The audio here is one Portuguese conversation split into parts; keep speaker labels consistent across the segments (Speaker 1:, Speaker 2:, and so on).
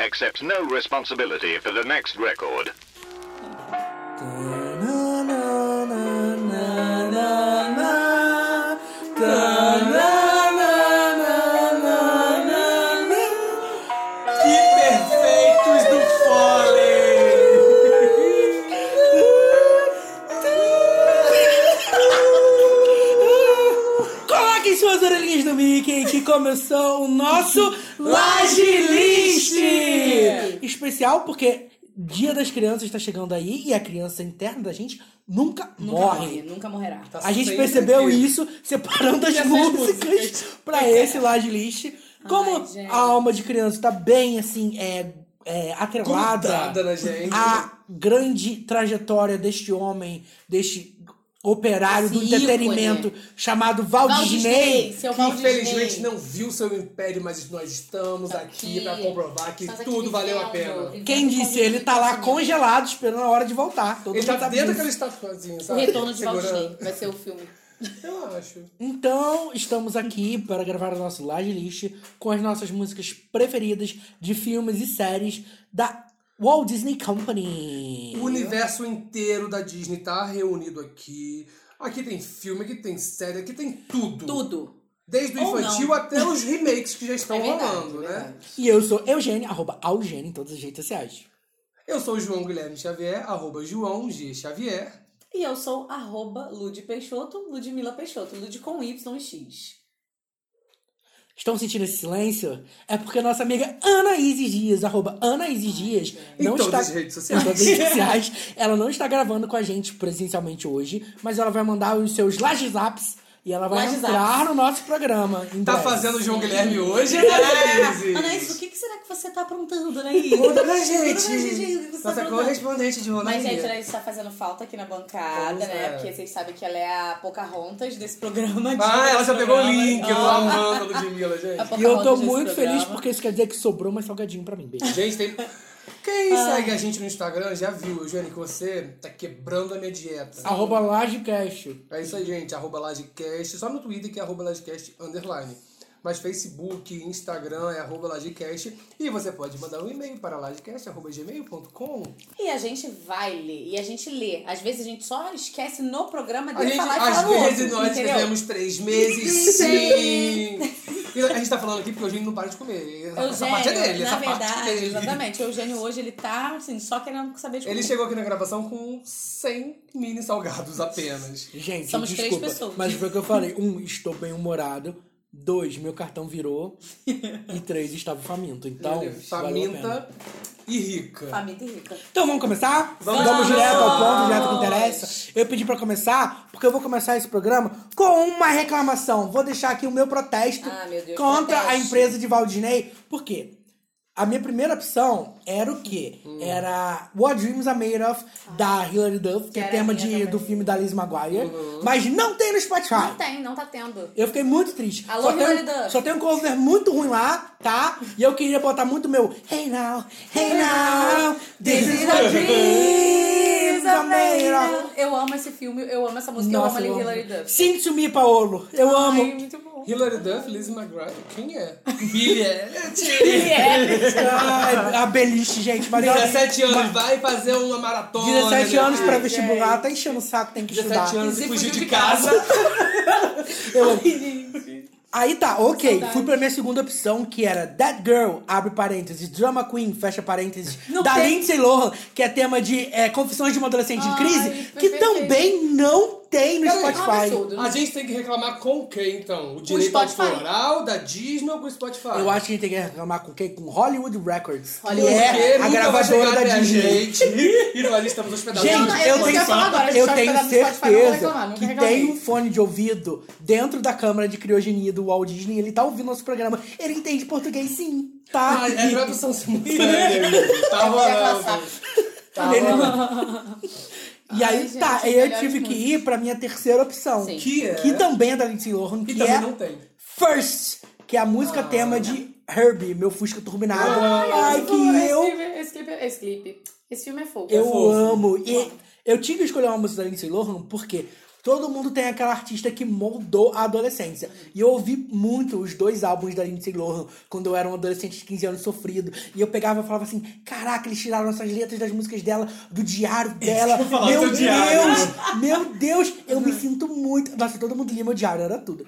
Speaker 1: accepts no responsibility for the next record.
Speaker 2: Que perfeitos do Foley!
Speaker 3: Coloquem suas orelhinhas no Mickey que começou o nosso Laje List! Especial porque Dia das Crianças está chegando aí e a criança interna da gente nunca,
Speaker 4: Nunca morre, né?
Speaker 3: morre.
Speaker 4: nunca morrerá.
Speaker 2: Tá
Speaker 3: A gente
Speaker 2: sempre
Speaker 3: percebeu
Speaker 2: vivo.
Speaker 3: isso separando as
Speaker 4: Essas
Speaker 3: músicas
Speaker 4: músicas.
Speaker 3: pra esse Laje List. Como
Speaker 4: Ai, gente.
Speaker 3: a alma de criança tá bem assim, é, é atrelada
Speaker 2: Grudada na gente.
Speaker 3: a grande trajetória deste homem, deste operário do
Speaker 4: Esse
Speaker 3: entretenimento chamado Walt
Speaker 4: Walt Disney,
Speaker 3: Disney.
Speaker 4: seu
Speaker 2: que
Speaker 4: Walt Disney.
Speaker 2: infelizmente não viu seu império, mas nós estamos aqui pra comprovar que
Speaker 4: Estamos aqui
Speaker 2: tudo valeu a
Speaker 4: vivendo,
Speaker 2: pena.
Speaker 4: vivendo
Speaker 3: Quem disse? Ele tá lá
Speaker 4: com
Speaker 3: congelado esperando a hora de voltar. Todo
Speaker 2: Ele
Speaker 3: mundo
Speaker 2: tá
Speaker 3: sabe
Speaker 2: dentro
Speaker 3: disso.
Speaker 2: daquela estatuazinha,
Speaker 4: O
Speaker 2: sabe?
Speaker 4: retorno de Walt
Speaker 2: Segurando.
Speaker 4: Disney vai ser o filme.
Speaker 2: Eu acho.
Speaker 3: Então, estamos aqui para gravar o nosso Laje List com as nossas músicas preferidas de filmes e séries da Walt Disney Company.
Speaker 2: O universo inteiro da Disney tá reunido aqui. Aqui tem filme, aqui tem série, aqui tem tudo.
Speaker 4: Tudo.
Speaker 2: Desde o
Speaker 4: Ou
Speaker 2: infantil
Speaker 4: não.
Speaker 2: até os remakes que já estão
Speaker 4: É verdade,
Speaker 2: rolando,
Speaker 4: é
Speaker 2: né?
Speaker 4: verdade.
Speaker 3: E eu sou Eugênia, arroba Augênia em todas as redes sociais.
Speaker 2: Eu sou o João Guilherme Xavier, arroba João G. Xavier.
Speaker 4: E eu sou arroba Lud Peixoto, Ludmila Peixoto, Lud com Y e X.
Speaker 3: Estão sentindo esse silêncio? É porque a nossa amiga Anaíses Dias, arroba Anaíses Dias,
Speaker 2: Em
Speaker 3: não
Speaker 2: todas
Speaker 3: está...
Speaker 2: as redes
Speaker 3: em
Speaker 2: sociais.
Speaker 3: todas as redes sociais. Ela não está gravando com a gente presencialmente hoje, mas ela vai mandar os seus lajezaps e ela vai
Speaker 4: Lajezaps.
Speaker 3: entrar no nosso programa. em
Speaker 2: Tá
Speaker 3: breve.
Speaker 2: fazendo o João Guilherme hoje, Anaíses?
Speaker 4: Anaís, o que, que será que você tá aprontando, Anaís?
Speaker 2: Conta pra
Speaker 4: Conta pra gente, o
Speaker 2: gente!
Speaker 4: que você tá
Speaker 2: Nossa
Speaker 4: aprontando?
Speaker 2: correspondente de
Speaker 4: Mas, é gente,
Speaker 2: Ronaria.
Speaker 4: ela está fazendo falta aqui na bancada,
Speaker 2: Pois
Speaker 4: né?
Speaker 2: é.
Speaker 4: Porque vocês sabem que ela é a Pocahontas desse programa. de-
Speaker 2: Ah, ela já pegou o
Speaker 4: programa.
Speaker 2: link, eu tô
Speaker 4: Ah,
Speaker 2: amando a Ludmilla,
Speaker 4: a
Speaker 2: gente.
Speaker 3: E eu tô
Speaker 4: Pocahontas desse
Speaker 3: muito feliz
Speaker 4: programa.
Speaker 3: porque isso quer dizer que sobrou mais salgadinho pra mim. Beijo.
Speaker 2: Gente, tem... Quem
Speaker 4: Ah.
Speaker 2: segue a gente no Instagram já viu, Eugênio, que você tá quebrando a minha dieta.
Speaker 4: Ah.
Speaker 3: Arroba LajeCast.
Speaker 2: É isso aí, gente. Arroba Lagecast. Só no Twitter que é arroba Lagecast underline. Mas Facebook, Instagram é arroba Lagecast. E você pode mandar um e-mail para lagecast.gmail.com.
Speaker 4: E a gente vai ler, e a gente lê. Às vezes a gente só esquece no programa
Speaker 2: A
Speaker 4: de
Speaker 2: gente,
Speaker 4: falar e
Speaker 2: às
Speaker 4: falar no
Speaker 2: vezes,
Speaker 4: outro,
Speaker 2: nós
Speaker 4: entendeu?
Speaker 2: tivemos três meses, sim! E a gente tá falando aqui porque o Eugênio não para de comer. Essa, essa
Speaker 4: Eugênio,
Speaker 2: parte é dele,
Speaker 4: na
Speaker 2: essa
Speaker 4: verdade,
Speaker 2: parte é dele.
Speaker 4: exatamente. O Eugênio hoje, ele tá, assim, só querendo saber de
Speaker 2: Ele
Speaker 4: comida.
Speaker 2: chegou aqui na gravação com 100 mini salgados apenas.
Speaker 3: Gente,
Speaker 4: Somos três
Speaker 3: desculpa,
Speaker 4: pessoas.
Speaker 3: mas foi o que eu falei. Um, estou bem-humorado. Dois, meu cartão virou. e três, estava faminto. Então, valeu a pena.
Speaker 2: Faminta e rica.
Speaker 4: Família rica.
Speaker 3: Então vamos começar?
Speaker 2: Vamos.
Speaker 3: direto ao ponto, direto ao que
Speaker 4: Vamos.
Speaker 3: interessa. Eu pedi pra começar, porque eu vou começar esse programa com uma reclamação. Vou deixar aqui o meu protesto
Speaker 4: Ah, meu Deus,
Speaker 3: contra
Speaker 4: protesto.
Speaker 3: a empresa de Walt Disney. Por quê? A minha primeira opção era o quê?
Speaker 4: Hum.
Speaker 3: Era What Dreams Are Made Of, da Hilary Duff, que,
Speaker 4: Ah. Que
Speaker 3: é
Speaker 4: era
Speaker 3: tema
Speaker 4: minha
Speaker 3: de,
Speaker 4: também. Uhum.
Speaker 3: do filme da Liz Maguire. Mas não tem no Spotify.
Speaker 4: Não tem, não tá tendo.
Speaker 3: Eu fiquei muito triste.
Speaker 4: Alô,
Speaker 3: só,
Speaker 4: Hilary
Speaker 3: tem,
Speaker 4: Duff.
Speaker 3: só tem um cover muito ruim lá, tá? E eu queria botar muito meu Hey now, hey now, this is what dreams are made of.
Speaker 4: Eu amo esse filme, eu amo essa música,
Speaker 3: Nossa,
Speaker 4: eu
Speaker 3: eu
Speaker 4: amo a Hilary
Speaker 3: amo.
Speaker 4: Duff.
Speaker 3: Sing to me, Paolo. Eu
Speaker 4: Ai,
Speaker 3: amo.
Speaker 4: muito bom.
Speaker 2: Hilary Duff, Lizzie McGrath, quem é? Billie
Speaker 4: E
Speaker 2: Elliot.
Speaker 4: é.
Speaker 3: Ai, a beliche, gente. Mas ela-
Speaker 2: 17 anos, vai fazer uma maratona.
Speaker 3: 17 anos pra
Speaker 2: ver.
Speaker 3: vestibular, tá enchendo o saco, tem que
Speaker 2: 17
Speaker 3: estudar.
Speaker 2: anos
Speaker 4: E
Speaker 2: e
Speaker 4: se
Speaker 2: fugiu
Speaker 4: fugiu
Speaker 2: de
Speaker 4: de
Speaker 2: casa.
Speaker 3: Eu amo. Aí tá, ok. Fui pra minha segunda opção, que era That Girl, abre parênteses, Drama Queen, fecha parênteses,
Speaker 4: Não
Speaker 3: da
Speaker 4: tem.
Speaker 3: Lindsay Lohan, que é tema de é, Confissões de uma Adolescente em
Speaker 4: Ai,
Speaker 3: Crise, que
Speaker 4: perfeito.
Speaker 3: também não tem no
Speaker 2: Peraí,
Speaker 3: Spotify.
Speaker 4: É um absurdo. né?
Speaker 2: A gente tem que reclamar com quem, então? O direito
Speaker 4: Spotify.
Speaker 2: autoral da Disney ou com o Spotify?
Speaker 3: Eu acho que a gente tem que reclamar com quem? Com Hollywood Records, que
Speaker 4: Hollywood
Speaker 3: é a gravadora da Disney.
Speaker 2: Gente, e nós estamos hospedados.
Speaker 3: Gente,
Speaker 4: Não, não, eu
Speaker 3: eu,
Speaker 4: não
Speaker 3: tenho,
Speaker 4: ia falar agora, a gente
Speaker 3: eu
Speaker 4: tá
Speaker 3: tenho
Speaker 4: esperando o Spotify, não vou
Speaker 3: certeza
Speaker 4: reclamar, nunca
Speaker 3: que
Speaker 4: reclamei.
Speaker 3: tem um fone de ouvido dentro da câmara de criogenia do Walt Disney. Ele tá ouvindo nosso programa. Ele entende português sim, tá?
Speaker 2: Ah, é tradução simultânea. gente. Tá rolando. Tá
Speaker 3: Ele-
Speaker 2: rolando.
Speaker 3: E aí
Speaker 4: Ai, gente,
Speaker 3: tá, aí eu
Speaker 4: melhores
Speaker 3: tive que
Speaker 4: músicas.
Speaker 3: ir pra minha terceira opção.
Speaker 4: Sim.
Speaker 2: Que é?
Speaker 3: que também é da Lindsay Lohan,
Speaker 2: E
Speaker 3: que
Speaker 2: também
Speaker 3: é
Speaker 2: não tem.
Speaker 3: First, que é a música
Speaker 4: Ah.
Speaker 3: tema de Herbie, meu Fusca turbinado. Ai, que eu
Speaker 4: Esse clipe, esse clipe, esse filme é fogo.
Speaker 3: eu
Speaker 2: fofo.
Speaker 3: amo. E eu tinha que escolher uma música da Lindsay Lohan porque Todo mundo tem aquela artista que moldou a adolescência. E eu ouvi muito os dois álbuns da Lindsay Lohan quando eu era um adolescente de 15 anos sofrido. E eu pegava e falava assim: caraca, eles tiraram essas letras das músicas dela, do diário dela.
Speaker 5: eu falar,
Speaker 3: meu
Speaker 5: seu
Speaker 3: Deus!
Speaker 5: diário.
Speaker 3: Meu Deus! Eu me sinto muito. Nossa, todo mundo lia meu diário, era tudo.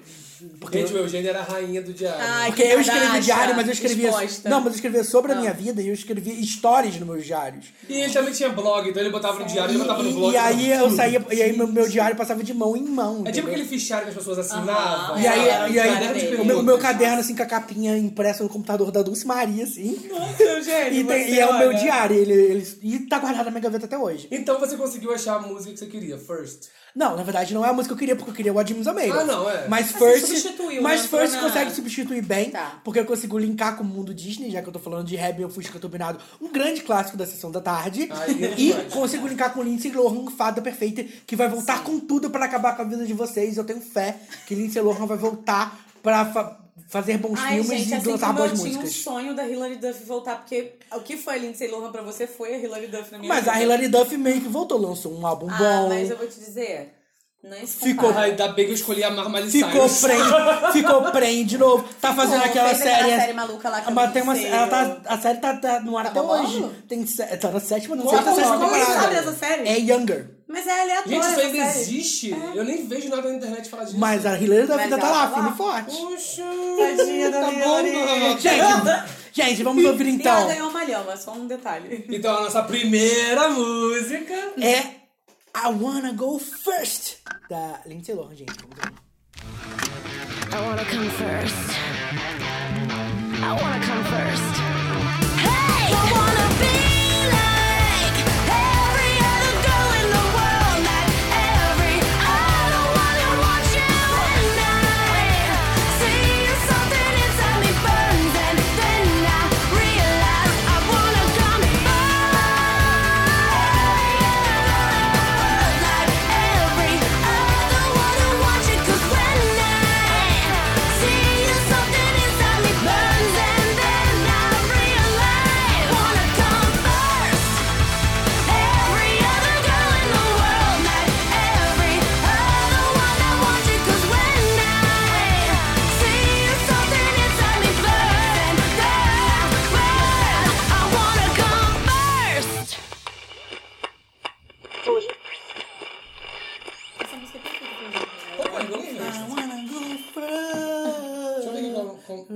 Speaker 3: Porque
Speaker 2: Gente, o Eugênio era a rainha do diário.
Speaker 4: Ai,
Speaker 3: porque eu
Speaker 4: Kardashian,
Speaker 3: escrevia diário, mas eu escrevia.
Speaker 4: exposta.
Speaker 3: Não, mas eu escrevia sobre a
Speaker 4: Não.
Speaker 3: minha vida e eu escrevia stories nos meus diários.
Speaker 2: E ele também tinha blog, então ele botava no diário, ele botava no
Speaker 3: E-
Speaker 2: blog.
Speaker 3: e aí eu saía, e aí meu, meu diário passava de mão em mão.
Speaker 2: É tipo
Speaker 3: entendeu?
Speaker 2: aquele Ah, é fichário que as pessoas assinavam.
Speaker 4: Aham.
Speaker 3: E aí,
Speaker 4: Era o
Speaker 3: e aí tipo,
Speaker 4: diário dele.
Speaker 2: tipo
Speaker 3: o, meu, o meu caderno, assim, com a capinha impressa no computador da Dulce Maria, assim.
Speaker 2: Nossa, Eugênio,
Speaker 3: E, tem-
Speaker 2: você
Speaker 3: e é o meu
Speaker 2: olha.
Speaker 3: diário, ele, ele- e tá guardado na minha gaveta até hoje.
Speaker 2: Então você conseguiu achar a música que você queria, First.
Speaker 3: Não, na verdade não é a música que eu queria, porque eu queria o Adams Almeida.
Speaker 2: Ah, não, é.
Speaker 3: Mas
Speaker 4: você
Speaker 3: First,
Speaker 4: substituiu,
Speaker 3: mas
Speaker 4: né?
Speaker 3: First
Speaker 4: Entrou na-
Speaker 3: consegue substituir bem,
Speaker 4: Tá.
Speaker 3: porque eu consigo linkar com o mundo Disney, já que eu tô falando de Rebel Fusca Turbinado, um grande clássico da sessão da tarde.
Speaker 2: Ah, ele é
Speaker 3: e
Speaker 2: demais.
Speaker 3: consigo linkar com Lindsay Lohan, fada perfeita, que vai voltar com tudo pra acabar com a vida de vocês. Eu tenho fé que Lindsay Lohan vai voltar pra fa- fazer bons
Speaker 4: Ai,
Speaker 3: filmes
Speaker 4: gente,
Speaker 3: e
Speaker 4: assim
Speaker 3: lançar
Speaker 4: como eu
Speaker 3: boas
Speaker 4: tinha um
Speaker 3: músicas.
Speaker 4: sonho da Hilary Duff voltar, porque o que foi a Lindsay Lohan pra você foi a Hilary Duff na minha
Speaker 3: Mas
Speaker 4: vida.
Speaker 3: a Hilary Duff meio que voltou, lançou um álbum
Speaker 4: Ah,
Speaker 3: bom.
Speaker 4: mas eu vou te dizer, não é se
Speaker 3: Ficou-
Speaker 4: compara.
Speaker 2: Ai, Ah, ainda bem que eu escolhi a Marmalha
Speaker 3: Ficou
Speaker 2: Cyrus.
Speaker 3: prende, ficou prende de novo. Tá fazendo
Speaker 4: Ficou,
Speaker 3: aquela
Speaker 4: fez aquela
Speaker 3: série.
Speaker 4: série maluca lá que eu
Speaker 3: Mas
Speaker 4: não
Speaker 3: tem uma,
Speaker 4: sei,
Speaker 3: ela tá,
Speaker 4: eu-
Speaker 3: a série tá, tá no ar até
Speaker 4: rolando?
Speaker 3: hoje. Tem, sé- tá na sétima, não
Speaker 2: Qual
Speaker 3: sei se tá
Speaker 2: é o
Speaker 3: sétima
Speaker 2: nome?
Speaker 3: temporada.
Speaker 4: Sabe essa série?
Speaker 3: É Younger.
Speaker 4: Mas é aleatório
Speaker 2: Gente, isso
Speaker 4: essa
Speaker 2: ainda
Speaker 4: série.
Speaker 2: existe. Eu nem vejo nada na internet falar disso.
Speaker 3: Mas a Hilary da
Speaker 4: Mas
Speaker 3: vida tá
Speaker 4: ela
Speaker 3: lá,
Speaker 4: tá
Speaker 3: firme e
Speaker 4: lá.
Speaker 3: forte.
Speaker 2: Puxa,
Speaker 3: Tadinha da
Speaker 2: tá
Speaker 3: Hilary.
Speaker 2: bom,
Speaker 3: Gente, gente, vamos ouvir
Speaker 4: E ela
Speaker 3: então.
Speaker 4: ganhou uma lhama, só um detalhe.
Speaker 2: Então, a nossa primeira música...
Speaker 3: É I Wanna Go First, da Lindsay Lohan, gente. Vamos ouvir.
Speaker 6: I wanna come first. I wanna come first. Hey! I wanna be like every other girl in the world. Not every other one who wants you at night. See something inside me burns, and then I realize I wanna come first. Like every other one who wants you, 'cause when I see you, something inside me burns, and then I realize wanna come first. Every other girl in the world, not every other one I want you. 'Cause when I see you, something inside me burns, and then burn. I wanna come first.
Speaker 4: Essa música é perfeita pra gente.
Speaker 2: Opa, eu nem vejo.
Speaker 3: I wanna go first.
Speaker 2: Deixa eu ver tá aqui como... como...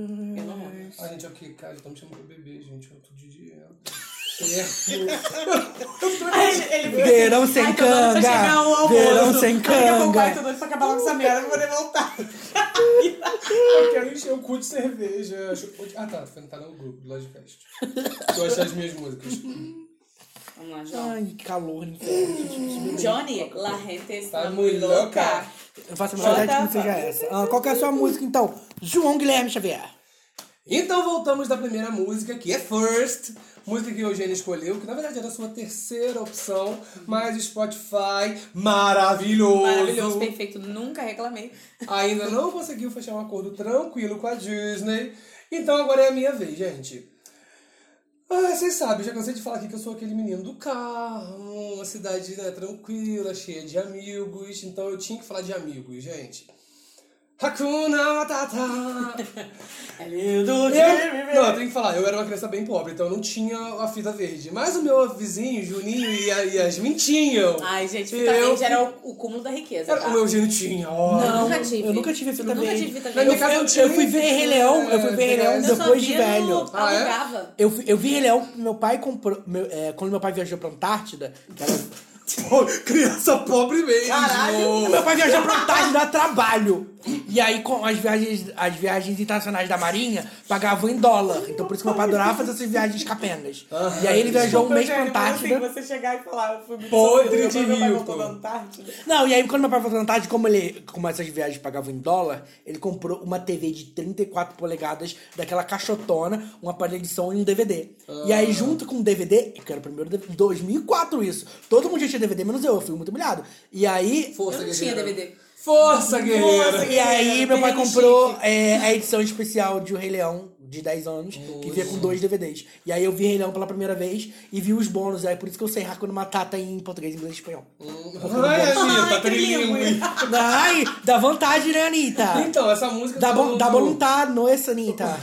Speaker 2: A tá Ah, gente aqui, cara, estão me chamando pra beber, gente. Eu tô de dieta.
Speaker 4: Ai, ele viu
Speaker 3: Verão
Speaker 4: assim,
Speaker 3: sem
Speaker 4: "Ai, tô doida pra
Speaker 3: canga.
Speaker 4: chegar o almoço.
Speaker 3: Verão sem
Speaker 4: Ai, daqui a pouco,
Speaker 3: canga.
Speaker 4: ai, tô doida pra acabar logo essa merda, não vou nem voltar.
Speaker 2: É Eu quero encher o cu de cerveja. Chocolate- Ah, tá. Tá no grupo do Lodcast. Eu achei as minhas músicas.
Speaker 4: Vamos lá, João.
Speaker 3: Ai, que calor. inferno.
Speaker 4: Johnny, la gente está
Speaker 2: Tá
Speaker 4: muy
Speaker 2: muito
Speaker 4: louca.
Speaker 2: louca.
Speaker 3: Eu faço a
Speaker 4: Jota,
Speaker 3: menor ideia de que não seja essa. Ah, qual que é a sua música, então? João Guilherme Xavier.
Speaker 2: Então voltamos da primeira música, que é First, música que o Eugênio escolheu, que na verdade era a sua terceira opção, mas o Spotify, maravilhoso,
Speaker 4: Maravilhoso, perfeito, nunca reclamei.
Speaker 2: ainda não conseguiu fechar um acordo tranquilo com a Disney. Então agora é a minha vez, gente. Ah, vocês sabem, já cansei de falar aqui que eu sou aquele menino do carro, uma cidade né, tranquila, cheia de amigos, então eu tinha que falar de amigos, gente. Hakuna Matata!
Speaker 4: É lindo.
Speaker 2: Eu, não, eu tenho que falar, eu era uma criança bem pobre, então eu não tinha a fita verde. Mas o meu vizinho, Juninho e a Yasmin tinham.
Speaker 4: Ai, gente, fita
Speaker 2: eu,
Speaker 4: verde era o, o cúmulo da riqueza.
Speaker 2: era-
Speaker 4: tá?
Speaker 2: O Eugênio tinha, ó.
Speaker 4: Não, nunca tive.
Speaker 3: Eu nunca tive fita
Speaker 4: Eu nunca
Speaker 3: verde.
Speaker 4: tive fita
Speaker 2: Na minha
Speaker 4: verde.
Speaker 2: casa
Speaker 3: Eu,
Speaker 2: não tinha
Speaker 3: eu fui
Speaker 2: nem
Speaker 3: ver Rei Leão, eu fui ver Rei Leão
Speaker 2: Eu
Speaker 4: Eu só
Speaker 3: depois de
Speaker 4: via no-
Speaker 3: velho.
Speaker 2: Ah, é?
Speaker 4: Alugava.
Speaker 3: Eu, fui- eu vi Rei Leão, meu pai comprou. meu- é, quando meu pai viajou pra Antártida. que era-
Speaker 2: Pô, criança pobre mesmo.
Speaker 3: meu pai viajou pra Antártida a trabalho. E aí, com as viagens, as viagens internacionais da Marinha, pagavam em dólar. Então por isso que meu pai adorava fazer essas viagens capengas. E aí ele viajou um mês pra Antártida.
Speaker 4: você chegar e falar, eu fui muito
Speaker 2: Podre de rico.
Speaker 4: Antártida.
Speaker 3: Não, e aí quando meu pai foi pra Antártida, como, ele, como essas viagens pagavam em dólar, ele comprou uma TV de 34 polegadas, daquela caixotona, um aparelho de som e um DVD. E aí junto com o DVD, que era o primeiro, DVD, 2004 isso, todo mundo já tinha DVD, menos eu, eu fui muito humilhado. E aí...
Speaker 2: Força,
Speaker 4: Eu não tinha
Speaker 2: guerreira.
Speaker 4: DVD.
Speaker 2: Força, guerreira.
Speaker 3: E aí meu
Speaker 2: né?
Speaker 3: pai
Speaker 4: Perrengue
Speaker 3: comprou é, a edição especial de O Rei Leão de 10 anos, que vinha com dois DVDs. E aí eu vi Rei Leão pela primeira vez e vi os bônus. aí por isso que eu sei Hakuna Matata em português, inglês e espanhol.
Speaker 2: Ai, Anitta,
Speaker 4: Ai, trilingüe.
Speaker 2: trilingüe.
Speaker 3: Ai, dá vontade, né, Anitta?
Speaker 2: Então, essa música.
Speaker 3: Dá,
Speaker 2: do-
Speaker 3: bom, dá
Speaker 2: do-
Speaker 3: vontade, não é, um Anitta?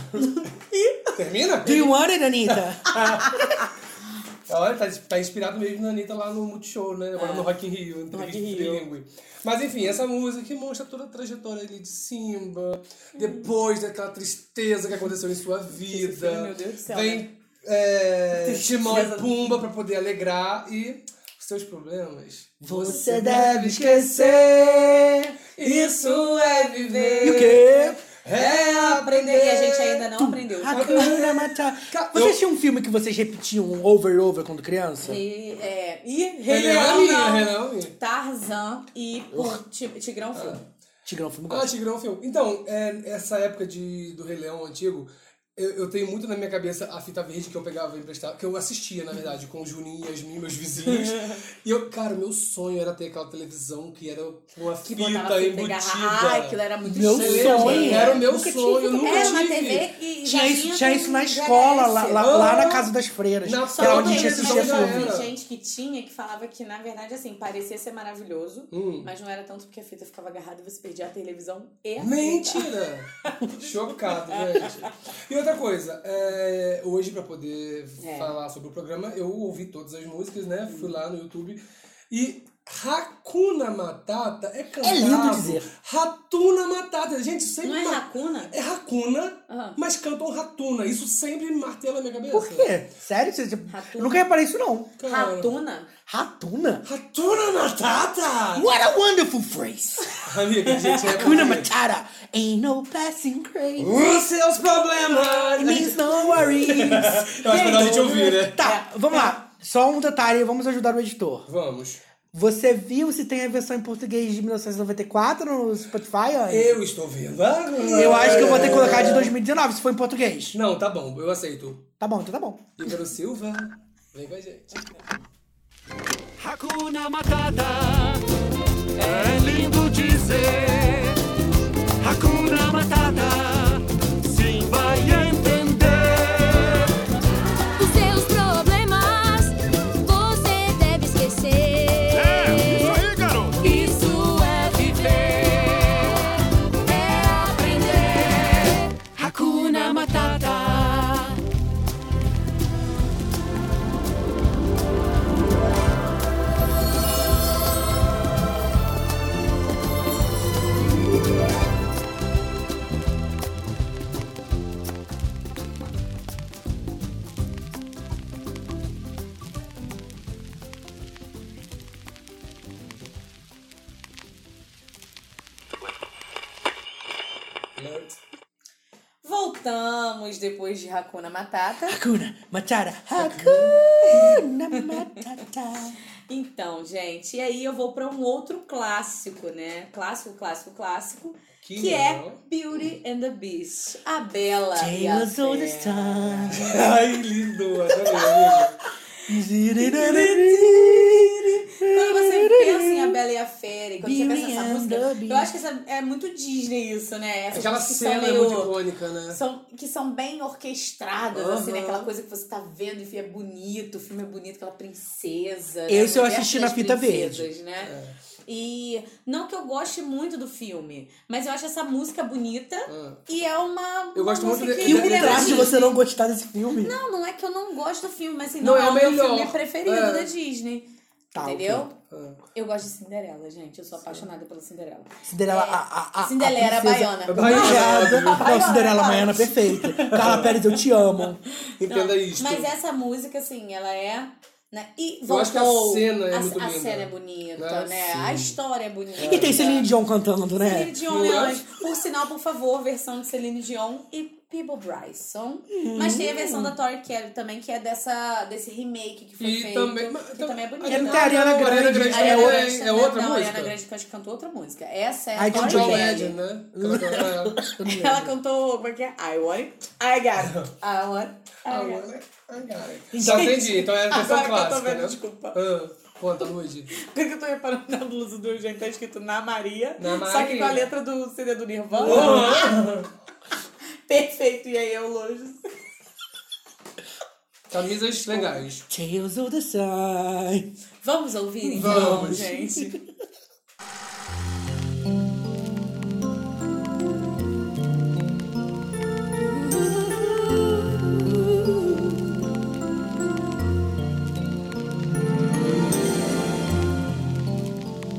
Speaker 2: Termina?
Speaker 3: Do you want it, Anitta?
Speaker 2: Olha, tá, tá inspirado mesmo na Anitta lá no Multishow, né? Agora no Rock in Rio, no
Speaker 4: É. Rock in Rio.
Speaker 2: Mas enfim, essa música que mostra toda a trajetória ali de Simba,
Speaker 4: Uhum.
Speaker 2: depois daquela tristeza que aconteceu em sua vida.
Speaker 4: filho, meu Deus do céu, né?
Speaker 2: Vem é,
Speaker 4: Tristeza.
Speaker 2: Timão e Pumba pra poder alegrar e os seus problemas.
Speaker 3: Você
Speaker 2: deve esquecer, isso é viver.
Speaker 3: E o quê?
Speaker 2: É aprender.
Speaker 4: E a gente ainda não aprendeu.
Speaker 3: Hakuna Matata. Vocês tinham um filme que vocês repetiam over e over quando criança?
Speaker 4: E, é, e Rei Leão,
Speaker 2: Rename,
Speaker 4: não.
Speaker 2: Rename.
Speaker 4: Tarzan e pô, Ti- Tigrão Filme.
Speaker 3: Tigrão, filme
Speaker 2: Ah,
Speaker 3: gosto.
Speaker 2: Tigrão filme. Então, é, essa época de, do Rei Leão antigo, eu, eu tenho muito na minha cabeça a fita verde que eu pegava emprestada, que eu assistia, na verdade, com o Juninho e Yasmin, meus vizinhos. e eu, cara, meu sonho era ter aquela televisão que era com a
Speaker 4: Que
Speaker 2: fita
Speaker 4: botava fita
Speaker 2: embutida.
Speaker 4: agarrada. Ai, aquilo era muito
Speaker 3: Meu
Speaker 4: chique.
Speaker 3: sonho. um
Speaker 2: Era o meu
Speaker 4: Nunca tive
Speaker 2: sonho, eu
Speaker 4: fita-
Speaker 2: nunca
Speaker 4: Era uma
Speaker 2: tive.
Speaker 4: TV e já
Speaker 3: Tinha isso, tinha
Speaker 4: com
Speaker 3: isso na
Speaker 4: VHS.
Speaker 3: escola, lá, lá- lá
Speaker 2: Ah.
Speaker 3: na casa das freiras.
Speaker 2: Na
Speaker 3: que
Speaker 4: Só
Speaker 3: era
Speaker 4: que
Speaker 3: onde a gente
Speaker 4: eu
Speaker 3: assistia
Speaker 2: já
Speaker 3: filme.
Speaker 2: era.
Speaker 4: lembro gente que tinha que falava que, na verdade, assim, parecia ser maravilhoso,
Speaker 3: Hum.
Speaker 4: mas não era tanto porque a fita ficava agarrada e você perdia a televisão e a fita.
Speaker 2: Mentira! Chocado, gente. E outra coisa, é, hoje pra poder
Speaker 4: É.
Speaker 2: falar sobre o programa, eu ouvi todas as músicas, né?
Speaker 3: Uhum.
Speaker 2: Fui lá no YouTube e Hakuna Matata é cantado.
Speaker 3: lindo dizer.
Speaker 2: Ratuna Matata. Gente, isso sempre
Speaker 4: Não é
Speaker 2: ma-
Speaker 4: racuna?
Speaker 2: É Hakuna,
Speaker 4: Aham.
Speaker 2: mas cantam Ratuna. Isso sempre martela a minha cabeça.
Speaker 3: Ah. Por quê? Sério? Você- Eu
Speaker 4: Ratuna.
Speaker 3: nunca reparei isso, não.
Speaker 2: Cara,
Speaker 4: Ratuna?
Speaker 3: Ratuna?
Speaker 2: Ratuna Matata!
Speaker 3: What a wonderful phrase!
Speaker 2: Amiga, gente, é
Speaker 3: Hakuna
Speaker 2: bonito.
Speaker 3: Matata ain't no passing craze.
Speaker 2: Os seus problemas! A
Speaker 3: It
Speaker 2: gente-
Speaker 3: means no worries.
Speaker 2: Eu acho melhor a gente ouvir, né?
Speaker 3: Tá, vamos lá. Só um detalhe, vamos ajudar o editor.
Speaker 2: Vamos.
Speaker 3: Você viu se tem a versão em português de 1994 no Spotify? Anne?
Speaker 2: Eu estou vendo agora.
Speaker 3: Eu acho que eu vou ter que colocar de 2019, se for em português.
Speaker 2: Não, tá bom, eu aceito.
Speaker 3: Tá bom, então tá bom.
Speaker 2: Ícaro Silva, vem com a gente.
Speaker 5: Hakuna Matata é lindo dizer. Hakuna Matata, sim vai entender.
Speaker 6: Os seus problemas você deve esquecer.
Speaker 5: aí, garoto.
Speaker 6: Isso é viver, é aprender.
Speaker 5: Hakuna Matata.
Speaker 2: Alert.
Speaker 4: Voltamos depois de Hakuna Matata.
Speaker 3: Hakuna Matata, Hakuna Matata.
Speaker 4: Então, gente, e aí eu vou pra um outro clássico, né? Clássico, clássico, clássico,
Speaker 2: Que
Speaker 4: que,
Speaker 2: legal.
Speaker 4: é Beauty and the Beast. A Bela e
Speaker 3: Day
Speaker 4: a
Speaker 3: was all the
Speaker 4: Fera.
Speaker 3: sun.
Speaker 2: Ai, lindo, adorei, amigo.
Speaker 4: Quando você pensa em A Bela e a Fera, e quando
Speaker 3: Beauty
Speaker 4: você pensa nessa
Speaker 3: and the
Speaker 4: música,
Speaker 3: Beast.
Speaker 4: eu acho que essa é muito Disney isso, né? Essas
Speaker 2: Aquela
Speaker 4: músicas que são
Speaker 2: cena é
Speaker 4: meio-
Speaker 2: muito icônica, né?
Speaker 4: são, que são bem orquestradas, assim, né?
Speaker 2: Aham.
Speaker 4: Aquela coisa que você tá vendo, enfim, é bonito, o filme é bonito, aquela princesa. né?
Speaker 3: Esse eu
Speaker 4: O universo
Speaker 3: assisti na
Speaker 4: das
Speaker 3: fita É.
Speaker 4: princesas, Né? E não que eu goste muito do filme, mas eu acho essa música bonita
Speaker 2: Ah.
Speaker 4: e é uma.
Speaker 2: Eu gosto
Speaker 4: uma
Speaker 2: muito
Speaker 4: música
Speaker 2: de-
Speaker 4: que
Speaker 2: de-
Speaker 3: Que
Speaker 4: me lembra
Speaker 3: contraste
Speaker 4: Disney.
Speaker 3: você não gostar desse filme.
Speaker 4: Não, não é que eu não gosto do filme, mas assim,
Speaker 2: Não,
Speaker 4: não,
Speaker 2: é
Speaker 4: é
Speaker 2: o
Speaker 4: o meu
Speaker 2: melhor.
Speaker 4: filme preferido
Speaker 2: É.
Speaker 4: da Disney.
Speaker 3: Tá,
Speaker 4: entendeu?
Speaker 3: ok.
Speaker 2: Ah.
Speaker 4: Eu gosto de Cinderela, gente. Eu sou apaixonada pela Cinderela.
Speaker 3: Cinderela, a, a, a,
Speaker 4: Cinderela
Speaker 3: a
Speaker 4: era
Speaker 3: princesa
Speaker 4: baiana.
Speaker 3: Obrigada. Não,
Speaker 4: Baiana,
Speaker 3: Cinderela
Speaker 4: baiana.
Speaker 3: Baiana, perfeita. Carla Pérez, eu te amo.
Speaker 2: Entenda isso.
Speaker 4: Mas essa música, assim, ela é. Né? E voltou.
Speaker 2: Eu acho que a cena é
Speaker 4: a,
Speaker 2: muito
Speaker 4: a
Speaker 2: linda.
Speaker 4: cena é bonita,
Speaker 2: Ah,
Speaker 4: né?
Speaker 2: sim.
Speaker 4: A história é bonita.
Speaker 3: E tem Celine Dion cantando,
Speaker 4: Celine
Speaker 3: né?
Speaker 4: Dion,
Speaker 2: Não é?
Speaker 4: né? Por sinal, por favor, versão de Celine Dion e People Bryson.
Speaker 3: Uhum.
Speaker 4: Mas tem a versão da Tori Kelly também, que é dessa, desse remake que foi
Speaker 2: E
Speaker 4: feito.
Speaker 2: também- mas-
Speaker 4: que
Speaker 2: tam-
Speaker 4: também é bonita.
Speaker 3: É, não
Speaker 4: né?
Speaker 3: tem Ariana
Speaker 2: Não, Ariana
Speaker 3: Grande.
Speaker 2: Grande
Speaker 4: Ariana
Speaker 2: também
Speaker 4: Grande
Speaker 2: é,
Speaker 4: também-
Speaker 2: outra
Speaker 4: não,
Speaker 2: música.
Speaker 4: Ariana Grande que acho que cantou outra música. Essa é
Speaker 3: Ai,
Speaker 4: a
Speaker 3: de
Speaker 4: Tori
Speaker 2: John
Speaker 3: Grande.
Speaker 2: Legend,
Speaker 4: Kelly.
Speaker 2: né? tá Aquela-
Speaker 4: Ela cantou, como é que é? I want it, I got it. I want it,
Speaker 2: Ah,
Speaker 4: I got
Speaker 2: Então
Speaker 4: it.
Speaker 2: entendi, então é a versão
Speaker 4: Agora que eu tô
Speaker 2: clássica,
Speaker 4: vendo,
Speaker 2: né?
Speaker 4: desculpa.
Speaker 2: Ah, Conta, Luigi.
Speaker 4: Por que eu tô reparando na blusa do Eugênio? Tá escrito Na Maria.
Speaker 2: Na
Speaker 4: Só que com a
Speaker 2: Maria.
Speaker 4: letra do CD do Nirvana.
Speaker 2: Ah,
Speaker 4: Perfeito, e aí eu longe.
Speaker 2: Camisas legais.
Speaker 3: Tales of the Sign.
Speaker 4: Vamos ouvir então,
Speaker 2: Vamos.
Speaker 4: gente.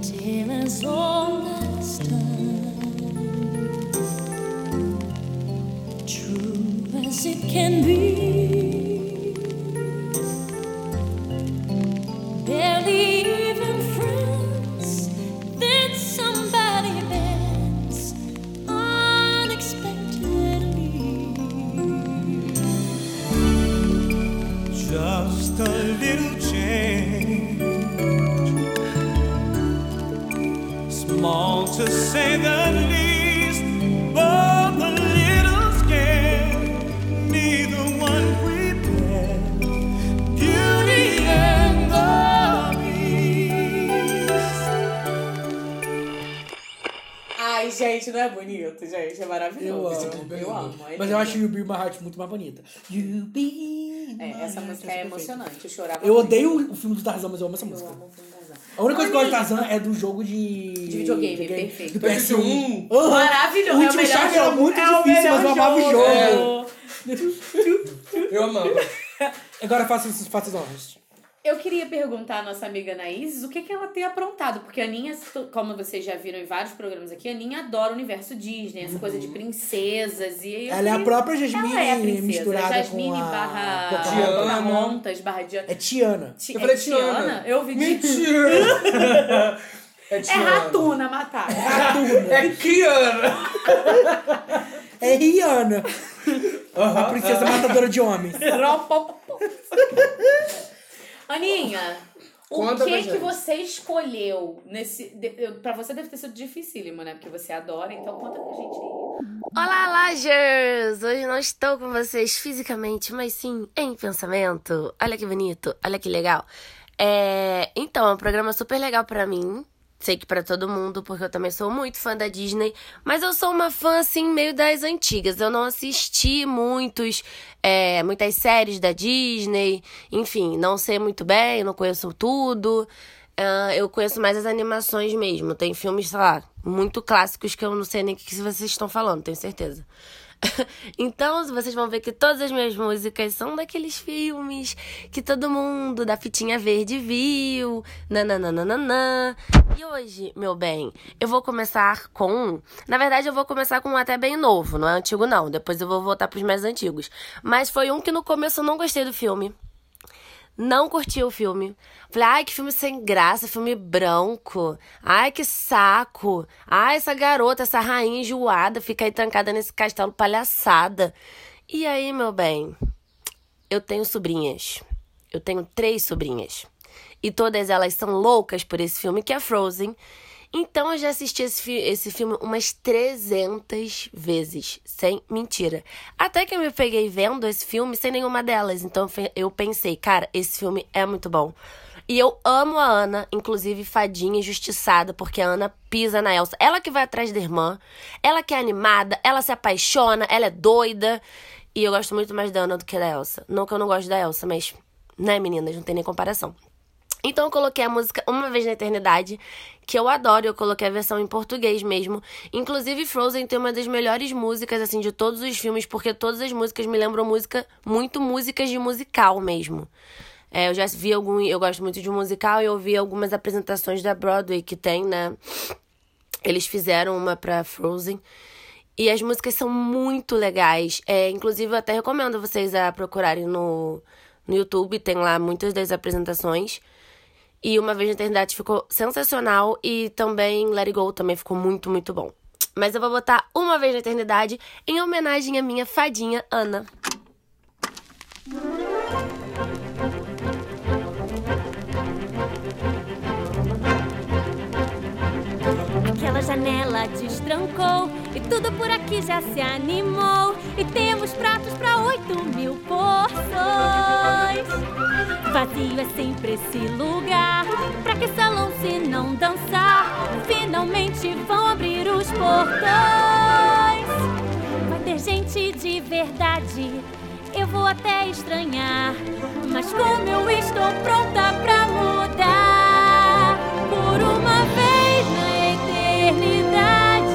Speaker 6: Tales on the stand, true as it can be, barely even friends. Then somebody bends unexpectedly.
Speaker 5: Just a little change, small to say the least, but a little scared. Neither one prepared. Beauty and the Beast.
Speaker 4: Ai, gente, não é bonito, gente. É
Speaker 3: Eu
Speaker 4: maravilhoso.
Speaker 3: amo,
Speaker 4: eu amo. é
Speaker 3: Mas
Speaker 4: lindo.
Speaker 3: eu acho You Be My Heart muito mais bonita. You Be My
Speaker 4: É,
Speaker 3: Heart,
Speaker 4: essa música é
Speaker 3: perfeita.
Speaker 4: emocionante. Eu chorava.
Speaker 3: Eu
Speaker 4: muito.
Speaker 3: odeio o filme do Tarzan, mas eu amo essa música.
Speaker 4: Eu amo o filme da Zan.
Speaker 3: A única coisa que eu gosto do
Speaker 4: Amiga.
Speaker 3: Tarzan é do jogo de...
Speaker 4: De videogame, perfeito.
Speaker 3: Do PS1.
Speaker 2: PS1.
Speaker 3: Aham.
Speaker 4: Maravilhoso.
Speaker 3: O último
Speaker 4: é o melhor
Speaker 3: chave era
Speaker 4: jogo.
Speaker 3: muito
Speaker 4: É o
Speaker 3: difícil, mas eu
Speaker 4: melhor É.
Speaker 3: amava o jogo.
Speaker 2: Eu amava.
Speaker 3: Agora faça os fatos novos.
Speaker 4: Eu queria perguntar à nossa amiga Anaís o que, que ela tem aprontado, porque a Aninha, como vocês já viram em vários programas aqui, a Aninha adora o universo Disney, essa coisa de princesas e... eu
Speaker 3: Uhum. Ela é a
Speaker 4: queria-
Speaker 3: própria Jasmine
Speaker 4: Ela é a princesa,
Speaker 3: misturada
Speaker 4: Jasmine
Speaker 3: com a...
Speaker 4: barra
Speaker 3: Pocahontas.
Speaker 2: Tiana.
Speaker 4: Pocahontas, barra Diana.
Speaker 3: É Tiana.
Speaker 4: Ti-
Speaker 2: Eu falei
Speaker 4: é
Speaker 2: Tiana.
Speaker 4: Eu ouvi de...
Speaker 2: Mentira! É
Speaker 4: É
Speaker 2: Tiana.
Speaker 4: Ratuna, matar.
Speaker 2: É Kiana.
Speaker 3: É Rihanna. A princesa matadora de homens.
Speaker 4: Aninha, o
Speaker 2: Conta pra
Speaker 4: que que
Speaker 2: gente.
Speaker 4: você escolheu nesse... de- eu- Pra você deve ter sido dificílimo, né? Porque você adora, então conta pra gente aí.
Speaker 7: Olá, Lajers! Hoje não estou com vocês fisicamente, mas sim em pensamento. Olha que bonito, olha que legal. É, Então, é um programa super legal pra mim. Sei que pra todo mundo, porque eu também sou muito fã da Disney. Mas eu sou uma fã, assim, meio das antigas. Eu não assisti muitos, é, muitas séries da Disney. Enfim, não sei muito bem, não conheço tudo. Ah, eu conheço mais as animações mesmo. Tem filmes, sei lá, muito clássicos que eu não sei nem o que que vocês estão falando, tenho certeza. então, vocês vão ver que todas as minhas músicas são daqueles filmes que todo mundo da fitinha verde viu. Nananana. E hoje, meu bem, eu vou começar com. um- Na verdade, eu vou começar com um até bem novo, não é antigo, não. Depois eu vou voltar pros mais antigos. Mas foi um que no começo eu não gostei do filme não curti o filme. Falei, ai, que filme sem graça, filme branco. Ai, que saco. Ai, essa garota, essa rainha enjoada fica aí trancada nesse castelo palhaçada. E aí, meu bem, eu tenho sobrinhas. Eu tenho três sobrinhas. E todas elas são loucas por esse filme, que é Frozen. Então eu já assisti esse, fi- esse filme umas 300 vezes, sem mentira. Até que eu me peguei vendo esse filme sem nenhuma delas. Então eu fe- eu pensei, cara, esse filme é muito bom. E eu amo a Ana, inclusive fadinha injustiçada, porque a Ana pisa na Elsa. Ela que vai atrás da irmã, ela que é animada, ela se apaixona, ela é doida. E eu gosto muito mais da Ana do que da Elsa. Não que eu não gosto da Elsa, mas, né, meninas, não tem nem comparação. Então eu coloquei a música Uma Vez na Eternidade, que eu adoro, eu coloquei a versão em português mesmo. Inclusive Frozen tem uma das melhores músicas assim de todos os filmes, porque todas as músicas me lembram música, muito músicas de musical mesmo. É, eu já vi algum, eu gosto muito de um musical e eu vi algumas apresentações da Broadway que tem, né? Eles fizeram uma pra Frozen. E as músicas são muito legais. É, inclusive, eu até recomendo vocês a procurarem no, no YouTube. Tem lá muitas das apresentações. E Uma Vez na Eternidade ficou sensacional. E também Let It Go também ficou muito, muito bom. Mas eu vou botar Uma Vez na Eternidade em homenagem à minha fadinha Ana.
Speaker 6: Aquela janela destrancou e tudo por aqui já se animou. E temos pratos pra oito mil porções. Vazio é sempre esse lugar. Pra que salão se não dançar? Finalmente vão abrir os portões. Vai ter gente de verdade, eu vou até estranhar. Mas como eu estou pronta pra mudar por uma vez na eternidade,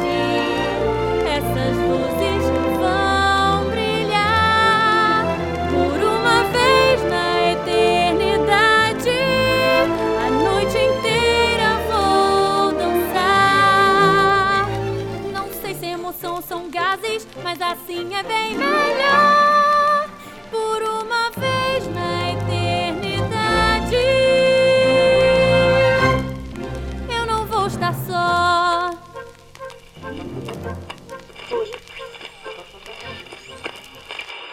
Speaker 6: essas luzes vão brilhar por uma vez na eternidade. A noite inteira vou dançar. Não sei se emoção são gases, mas assim é bem melhor. Por uma vez na eternidade, eu não vou estar só.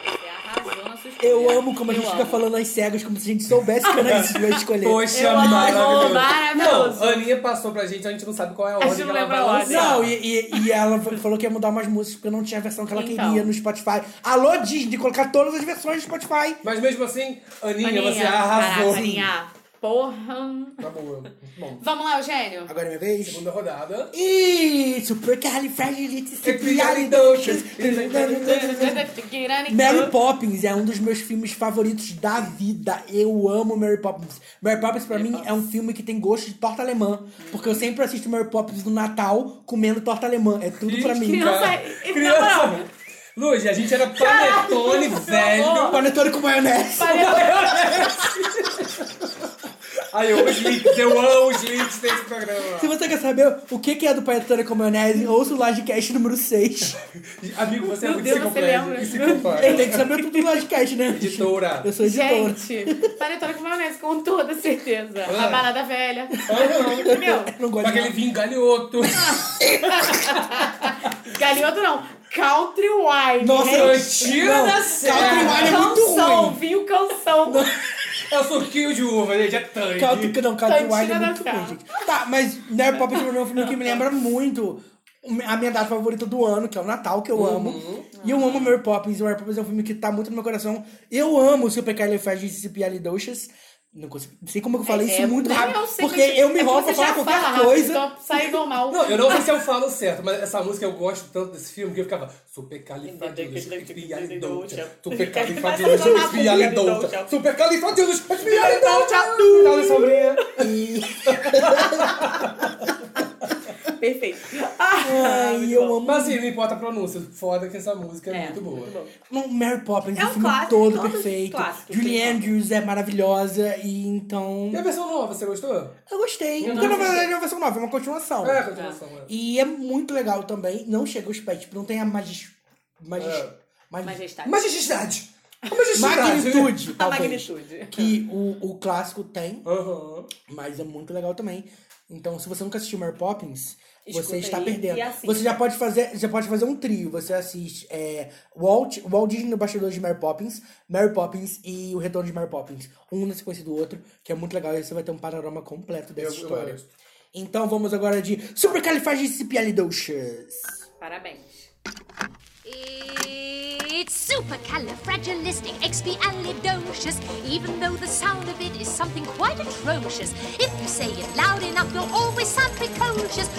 Speaker 4: Você arrasou na sua escolha.
Speaker 3: Eu amo como a
Speaker 4: Eu
Speaker 3: gente
Speaker 4: amo.
Speaker 3: fica falando as cegas, como se a gente soubesse que era isso que eu ia escolher.
Speaker 2: Poxa,
Speaker 4: Eu amo,
Speaker 2: maravilhoso.
Speaker 4: maravilhoso.
Speaker 2: Não, a Aninha passou pra gente, a gente não sabe qual é a
Speaker 4: gente
Speaker 2: ordem que
Speaker 4: não
Speaker 2: ela
Speaker 4: lembra
Speaker 2: vai
Speaker 4: a ordem.
Speaker 2: lançar.
Speaker 3: Não, e, e- e ela f- falou que ia mudar umas músicas porque não tinha a versão que ela
Speaker 4: Então.
Speaker 3: queria no Spotify. Alô, Disney, colocar todas as versões no Spotify.
Speaker 2: Mas mesmo assim, Aninha,
Speaker 4: Aninha,
Speaker 2: você arrasou.
Speaker 4: Caraca, Aninha. Porra.
Speaker 2: Tá bom. Bom,
Speaker 4: Vamos lá, Eugênio.
Speaker 3: Agora é minha vez.
Speaker 2: segunda rodada.
Speaker 3: E supercalifragilisticexpialidocious. Mary Poppins é um dos meus filmes favoritos da vida. Eu amo Mary Poppins. Mary Poppins, pra mim, é um filme que tem gosto de torta alemã. Porque eu sempre assisto Mary Poppins no Natal comendo torta alemã. É tudo pra mim.
Speaker 4: criança-
Speaker 3: cara.
Speaker 4: e- na moral.
Speaker 2: Criança! Luz, a gente era panetone velho.
Speaker 4: amor.
Speaker 3: Panetone com maionese.
Speaker 2: Ai, eu amo os links, eu amo os links desse programa.
Speaker 3: Se você quer saber o que que é do panetone com maionese, ouça o Lagecast número 6.
Speaker 2: Amigo, você é
Speaker 4: Meu
Speaker 2: muito
Speaker 4: Deus,
Speaker 2: se
Speaker 4: você
Speaker 2: completa
Speaker 4: lembra.
Speaker 2: e se compara.
Speaker 3: Eu tenho que saber tudo do Lagecast, né?
Speaker 2: Editora.
Speaker 3: Eu sou editora.
Speaker 4: Gente, panetone com maionese, com toda certeza.
Speaker 2: Ah.
Speaker 4: A balada velha.
Speaker 2: Ah,
Speaker 4: Entendeu?
Speaker 3: Eu não
Speaker 2: não.
Speaker 3: gosto
Speaker 2: Com
Speaker 3: de
Speaker 2: aquele
Speaker 3: nada.
Speaker 2: vingalhoto.
Speaker 4: Galinhoto não. Country wine.
Speaker 3: Nossa,
Speaker 4: Gente,
Speaker 2: Tira
Speaker 3: Não,
Speaker 2: da
Speaker 3: Country
Speaker 2: serra.
Speaker 3: wine é muito
Speaker 4: canção,
Speaker 3: ruim.
Speaker 4: vinho canção.
Speaker 2: É o suquinho de uva, gente, é tanque.
Speaker 3: Country, não, Country
Speaker 4: Cantina
Speaker 3: Wine é
Speaker 4: da
Speaker 3: muito
Speaker 4: Serra.
Speaker 3: ruim, gente. Tá, mas Mary Poppins é um filme que me lembra muito a minha data favorita do ano, que é o Natal, que eu
Speaker 4: Uhum.
Speaker 3: amo. E eu amo Mary Poppins. Mary Poppins é um filme que tá muito no meu coração. Eu amo Supercalifragilisticexpialidocious. Não consigo. Não sei como eu falei isso
Speaker 4: É,
Speaker 3: muito
Speaker 4: não,
Speaker 3: rápido.
Speaker 4: eu sei,
Speaker 3: porque
Speaker 4: mas
Speaker 3: eu me
Speaker 4: é
Speaker 3: enrolo
Speaker 4: porque
Speaker 3: pra
Speaker 4: você
Speaker 3: falar
Speaker 4: já
Speaker 3: qualquer
Speaker 4: fala rápido,
Speaker 3: coisa.
Speaker 4: Então sai normal.
Speaker 2: Não, eu não sei se eu falo certo, mas essa música eu gosto tanto desse filme que eu ficava supercalifragilisticoespialidocious, supercalifragilisticoespialidocious, supercalifragilisticoespialidocious.
Speaker 4: uh!
Speaker 2: Fala, sobrinha.
Speaker 4: Perfeito. Ah,
Speaker 3: Ai,
Speaker 4: muito
Speaker 3: eu
Speaker 4: bom.
Speaker 3: amo.
Speaker 2: Mas assim, não importa a pronúncia, foda que essa música é,
Speaker 4: É,
Speaker 2: muito boa.
Speaker 4: muito bom.
Speaker 3: Não, Mary Poppins,
Speaker 4: É um
Speaker 3: o filme
Speaker 4: clássico,
Speaker 3: todo
Speaker 4: todos
Speaker 3: perfeito.
Speaker 4: clássicos,
Speaker 3: Julie
Speaker 4: tem.
Speaker 3: Andrews é maravilhosa e então.
Speaker 2: E a versão nova, você gostou?
Speaker 3: Eu gostei.
Speaker 4: Eu
Speaker 3: Porque
Speaker 4: não
Speaker 3: na verdade é uma versão nova, é uma continuação.
Speaker 2: É, a continuação. é.
Speaker 3: E é muito legal também. Não chega aos pés, tipo, não tem a magis... Magis...
Speaker 2: É.
Speaker 3: magis-
Speaker 4: Majestade.
Speaker 2: Majestade! A Majestade!
Speaker 3: Magnitude,
Speaker 4: A
Speaker 3: talvez.
Speaker 4: magnitude.
Speaker 3: Que o, o clássico tem,
Speaker 2: Aham.
Speaker 3: mas é muito legal também. Então, se você nunca assistiu Mary Poppins,
Speaker 4: Escuta
Speaker 3: você está
Speaker 4: aí
Speaker 3: perdendo.
Speaker 4: e assiste.
Speaker 3: Você já pode fazer, já pode fazer um trio. Você assiste é, Walt, Walt Disney no Bastidor de Mary Poppins, Mary Poppins e O Retorno de Mary Poppins. Um na sequência do outro, que é muito legal. E aí você vai ter um panorama completo dessa
Speaker 2: Eu- eu
Speaker 3: história.
Speaker 2: gosto.
Speaker 3: então, vamos agora de Supercalifragilisticexpialidocious.
Speaker 4: Parabéns.
Speaker 6: It's supercalifragilisticexpialidocious, even though the sound of it is something quite atrocious. If you say it loud enough, you'll always sound precocious.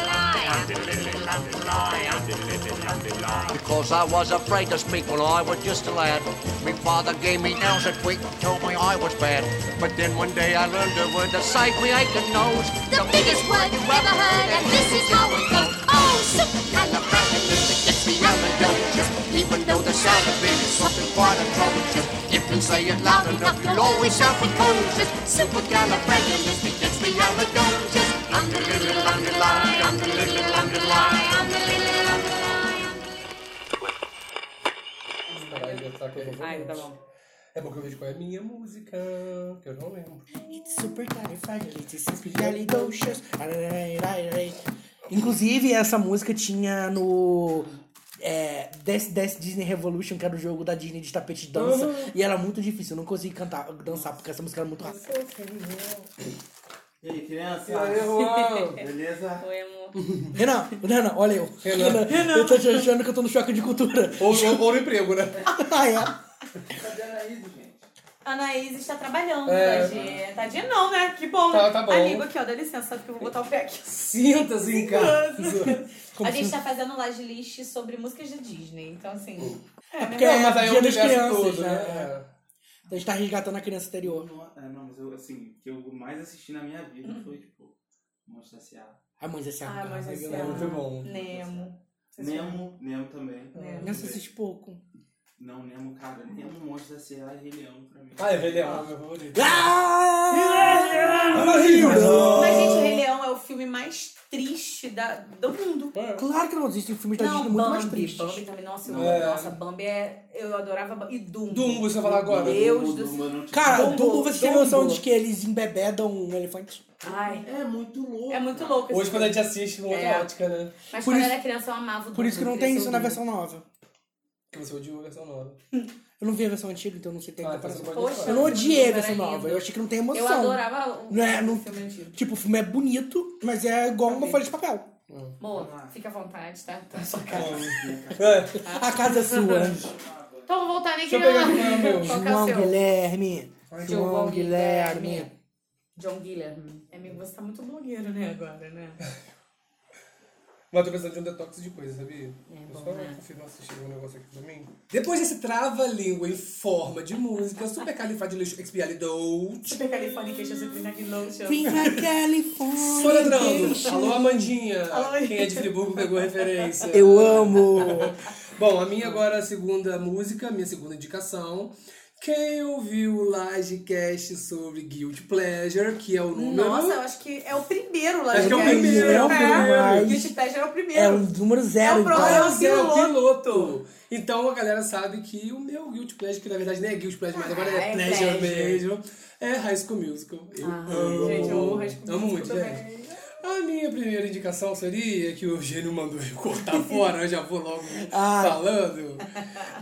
Speaker 6: Supercalifragilisticexpialidocious.
Speaker 8: Because I was afraid to speak when I was just a lad. My father gave me nails a tweak and told me I was bad. But then one day I learned a word to say me aching nose.
Speaker 6: The biggest word you ever heard, and this is how it goes. Oh, supercalifragilisticexpialidocious, even though the sound of it is something quite atrocious. If you say it loud enough, you'll always sound precocious. Supercalifragilisticexpialidocious. I'm the little underline, I'm the little underline, I'm the little underline.
Speaker 2: Caralho, tá que eu vou
Speaker 4: Ai, tá bom.
Speaker 2: É porque eu vejo qual é a minha música, que eu não lembro.
Speaker 3: Supercalifragilisticexpialidocious. Arararararai. Inclusive, essa música tinha no. É, Dance Dance Disney Revolution, que era o jogo da Disney de tapete de dança. E era muito difícil, eu não consegui cantar, dançar, porque essa música era muito rápida.
Speaker 9: E aí, criança? Beleza?
Speaker 4: Oi, amor.
Speaker 3: Renan, Renan, olha eu.
Speaker 2: Renan.
Speaker 3: eu tô te achando que eu tô no choque de cultura.
Speaker 2: Ou, ou, ou no emprego, né?
Speaker 3: ah, é.
Speaker 9: Cadê a Anaíse, gente?
Speaker 4: Anaís está trabalhando,
Speaker 2: É.
Speaker 4: tadinha. Tadinha não, né? Que bom,
Speaker 2: Tá,
Speaker 4: né?
Speaker 2: tá bom.
Speaker 4: Amigo aqui, ó, dá licença, sabe que eu vou botar o pé aqui.
Speaker 2: Sinta-se em casa. Como assim?
Speaker 4: a gente
Speaker 2: se-
Speaker 4: tá fazendo laje list sobre músicas da Disney, então assim... É,
Speaker 3: porque-
Speaker 2: É, mas aí é o
Speaker 3: Dia das
Speaker 2: universo
Speaker 3: Crianças,
Speaker 2: todo, né?
Speaker 3: né? A gente tá resgatando a criança anterior.
Speaker 9: É, não, mas eu, assim, o que eu mais assisti na minha vida foi, tipo, Monstro S.A.
Speaker 3: A mãe desse
Speaker 4: Ah, mas esse
Speaker 2: É, é muito bom.
Speaker 4: Nemo.
Speaker 9: Nemo, Nemo também.
Speaker 4: Nemo.
Speaker 3: Criança assiste pouco.
Speaker 9: Não, Nemo, cara, Nemo, Monstro S.A. e Rei Leão pra mim.
Speaker 2: Ah, é Rei Leão, meu favorito.
Speaker 3: Ah!
Speaker 4: Mas, gente, Rei Leão é o filme mais triste da, do mundo.
Speaker 2: É,
Speaker 3: Claro que não existem filmes da
Speaker 4: Não,
Speaker 3: Disney muito mais
Speaker 4: Bambi.
Speaker 3: tristes.
Speaker 4: Bambi também. Nossa, eu
Speaker 2: Não, é.
Speaker 4: nossa, Bambi é... Eu adorava Bambi. E Dumbo.
Speaker 2: Dumbo, você vai falar agora?
Speaker 4: Deus
Speaker 9: Dumbo,
Speaker 4: do
Speaker 9: Dumbo,
Speaker 4: céu.
Speaker 9: eu não tinha-
Speaker 3: Cara,
Speaker 4: Dumbo,
Speaker 3: Dumbo, você tem
Speaker 4: Dumbo.
Speaker 3: noção de que eles embebedam um elefante?
Speaker 4: Ai,
Speaker 9: É muito louco.
Speaker 4: é muito louco.
Speaker 2: Hoje,
Speaker 4: esse
Speaker 2: quando a
Speaker 4: filme.
Speaker 2: gente assiste com outra
Speaker 4: É.
Speaker 2: ótica, né?
Speaker 4: Mas
Speaker 3: por
Speaker 4: quando
Speaker 3: isso-
Speaker 4: eu era criança, eu amava o Dumbo.
Speaker 3: Por isso que não
Speaker 4: eu
Speaker 3: tem
Speaker 4: queria
Speaker 3: isso
Speaker 4: ser
Speaker 3: na
Speaker 4: o Dumbo.
Speaker 3: versão nova.
Speaker 2: Que você odiou a versão nova.
Speaker 3: Eu não vi a versão antiga, então não sei se tem
Speaker 2: Ah,
Speaker 3: comparação.
Speaker 2: então você
Speaker 4: Poxa,
Speaker 3: Eu não odiei a
Speaker 4: era
Speaker 3: versão
Speaker 4: lindo.
Speaker 3: nova, eu achei que não tem emoção.
Speaker 4: tá Eu adorava o
Speaker 3: Não é, não-
Speaker 4: filme antigo.
Speaker 3: Tipo, o filme é bonito, mas é igual uma folha de papel.
Speaker 4: Amor, fica à vontade, tá? Tá na sua casa.
Speaker 3: A casa é sua.
Speaker 4: Então, vamos voltar nem
Speaker 2: Deixa eu pegar aqui
Speaker 4: criança.
Speaker 2: o meu.
Speaker 4: Qual que é o
Speaker 3: João
Speaker 4: seu?
Speaker 3: Guilherme.
Speaker 4: João
Speaker 3: João
Speaker 4: Guilherme.
Speaker 3: Guilherme.
Speaker 4: John Guilherme. Amigo, você tá muito blogueiro, né, agora, né?
Speaker 2: Mas tô precisando de um detox de coisa, sabia?
Speaker 4: bom,
Speaker 2: eu só
Speaker 4: né?
Speaker 2: confirmar se chegou um negócio aqui pra mim. Depois desse trava-língua em forma de música, supercalifragilisticexpialidocious.
Speaker 4: Supercalifórnia, sempre na Guilherme.
Speaker 3: Vim pra Califórnia.
Speaker 2: Soletrando. Alô, Amandinha. Quem é de Friburgo pegou a referência.
Speaker 3: Eu amo.
Speaker 2: Bom, a minha agora é a segunda música, minha segunda indicação. Quem ouviu o Lagecast sobre Guilty Pleasure, que é o número...
Speaker 4: Nossa, eu acho que é o primeiro lá
Speaker 2: Acho
Speaker 4: de
Speaker 2: que é o
Speaker 4: Guilherme.
Speaker 2: primeiro,
Speaker 3: é o
Speaker 4: É,
Speaker 3: primeiro.
Speaker 4: Guilty Pleasure é o primeiro.
Speaker 3: É um número zero.
Speaker 4: É um
Speaker 3: então.
Speaker 4: programa.
Speaker 2: Mas é o
Speaker 4: piloto.
Speaker 2: piloto. Então a galera sabe que o meu Guilty Pleasure, que na verdade nem é Guilty Pleasure, mas agora
Speaker 4: Ah,
Speaker 2: é,
Speaker 4: é
Speaker 2: Pleasure
Speaker 4: pleasure. Ah,
Speaker 2: mesmo, é High School Musical. Eu amo.
Speaker 4: gente, eu amo High School
Speaker 2: Amo
Speaker 4: Musical
Speaker 2: muito,
Speaker 4: também.
Speaker 2: gente. A minha primeira indicação seria que o Eugênio mandou eu cortar fora, eu já vou logo
Speaker 3: Ah.
Speaker 2: falando.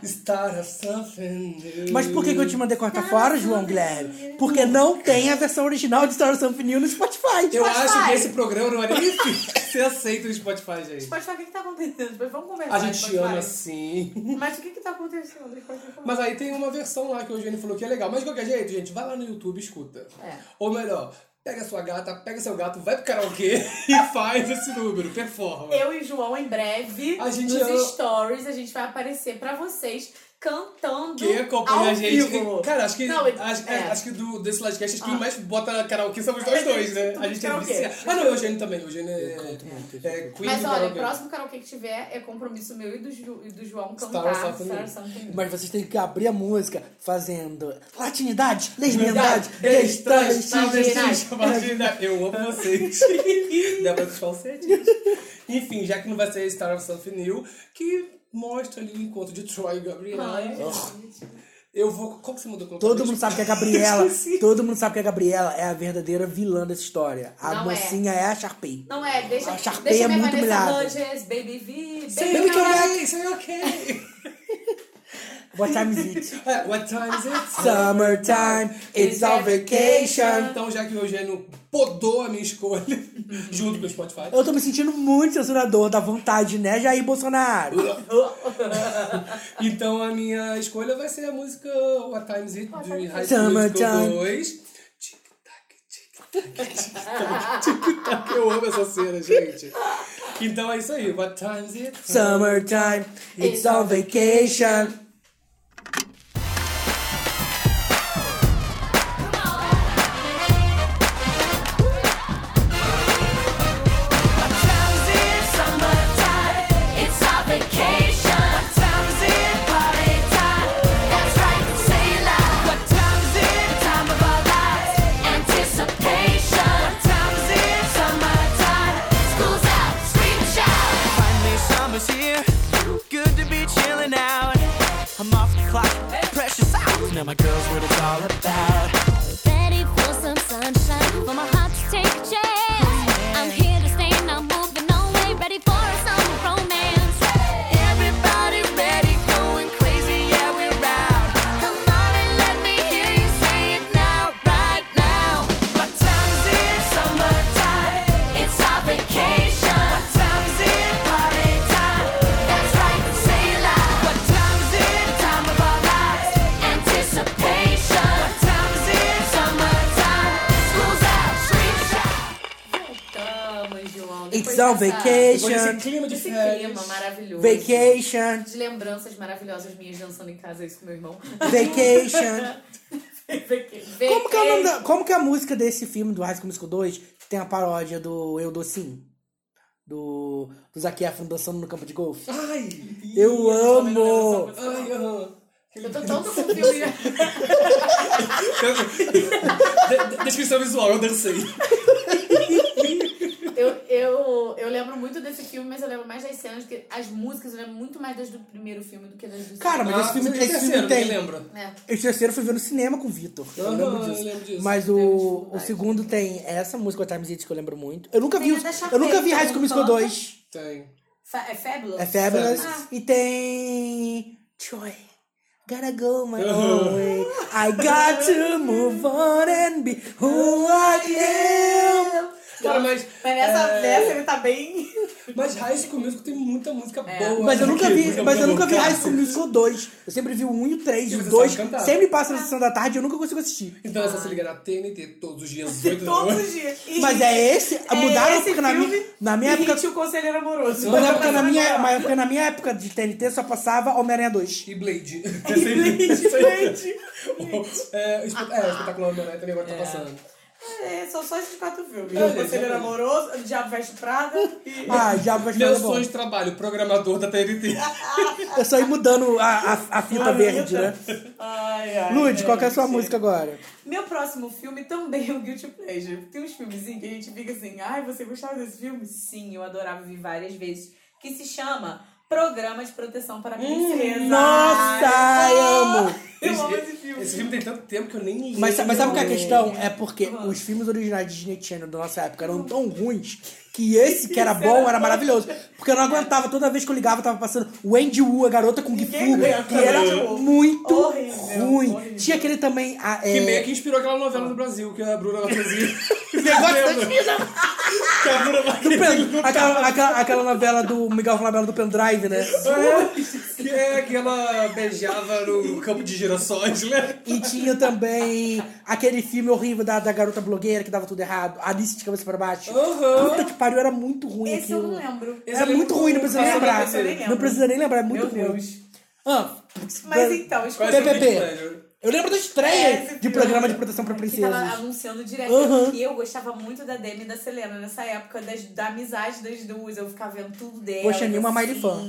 Speaker 2: Start of something new.
Speaker 3: Mas por que, que eu te mandei cortar fora, João Guilherme? Porque não tem a versão original de Star Wars Something New no Spotify.
Speaker 2: Eu acho que esse programa não é nem ser aceito no Spotify, gente.
Speaker 4: Pode falar o que, que tá acontecendo, depois vamos conversar.
Speaker 2: A gente
Speaker 4: depois
Speaker 2: ama
Speaker 4: vai.
Speaker 2: assim.
Speaker 4: Mas o que que tá acontecendo? Depois eu falo.
Speaker 2: Mas aí tem uma versão lá que o Eugênio falou que é legal. Mas de qualquer jeito, gente, vai lá no YouTube e escuta.
Speaker 4: É.
Speaker 2: Ou melhor, pega sua gata, pega seu gato, vai pro karaokê e faz esse número, performa.
Speaker 4: Eu e o João, em breve,
Speaker 2: A gente
Speaker 4: nos
Speaker 2: ama-
Speaker 4: stories, a gente vai aparecer pra vocês cantando
Speaker 2: Que acompanha
Speaker 4: ao
Speaker 2: a gente.
Speaker 4: vivo.
Speaker 2: Cara, acho que,
Speaker 4: Não,
Speaker 2: acho, é,
Speaker 4: é. Ah.
Speaker 2: acho que do, desse livecast, acho que quem mais bota karaokê somos nós dois, né? A gente é
Speaker 4: Karaokê.
Speaker 2: viciado. Ah, não, o Eugênio também. O Eugênio é, é, é queen do
Speaker 3: Então,
Speaker 4: Mas olha, o
Speaker 2: karaokê.
Speaker 4: próximo karaokê que tiver é compromisso meu e do, Ju- e do João
Speaker 2: Star
Speaker 4: cantar
Speaker 2: Wars Something
Speaker 4: Star
Speaker 2: New.
Speaker 4: Something New.
Speaker 3: Mas vocês têm que abrir a música fazendo latinidade, lesbianidade,
Speaker 2: Verdade, eles trans,
Speaker 3: trans,
Speaker 2: travestis,
Speaker 4: travestis,
Speaker 2: vagina. Eu amo vocês. Dá pra puxar o set. Enfim, já que não vai ser Star of Something New, que mostra ali o encontro de Troy e
Speaker 4: Ai,
Speaker 2: Gabriela.
Speaker 4: gente.
Speaker 2: Eu vou... Qual que você mandou colocar?
Speaker 3: Todo
Speaker 2: mesmo?
Speaker 3: mundo sabe que a Gabriela,
Speaker 2: Esqueci.
Speaker 3: todo mundo sabe que a Gabriela é a verdadeira vilã dessa história. A
Speaker 4: Não é.
Speaker 3: mocinha é, a Sharpay.
Speaker 4: Não é, deixa,
Speaker 3: A Sharpay
Speaker 4: deixa
Speaker 3: é
Speaker 4: minha
Speaker 3: muito
Speaker 4: Vanessa
Speaker 3: humilhada.
Speaker 4: Hudgens, Baby V,
Speaker 2: Say
Speaker 4: é Baby
Speaker 2: okay,
Speaker 4: Come
Speaker 2: say okay.
Speaker 3: What time is it?
Speaker 2: É, What time is it?
Speaker 3: Summertime, it's on vacation.
Speaker 2: Então, já que o Eugênio podou a minha escolha, junto com o Spotify,
Speaker 3: Eu tô me sentindo muito censurador da vontade, né, Jair Bolsonaro?
Speaker 2: Então a minha escolha vai ser a música What Time Is It de High School Musical
Speaker 3: Summertime.
Speaker 2: 2. Tic-tac, tic-tac, tic-tac, tic-tac. Eu amo essa cena, gente. Então é isso aí. What Time Is It?
Speaker 3: Summertime, it's on vacation.
Speaker 5: Finally, summer's here. Good to be chilling out. I'm off the clock, precious out. Now my girl's what it's all about.
Speaker 6: Ready for some sunshine, for my heart to take a chance. I'm here to stay, not moving away. Ready for a summer romance. Everybody ready, going crazy, yeah we're out. Come on and let me hear you say it now, right now. What time is it? Summertime. It's our vacation. What time is it? Party time. That's right, say it loud. What time is it? Time of our lives. Anticipation.
Speaker 2: Depois
Speaker 3: She's on
Speaker 4: essa-
Speaker 2: desse
Speaker 3: vacation. é.
Speaker 2: clima de
Speaker 4: Esse
Speaker 2: férias.
Speaker 4: clima maravilhoso.
Speaker 3: Vacation.
Speaker 4: De lembranças maravilhosas minhas dançando em casa, isso com meu irmão.
Speaker 3: Vacation.
Speaker 4: Como
Speaker 3: Como que, é o nome da- como que é a música desse filme do High School Musical 2 que tem a paródia do Eu Docinho? Do, do Zac Efron dançando no campo de golfe?
Speaker 2: Ai!
Speaker 3: Eu amo!
Speaker 2: Ai, aham.
Speaker 4: Eu tô tanto com filme.
Speaker 2: De- de- Descrição visual, eu dancei.
Speaker 4: Eu, eu, eu lembro muito desse filme, mas eu lembro mais das cenas, porque as músicas eu lembro muito mais das do primeiro filme do que das do
Speaker 3: Cara, mas esse filme,
Speaker 2: Ah,
Speaker 3: esse filme
Speaker 2: terceiro,
Speaker 3: tem.
Speaker 2: ninguém lembra.
Speaker 4: né?
Speaker 3: Esse terceiro eu fui ver no cinema com o Vitor. Eu
Speaker 2: Aham,
Speaker 3: lembro
Speaker 2: eu
Speaker 3: disso.
Speaker 2: lembro disso.
Speaker 3: Mas
Speaker 4: Teve
Speaker 3: o,
Speaker 4: dificuldade.
Speaker 3: o segundo tem essa música, o Times It, que eu lembro muito. Eu nunca
Speaker 4: Tem
Speaker 3: vi.
Speaker 4: a
Speaker 3: os-
Speaker 4: da
Speaker 3: Eu nunca vi
Speaker 4: Chapeta,
Speaker 3: High School
Speaker 4: não
Speaker 3: Musical
Speaker 4: toca?
Speaker 3: 2.
Speaker 2: Tem.
Speaker 4: Fa- é Fabulous?
Speaker 3: É Fabulous.
Speaker 4: Ah.
Speaker 3: E tem. Troy. Gotta go my
Speaker 2: Aham.
Speaker 3: own way. I got to move on and be who I am.
Speaker 2: Cara, mas,
Speaker 4: Mas nessa,
Speaker 2: é,
Speaker 4: nessa ele tá bem. É.
Speaker 2: mas High School Musical tem muita música boa.
Speaker 3: Mas eu
Speaker 2: né?
Speaker 3: nunca
Speaker 2: Que
Speaker 3: vi,
Speaker 4: um
Speaker 2: música
Speaker 3: mas eu
Speaker 2: boa,
Speaker 3: nunca vi
Speaker 2: cara.
Speaker 3: High School Musical 2. Eu sempre vi o 1 e o 3,
Speaker 2: E
Speaker 3: o
Speaker 4: é
Speaker 2: você
Speaker 3: 2.
Speaker 2: sabe cantar?
Speaker 3: Sempre passa na sessão da tarde e eu nunca consigo assistir.
Speaker 2: Então essa se liga na TNT todos os dias, às oito da
Speaker 4: Todos
Speaker 2: noite.
Speaker 4: os dias. E-
Speaker 3: Mas é esse? mudaram
Speaker 4: esse
Speaker 3: porque na
Speaker 4: filme
Speaker 3: minha, na minha
Speaker 4: e
Speaker 3: época.
Speaker 4: Hit, o Conselheiro Amoroso.
Speaker 3: Mas é porque na minha, mas é porque na minha época de TNT só passava Homem-Aranha 2.
Speaker 2: E Blade.
Speaker 4: É Blade, Blade.
Speaker 2: É,
Speaker 3: Ah,
Speaker 2: espe-
Speaker 3: tá.
Speaker 2: é, espetacular Homem-Aranha também agora tá passando.
Speaker 4: É, são só esses quatro filmes.
Speaker 2: É,
Speaker 4: o Conselheiro
Speaker 2: é.
Speaker 4: Amoroso, o Diabo Veste Prada e...
Speaker 3: Ah, já vai
Speaker 2: Meu
Speaker 3: ficar bom.
Speaker 2: sonho de trabalho, programador da TNT.
Speaker 3: Eu só ia mudando a, a, a fita verde, né?
Speaker 4: Ai, ai,
Speaker 3: Lud, qual que é a sua
Speaker 4: gente.
Speaker 3: música agora?
Speaker 4: Meu próximo filme também é um Guilty Pleasure. Tem uns filmezinhos que a gente fica assim, ai, você gostava desse filme? Sim, eu adorava, vi várias vezes. Que se chama Programa de Proteção para Princesa.
Speaker 3: Hum, Nossa, eu amo!
Speaker 4: Eu amo esse filme.
Speaker 2: Esse filme tem tanto tempo que eu nem lembro.
Speaker 3: Mas, sa- mas sabe qual é a questão? É porque os filmes originais de Disney Channel da nossa época eram tão ruins que esse que era bom era maravilhoso. Porque eu não aguentava, toda vez que eu ligava, tava passando Wendy Wu, a garota com Gifu,
Speaker 4: Ninguém aguenta,
Speaker 3: que era
Speaker 4: né?
Speaker 3: muito
Speaker 4: Horrível,
Speaker 3: ruim.
Speaker 4: horrível.
Speaker 3: Tinha aquele também. A, é,
Speaker 2: Que meio que inspirou aquela novela do Brasil, que a Bruna Marquezine...
Speaker 3: Negócio das
Speaker 2: Lembra? Que a Bruna
Speaker 3: do
Speaker 2: Marquezine...
Speaker 3: pen, aquela, aquela, aquela novela do Miguel Flamengo do pendrive, né?
Speaker 2: Que é que ela beijava no campo de girassóis, né?
Speaker 3: E tinha também aquele filme horrível da, da garota blogueira que dava tudo errado. Alice de cabeça pra baixo.
Speaker 2: Aham.
Speaker 3: Puta que pariu, era muito ruim
Speaker 4: Uhum. Esse eu
Speaker 3: aquilo.
Speaker 4: não lembro.
Speaker 2: Esse eu
Speaker 3: Era
Speaker 2: lembro
Speaker 3: é muito
Speaker 2: do-
Speaker 3: ruim, não precisa nem
Speaker 2: Esse eu
Speaker 3: lembrar.
Speaker 4: lembro, esse eu nem lembro.
Speaker 3: Não precisa nem lembrar, é muito
Speaker 4: Meu
Speaker 3: ruim.
Speaker 4: Deus.
Speaker 3: Ah,
Speaker 4: Mas então,
Speaker 2: Qual
Speaker 4: escolha
Speaker 2: é seu
Speaker 3: PPP.
Speaker 2: guilty pleasure?
Speaker 3: eu lembro da
Speaker 4: É,
Speaker 3: estreia
Speaker 4: esse
Speaker 3: de
Speaker 4: filme.
Speaker 3: programa de proteção pra
Speaker 4: É, que tá tava
Speaker 3: princesas.
Speaker 4: anunciando direto.
Speaker 3: Aham.
Speaker 4: E eu gostava muito da Demi e da Selena nessa época, das, da amizade das duas. Eu ficava vendo tudo delas.
Speaker 3: Poxa, nenhuma Miley fã.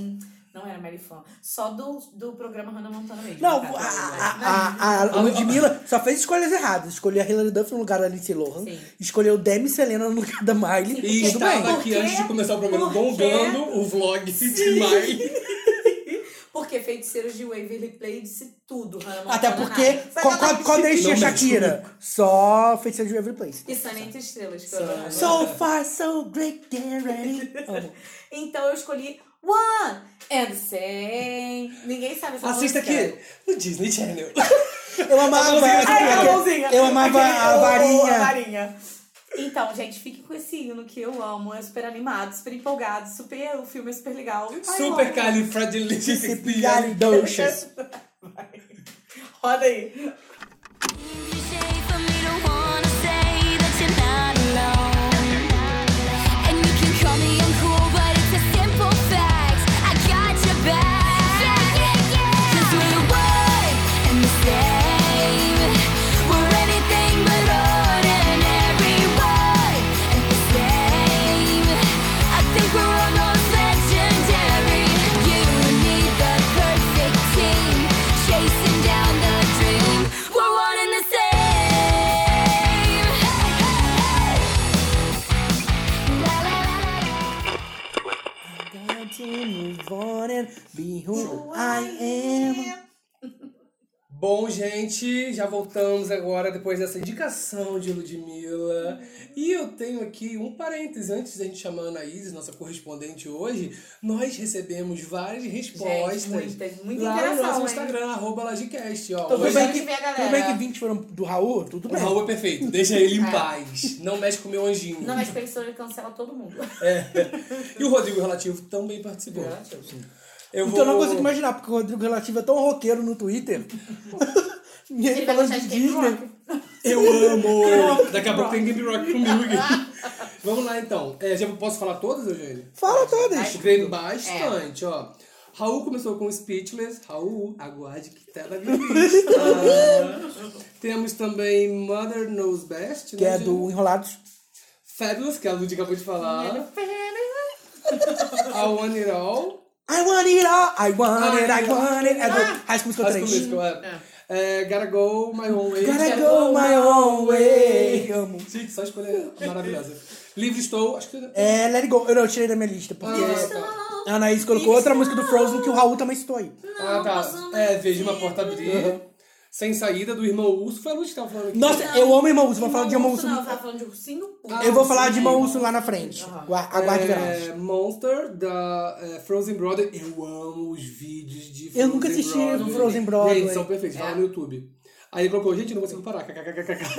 Speaker 4: Não era Miley fã. Só do, do programa Hannah Montana mesmo. né?
Speaker 3: Não,
Speaker 4: cara.
Speaker 3: a,
Speaker 4: tá.
Speaker 3: a, a, a Ludmilla só fez escolhas erradas. Escolheu a Hilary Duff no lugar da Lindsay Lohan.
Speaker 4: Sim.
Speaker 3: Escolheu Demi Selena no lugar da Miley.
Speaker 2: E
Speaker 3: Tudo bem.
Speaker 2: estava aqui
Speaker 4: Por quê?
Speaker 2: antes de começar o programa
Speaker 4: Por quê?
Speaker 2: dongando o vlog de Mai.
Speaker 4: Porque Feiticeiros de Waverly Play disse tudo, Hannah Montana.
Speaker 3: Até porque,
Speaker 4: nada. Sai
Speaker 3: qual,
Speaker 4: da
Speaker 3: qual,
Speaker 4: nossa
Speaker 3: qual deles
Speaker 4: piscina.
Speaker 3: tinha
Speaker 2: Não, mas-
Speaker 3: Shakira? Só Feiticeiro de Every Place.
Speaker 4: E Sunny Entre Estrelas, que eu adoro.
Speaker 3: So far, so great, get ready. Amo.
Speaker 4: Então eu escolhi One and Same. Ninguém sabe essa
Speaker 2: Assista
Speaker 4: música.
Speaker 2: aqui no Disney Channel.
Speaker 3: Eu amava.
Speaker 4: Ai, a mãozinha.
Speaker 3: Eu amava Oh, a
Speaker 4: Aquele- o-
Speaker 3: varinha.
Speaker 4: a varinha. Então, gente, fiquem com esse hino que eu amo. É super animado, super empolgado, super. O filme é super legal. Ai,
Speaker 2: Super
Speaker 4: olha.
Speaker 3: Cepilhar e
Speaker 2: califragilístico.
Speaker 3: douxas.
Speaker 4: Roda aí.
Speaker 6: Cliche for me to wanna say that you're not alone. And you can call me uncool, but it's a simple fact. I got your back. Cause we're one and the same. We're anything but ordinary. One and the same. I think we're almost legendary. You need the perfect team, chasing down the dream. We're one and the same. La, la, la, la, la.
Speaker 3: Got to move on and be who I am.
Speaker 2: Bom, gente, já voltamos agora depois dessa indicação de Ludmilla. E eu tenho aqui um parêntese. Antes da gente chamar a Anaís, nossa correspondente hoje, nós recebemos várias respostas.
Speaker 4: muitas, muita
Speaker 2: lá no
Speaker 4: interação,
Speaker 2: nosso
Speaker 4: hein?
Speaker 2: Instagram, arroba Lagecast, ó.
Speaker 4: Tô
Speaker 2: Hoje-
Speaker 3: Tudo bem, que,
Speaker 4: ver a galera.
Speaker 3: tudo bem que 20 foram do Raul? Tudo
Speaker 2: O
Speaker 3: bem.
Speaker 2: Raul é perfeito, deixa ele em paz. Não mexe com o meu anjinho.
Speaker 4: É. Não, mas professora cancela todo mundo.
Speaker 3: É,
Speaker 2: E o Rodrigo Relativo também participou. Eu
Speaker 3: Então eu não consigo imaginar, porque o Rodrigo Relativo é tão roqueiro no Twitter. e ele
Speaker 4: Ele vai
Speaker 3: falando é
Speaker 4: gostar
Speaker 3: de
Speaker 4: de Kate
Speaker 3: Disney.
Speaker 4: Rock.
Speaker 2: Eu amo! Daqui a pouco tem Game Rock comigo. Vamos lá então. É, já posso falar todas, Eugênio?
Speaker 3: Fala todas.
Speaker 4: Ai,
Speaker 2: Vem
Speaker 3: É.
Speaker 2: bastante, ó. Raul começou com Speechless. Raul, aguarde que tá na minha lista. Temos também Mother Knows Best,
Speaker 3: Que
Speaker 2: né,
Speaker 3: é
Speaker 2: gente?
Speaker 3: do Enrolados.
Speaker 2: Fabulous, que a Lud acabou de falar. a One It All.
Speaker 3: I want it all, I want it, I
Speaker 2: Ah,
Speaker 3: want it. É do High School
Speaker 2: High School
Speaker 3: Musical
Speaker 2: Musical, é. É, Gotta Go, My Own Way.
Speaker 3: 3. Gotta go my own way. Amo.
Speaker 2: Gente, só escolha maravilhosa. Livre Estou, acho que...
Speaker 3: É, Let It Go. Eu não, eu tirei da minha lista. Porque
Speaker 2: Ah, tá.
Speaker 3: a Anaís colocou outra música do Frozen que o Raul também citou aí.
Speaker 2: Ah, tá. É, Veja Uma Porta Abrir. Sem Saída, do Irmão Urso. Foi a Luz que tava falando aqui.
Speaker 3: Nossa, eu amo Irmão Urso. Vou falar de Irmão Urso.
Speaker 4: Urso, Não, tá falando de ursinho puro.
Speaker 3: Eu vou falar de Irmão Urso lá na frente. Gua- Aguarde
Speaker 2: É,
Speaker 3: verás.
Speaker 2: Monster da é, Frozen Brother. Eu amo os vídeos de Frozen
Speaker 3: Eu nunca assisti
Speaker 2: Brother.
Speaker 3: Frozen Brother.
Speaker 2: Gente, são perfeitos. Vai lá
Speaker 4: É.
Speaker 2: no YouTube. Aí ele colocou, gente, eu não consigo parar. KKKKK.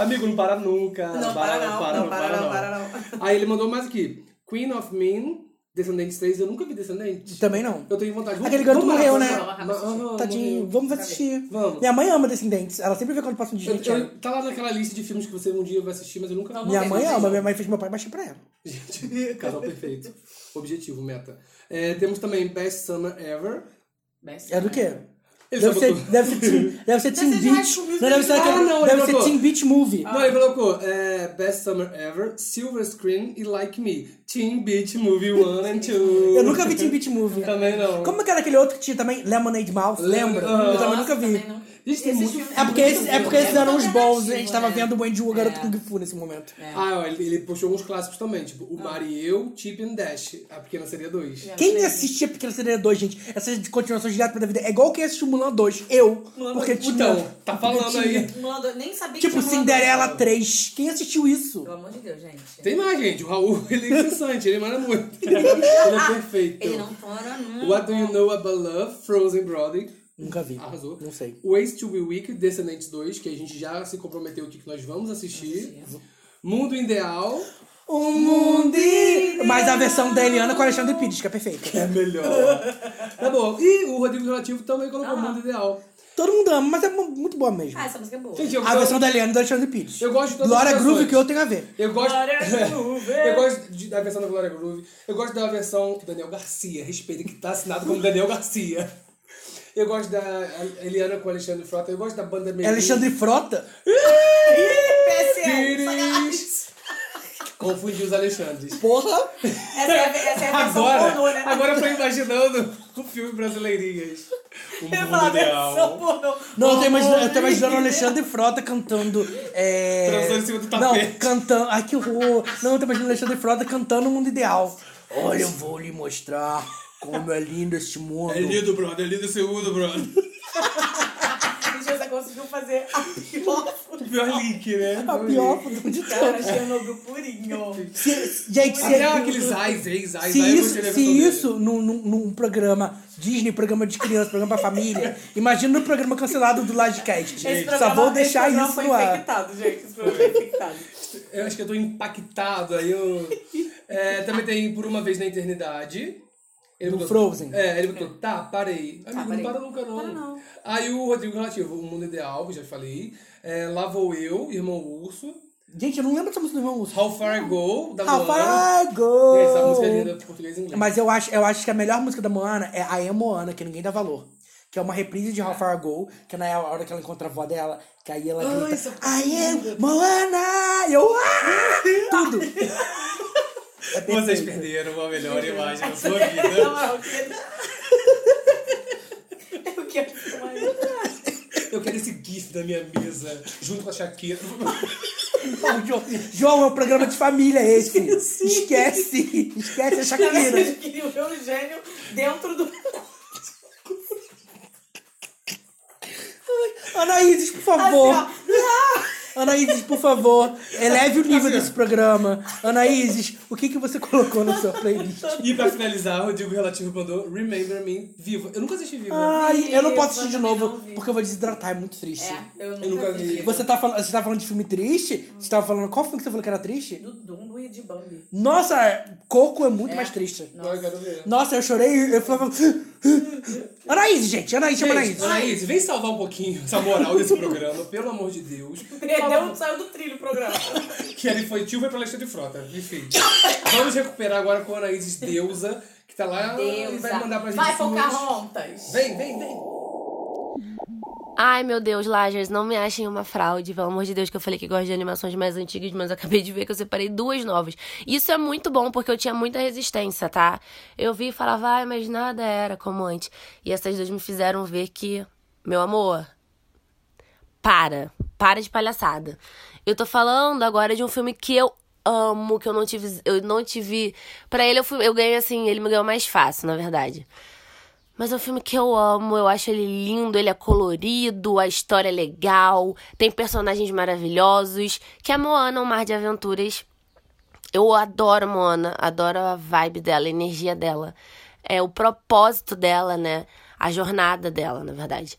Speaker 2: Amigo, não para nunca.
Speaker 4: Não para não, não para não, para
Speaker 2: Aí ele mandou mais aqui. Queen of Mean, Descendentes 3. Eu nunca vi Descendentes.
Speaker 3: Também não.
Speaker 2: Eu tenho vontade.
Speaker 3: Aquele garoto
Speaker 2: Vamos lá,
Speaker 3: morreu,
Speaker 2: vamos
Speaker 3: né?
Speaker 2: lá. Mas, ah,
Speaker 3: Tadinho,
Speaker 2: morreu.
Speaker 3: vamos assistir.
Speaker 2: Vamos.
Speaker 3: Minha mãe ama Descendentes. Ela sempre vê quando passa um
Speaker 2: Eu-
Speaker 3: dia.
Speaker 2: eu- tá lá naquela lista de filmes que você um dia vai assistir, mas eu nunca
Speaker 3: Minha
Speaker 4: ver,
Speaker 3: mãe é
Speaker 4: vamos
Speaker 3: ama.
Speaker 4: ver.
Speaker 3: Minha mãe fez meu pai baixar pra ela.
Speaker 2: Gente, casal perfeito. Objetivo, meta. É, temos também Best Summer Ever.
Speaker 3: É do quê?
Speaker 2: Ele
Speaker 3: Deve
Speaker 2: só
Speaker 3: ser,
Speaker 2: botou-
Speaker 3: deve ser Teen, deve ser teen
Speaker 4: ser de
Speaker 3: Beach.
Speaker 4: High School
Speaker 3: Não, deve ser,
Speaker 2: Musical.
Speaker 3: aquele-
Speaker 2: Ah, não, ele
Speaker 3: deve ser
Speaker 2: botou. Ah.
Speaker 3: Teen Beach Movie.
Speaker 2: Não, ele colocou é, Best Summer Ever, Silver Screen e Like Me. Teen Beach Movie 1 and 2.
Speaker 3: Eu nunca vi Teen Beach Movie.
Speaker 2: Também não.
Speaker 3: Como é que era aquele outro que tinha também? Lemonade Mouth, lembra?
Speaker 2: Aham.
Speaker 3: Eu também nunca vi.
Speaker 4: Também não.
Speaker 2: Gente, tem
Speaker 4: Esse
Speaker 2: muito
Speaker 4: filme
Speaker 2: filme.
Speaker 3: É porque, esse- é porque esses eram os bons, a gente
Speaker 4: alternativo,
Speaker 3: tava
Speaker 4: né?
Speaker 3: vendo o Wendy e o Garoto
Speaker 4: É.
Speaker 3: Kung Fu nesse momento.
Speaker 2: Ah, ó, ele, ele puxou uns clássicos também, tipo
Speaker 3: Ah.
Speaker 2: o Mario, Chip and Dash, a pequena seria 2.
Speaker 3: Quem assistia Pequena Sereia 2, gente? Essas continuações direto da vida. É igual quem assistiu Mulan 2. Eu. Porque tinha.
Speaker 2: Então, tá falando
Speaker 3: porque
Speaker 2: aí. Tá
Speaker 3: tinha.
Speaker 4: Mulan, nem sabia que
Speaker 3: Tipo,
Speaker 4: tinha Mulan
Speaker 3: Cinderela
Speaker 4: dois.
Speaker 3: 3. Quem assistiu isso?
Speaker 4: Pelo amor de Deus, gente.
Speaker 2: Tem mais, gente. O Raul, ele é incessante, ele manda muito. ele é perfeito.
Speaker 4: Ele não fora nunca.
Speaker 2: What Do You Know About Love, Frozen Brother.
Speaker 3: Nunca vi.
Speaker 2: Arrasou.
Speaker 3: Não sei.
Speaker 2: Ways to Be Week, Descendentes 2, que a gente já se comprometeu o que que nós vamos assistir. Mundo Ideal.
Speaker 3: O mundo. i- Mas a versão da Eliana com Alexandre Pires, que é perfeita.
Speaker 2: É melhor. tá bom. E o Rodrigo Relativo também colocou o Mundo Ideal.
Speaker 3: Todo mundo ama, mas é mu- muito boa mesmo.
Speaker 4: Ah, essa música é boa.
Speaker 2: Gente, eu,
Speaker 3: A versão
Speaker 2: eu,
Speaker 3: da Eliana e do Alexandre Pires.
Speaker 2: eu gosto de todas
Speaker 3: Glória
Speaker 2: as
Speaker 3: Groove,
Speaker 2: versões.
Speaker 3: que eu tenho a ver.
Speaker 2: Eu gosto,
Speaker 4: Glória Groove.
Speaker 2: eu gosto de- da versão da Glória Groove. Eu gosto da versão Daniel Garcia. Respeita que tá assinado como Daniel Garcia. Eu gosto da Eliana com Alexandre Frota. Eu gosto da banda Melim.
Speaker 3: Alexandre Frota.
Speaker 2: Pires. Confundi os Alexandres.
Speaker 3: Porra.
Speaker 4: Essa é a, essa é a
Speaker 3: Tá
Speaker 4: versão
Speaker 2: Agora,
Speaker 4: pornô, né?
Speaker 2: agora eu tô imaginando o filme Brasileirinhas. O
Speaker 4: Eu ia falar
Speaker 2: mundo
Speaker 4: versão
Speaker 2: ideal.
Speaker 4: pornô.
Speaker 3: Não, eu tô imaginando, eu tô imaginando o Alexandre Frota cantando. É...
Speaker 2: Transando em cima do tapete.
Speaker 3: Não, cantando. Ai, que horror. Não, eu tô imaginando o Alexandre Frota cantando o mundo ideal. Olha, eu vou lhe mostrar como é lindo este mundo.
Speaker 2: É lindo, brother. É lindo esse mundo, brother.
Speaker 4: Gente, você conseguiu fazer a pior
Speaker 2: O pior link, né?
Speaker 3: A pior foto de
Speaker 4: Cara,
Speaker 3: todas.
Speaker 4: Chernobyl purinho.
Speaker 3: Se- Gente, se,
Speaker 2: Até aqueles ais, ex, ais,
Speaker 3: se
Speaker 2: ais, eu
Speaker 3: isso,
Speaker 2: gostei da
Speaker 3: se
Speaker 2: versão dele.
Speaker 3: isso num, num- num programa Disney, programa de criança, programa pra família, imagina o programa cancelado do Lodcast. Só vou deixar
Speaker 4: esse programa
Speaker 3: isso
Speaker 4: foi
Speaker 3: no ar.
Speaker 4: infectado, gente. Esse programa é foi infectado.
Speaker 2: Eu acho que eu tô impactado. Aí eu. É, também tem Por Uma Vez na Eternidade. Ele
Speaker 3: Do Frozen.
Speaker 2: É, ele botou, tá, parei. Amigo, não
Speaker 4: parei.
Speaker 2: para nunca não.
Speaker 4: Para não.
Speaker 2: Aí o Rodrigo Relativo, O Mundo Ideal, que já falei. É, Lá Vou Eu, Irmão Urso.
Speaker 3: Gente, eu não lembro dessa música do Irmão Urso.
Speaker 2: How Far I
Speaker 4: Hum.
Speaker 2: Go, da Moana.
Speaker 3: Rafa, go!
Speaker 2: Essa música é linda em português e inglês.
Speaker 3: Mas eu acho, eu acho que a melhor música da Moana é a Emoana, que ninguém dá valor. Que é uma reprise de How Far I Go, que é na hora que ela encontra a avó dela, que aí ela grita,
Speaker 2: essa
Speaker 3: I am Moana! E eu, ah! Tudo! É
Speaker 2: Vocês
Speaker 3: perfeito.
Speaker 2: perderam a melhor imagem da sua
Speaker 4: Na
Speaker 2: vida.
Speaker 4: moral, eu queria... É Eu quero mais.
Speaker 2: Eu quero esse gif da minha mesa, junto com a Shakira.
Speaker 3: Não, João, João, é um programa de família esse. filho. Esquece! Esquece a
Speaker 4: Na verdade,
Speaker 3: Shakira.
Speaker 4: eu queria o Eugênio dentro do...
Speaker 3: Anaíses, por favor.
Speaker 4: Assim,
Speaker 3: Anaíses, por favor, eleve o nível desse programa. Anaíses, o que, que você colocou na sua playlist?
Speaker 2: E pra finalizar, o Rodrigo Relativo mandou Remember Me Viva. Eu nunca assisti Viva.
Speaker 3: Ai, eu não posso assistir de
Speaker 4: Eu também
Speaker 3: novo,
Speaker 4: não vi.
Speaker 3: porque eu vou desidratar, é muito triste.
Speaker 4: É, eu nunca,
Speaker 2: Eu nunca vi.
Speaker 4: vi.
Speaker 3: Você tá, falando, você tá falando de filme triste? Você tava falando. Qual filme que você falou que era triste?
Speaker 4: Do Dumbo e de Bambi.
Speaker 3: Nossa, Coco é muito
Speaker 4: É.
Speaker 3: mais triste.
Speaker 2: Agora eu quero ver.
Speaker 3: Nossa, eu chorei, eu falava. Anaís, gente, Anaís, chama Anaís.
Speaker 2: Gente, Anaís, vem salvar um pouquinho essa moral desse programa, pelo amor de Deus.
Speaker 4: Perdeu, saiu do trilho o programa.
Speaker 2: Que era infantil, vai pra Alexandre Frota. Enfim. Vamos recuperar agora com a Anaís Deusa, que tá lá e vai mandar pra gente.
Speaker 4: ah. Vai
Speaker 2: suas-
Speaker 4: Pocahontas.
Speaker 2: Vem, vem, vem.
Speaker 7: Ai, meu Deus, Lajers, não me achem uma fraude, pelo amor de Deus, que eu falei que gosto de animações mais antigas, mas eu acabei de ver que eu separei duas novas. Isso é muito bom, porque eu tinha muita resistência, tá? Eu vi e falava, ai, mas nada era como antes. E essas duas me fizeram ver que, meu amor, para. Para de palhaçada. Eu tô falando agora de um filme que eu amo, que eu não tive. Eu não tive. Pra ele, eu, fui, eu ganhei assim, ele me ganhou mais fácil, na verdade. Mas é um filme que eu amo, eu acho ele lindo, ele é colorido, a história é legal, tem personagens maravilhosos, que é Moana, um mar de aventuras. Eu adoro Moana, adoro a vibe dela, a energia dela. É o propósito dela, né? A jornada dela, na verdade.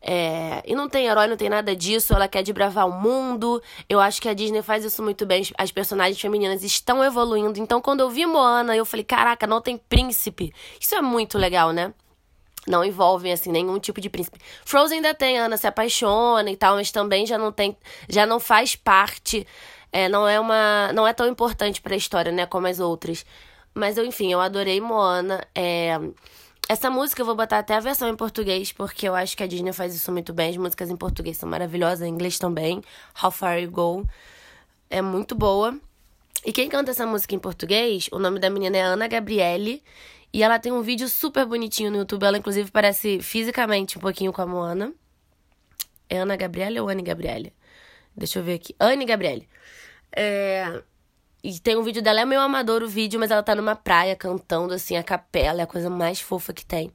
Speaker 7: É, e não tem herói, não tem nada disso. Ela quer desbravar o mundo. Eu acho que a Disney faz isso muito bem. As- As personagens femininas estão evoluindo. Então, quando eu vi Moana, eu falei: caraca, não tem príncipe. Isso é muito legal, né? não envolvem assim nenhum tipo de príncipe. Frozen ainda tem Ana se apaixona e tal, mas também já não tem, já não faz parte, é, não é uma, não é tão importante pra história, né, como as outras. Mas eu, enfim, eu adorei Moana. é, essa música eu vou botar até a versão em português, porque eu acho que a Disney faz isso muito bem. As músicas em português são maravilhosas, em inglês também. How Far You Go é muito boa. E quem canta essa música em português, o nome da menina é Ana Gabriele. E ela tem um vídeo super bonitinho no YouTube. Ela, inclusive, parece fisicamente um pouquinho com a Moana. É Ana Gabriele ou Anne Gabriele? Deixa eu ver aqui. Anne Gabriele. É... E tem um vídeo dela, é meio amador o vídeo, mas ela tá numa praia cantando, assim, a capela, é a coisa mais fofa que tem.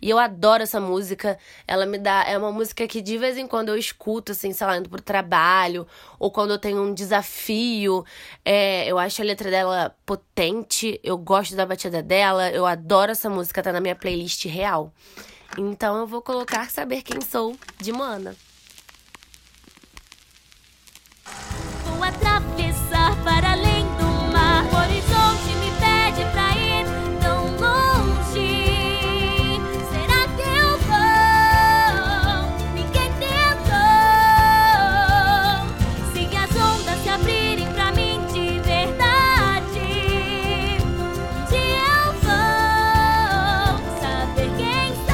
Speaker 7: E eu adoro essa música, ela me dá. É uma música que de vez em quando eu escuto, assim, sei lá, indo pro trabalho, ou quando eu tenho um desafio. É, eu acho a letra dela potente, eu gosto da batida dela, eu adoro essa música, tá na minha playlist real. Então eu vou colocar Saber Quem Sou, de Moana.
Speaker 6: Vou atravessar para além do mar. O horizonte me pede pra ir tão longe. Será que eu vou? Ninguém tentou. Se as ondas se abrirem pra mim de verdade, um dia eu vou saber quem sou.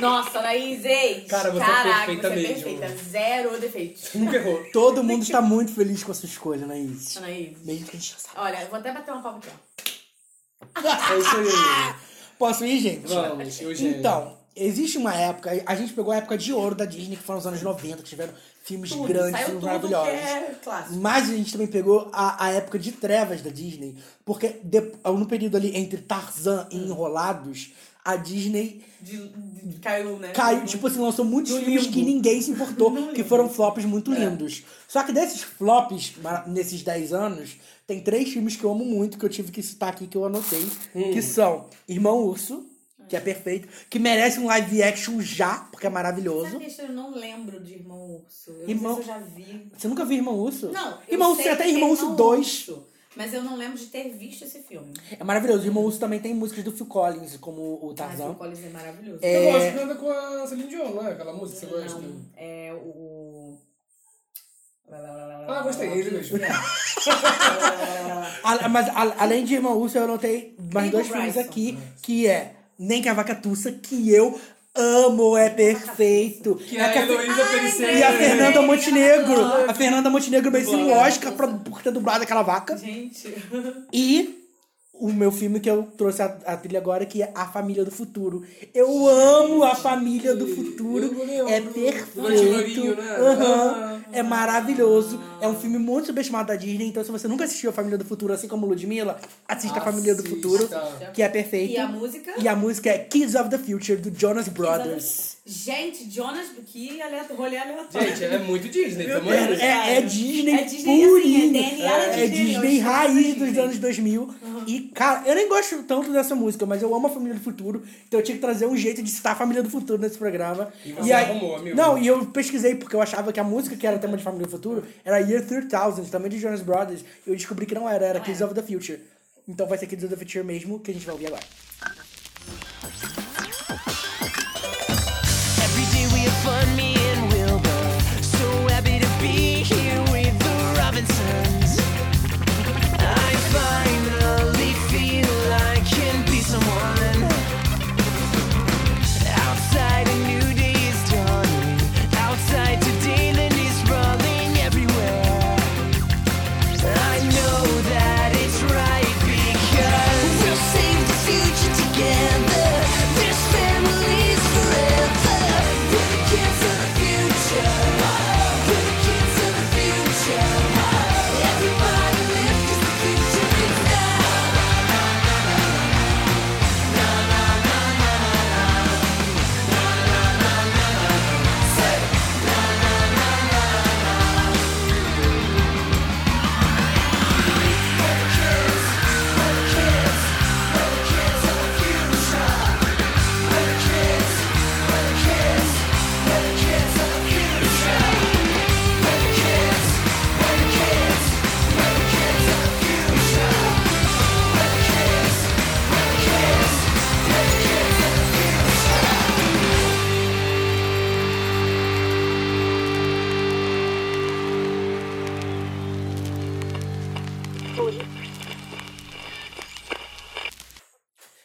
Speaker 4: Nossa, Anaís, ex.
Speaker 2: Cara, você é um- perfeita
Speaker 4: você
Speaker 2: mesmo.
Speaker 4: é perfeita. Zero defeitos.
Speaker 2: Nunca errou.
Speaker 3: Todo mundo está muito feliz com a sua escolha, Anaís.
Speaker 4: Anaís.
Speaker 3: Mesmo que a gente já saiba.
Speaker 4: Olha, eu vou até bater uma palma aqui, ó.
Speaker 2: É isso aí.
Speaker 3: Posso ir, gente?
Speaker 2: Vamos, Eugênio.
Speaker 3: Então, existe uma época, a gente pegou a época de ouro da Disney, que foram os anos 90, que tiveram filmes grandes, filmes
Speaker 4: Saiu tudo que
Speaker 3: maravilhosos.
Speaker 4: é clássico.
Speaker 3: Mas a gente também pegou a, a época de trevas da Disney, porque de- no período ali entre Tarzan e Enrolados, a Disney
Speaker 4: De, de- caiu, né?
Speaker 3: caiu, tipo assim, lançou muitos
Speaker 4: No
Speaker 3: filmes
Speaker 4: limbo.
Speaker 3: que ninguém se importou,
Speaker 4: No
Speaker 3: que
Speaker 4: limbo. É.
Speaker 3: foram flops muito lindos. Só que desses flops, ma- nesses 10 anos, tem três filmes que eu amo muito, que eu tive que citar aqui, que eu anotei,
Speaker 4: Hum.
Speaker 3: que são Irmão Urso, que é perfeito, que merece um live action já, porque é maravilhoso.
Speaker 4: Sabe, isso eu não lembro de Irmão Urso. Eu
Speaker 3: Irmão-
Speaker 4: não sei se eu já vi.
Speaker 3: Você nunca viu Irmão Urso?
Speaker 4: Não, eu
Speaker 3: Irmão Urso
Speaker 4: sei
Speaker 3: tem até
Speaker 4: que
Speaker 3: Irmão
Speaker 4: é
Speaker 3: Urso 2.
Speaker 4: Urso, Mas eu não lembro de ter visto esse filme.
Speaker 3: É maravilhoso. O Irmão Urso também tem músicas do Phil Collins, como o
Speaker 4: Mas o
Speaker 3: Tarzan.
Speaker 4: Collins é maravilhoso.
Speaker 2: Eu gosto que anda Então, com a Celine Dion, não é? Aquela música que você gosta.
Speaker 4: Não, é o...
Speaker 2: Ah, gostei, ele mesmo.
Speaker 3: A- mas a- além de Irmão Urso, eu anotei mais
Speaker 4: E do
Speaker 3: dois filmes
Speaker 4: Bryson.
Speaker 3: aqui, que é Nem que a Vaca Tussa, que eu amo, é perfeito.
Speaker 2: Que
Speaker 3: É
Speaker 2: é a
Speaker 3: que a-
Speaker 2: Heloísa Perecer.
Speaker 3: E a Fernanda Montenegro.
Speaker 4: Ai,
Speaker 3: A Fernanda Montenegro merecia um Oscar pra, por ter dublado aquela vaca.
Speaker 4: Gente,
Speaker 3: E o meu filme que eu trouxe a, a trilha agora, que é A Família do Futuro. Eu amo A Família do Futuro.
Speaker 2: eu lembro.
Speaker 3: É
Speaker 2: Lourinho,
Speaker 3: perfeito.
Speaker 2: né?
Speaker 3: Aham. É maravilhoso. É um filme muito subestimado da Disney. Então, se você nunca assistiu A Família do Futuro, assim como Ludmilla, assista A Família do Futuro,
Speaker 2: Assista.
Speaker 3: que é perfeito.
Speaker 4: E a música?
Speaker 3: E a música é Kids of the Future, do Jonas Brothers.
Speaker 4: Gente, Jonas, que aleatório, rolê aleatório.
Speaker 2: Gente, ela é muito Disney, tamo
Speaker 3: É,
Speaker 2: aí.
Speaker 3: é, é Disney,
Speaker 4: É Disney, assim,
Speaker 3: purinho.
Speaker 4: é DNA da
Speaker 3: É
Speaker 4: Disney,
Speaker 3: Disney
Speaker 4: eu acho
Speaker 3: raiz
Speaker 4: que é
Speaker 3: dos
Speaker 4: Disney.
Speaker 3: anos 2000. E, cara, eu nem gosto tanto dessa música, mas eu amo a Família do Futuro. Então eu tinha que trazer um jeito de citar a Família do Futuro nesse programa.
Speaker 2: E você arrumou, amigo.
Speaker 3: Não, e eu pesquisei, porque eu achava que a música que era tema de Família do Futuro era Year 3000, também de Jonas Brothers. E eu descobri que não era, era Kids of the Future. Então vai ser Kids of the Future mesmo, que a gente vai ouvir agora.
Speaker 5: Every day we have fun, me and Wilbur. So happy to be here with the Robinsons. I finally feel I can be someone. Outside a new day is dawning. Outside today, the is rolling everywhere. I know that it's right because we'll save the future together. This family's forever. We're the kids of the future. We're the kids of the future. Everybody live 'cause the future is now.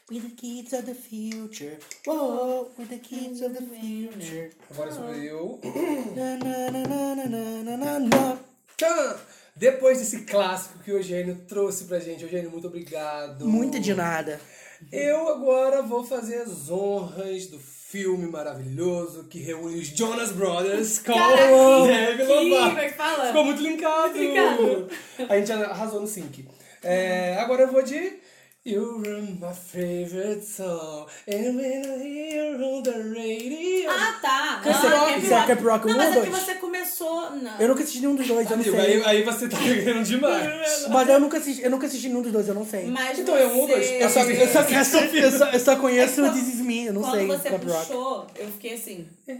Speaker 3: We're the kids of the future. Whoa, we're the kids of the future.
Speaker 2: Agora sou eu.
Speaker 3: Na, na, na, na, na, na, na, na.
Speaker 2: Tchan! Depois desse clássico que o Eugênio trouxe pra gente. Eugênio, muito obrigado.
Speaker 3: Muito de nada.
Speaker 2: Eu agora vou fazer as honras do filme maravilhoso que reúne os Jonas Brothers com
Speaker 4: Caraca,
Speaker 2: o
Speaker 4: que-
Speaker 2: Demi
Speaker 4: como é que fala?
Speaker 2: Ficou muito linkado.
Speaker 4: Linkado.
Speaker 2: A gente arrasou no sync. É, agora eu vou de... You're my favorite song And when I hear on the radio
Speaker 4: Ah, tá.
Speaker 3: Camp
Speaker 4: Ah,
Speaker 3: Rock.
Speaker 4: Camp
Speaker 3: Isso é Camp Rock
Speaker 4: Não,
Speaker 3: um
Speaker 4: mas
Speaker 3: ou
Speaker 4: é que
Speaker 3: dois?
Speaker 4: você começou... Não.
Speaker 3: Eu nunca assisti nenhum dos dois, eu não
Speaker 2: Amigo,
Speaker 3: sei.
Speaker 2: aí, aí você tá pegando demais.
Speaker 3: Mas eu nunca assisti, eu nunca assisti nenhum dos dois, eu não sei.
Speaker 4: Mas
Speaker 2: Então é um ou dois?
Speaker 4: você-
Speaker 2: É
Speaker 3: Eu só, eu só, eu só, eu só, eu só conheço
Speaker 4: Então,
Speaker 3: o This Is Me, eu não
Speaker 4: Quando
Speaker 3: sei.
Speaker 4: você
Speaker 3: Camp Rock.
Speaker 4: puxou, eu fiquei assim...
Speaker 2: Só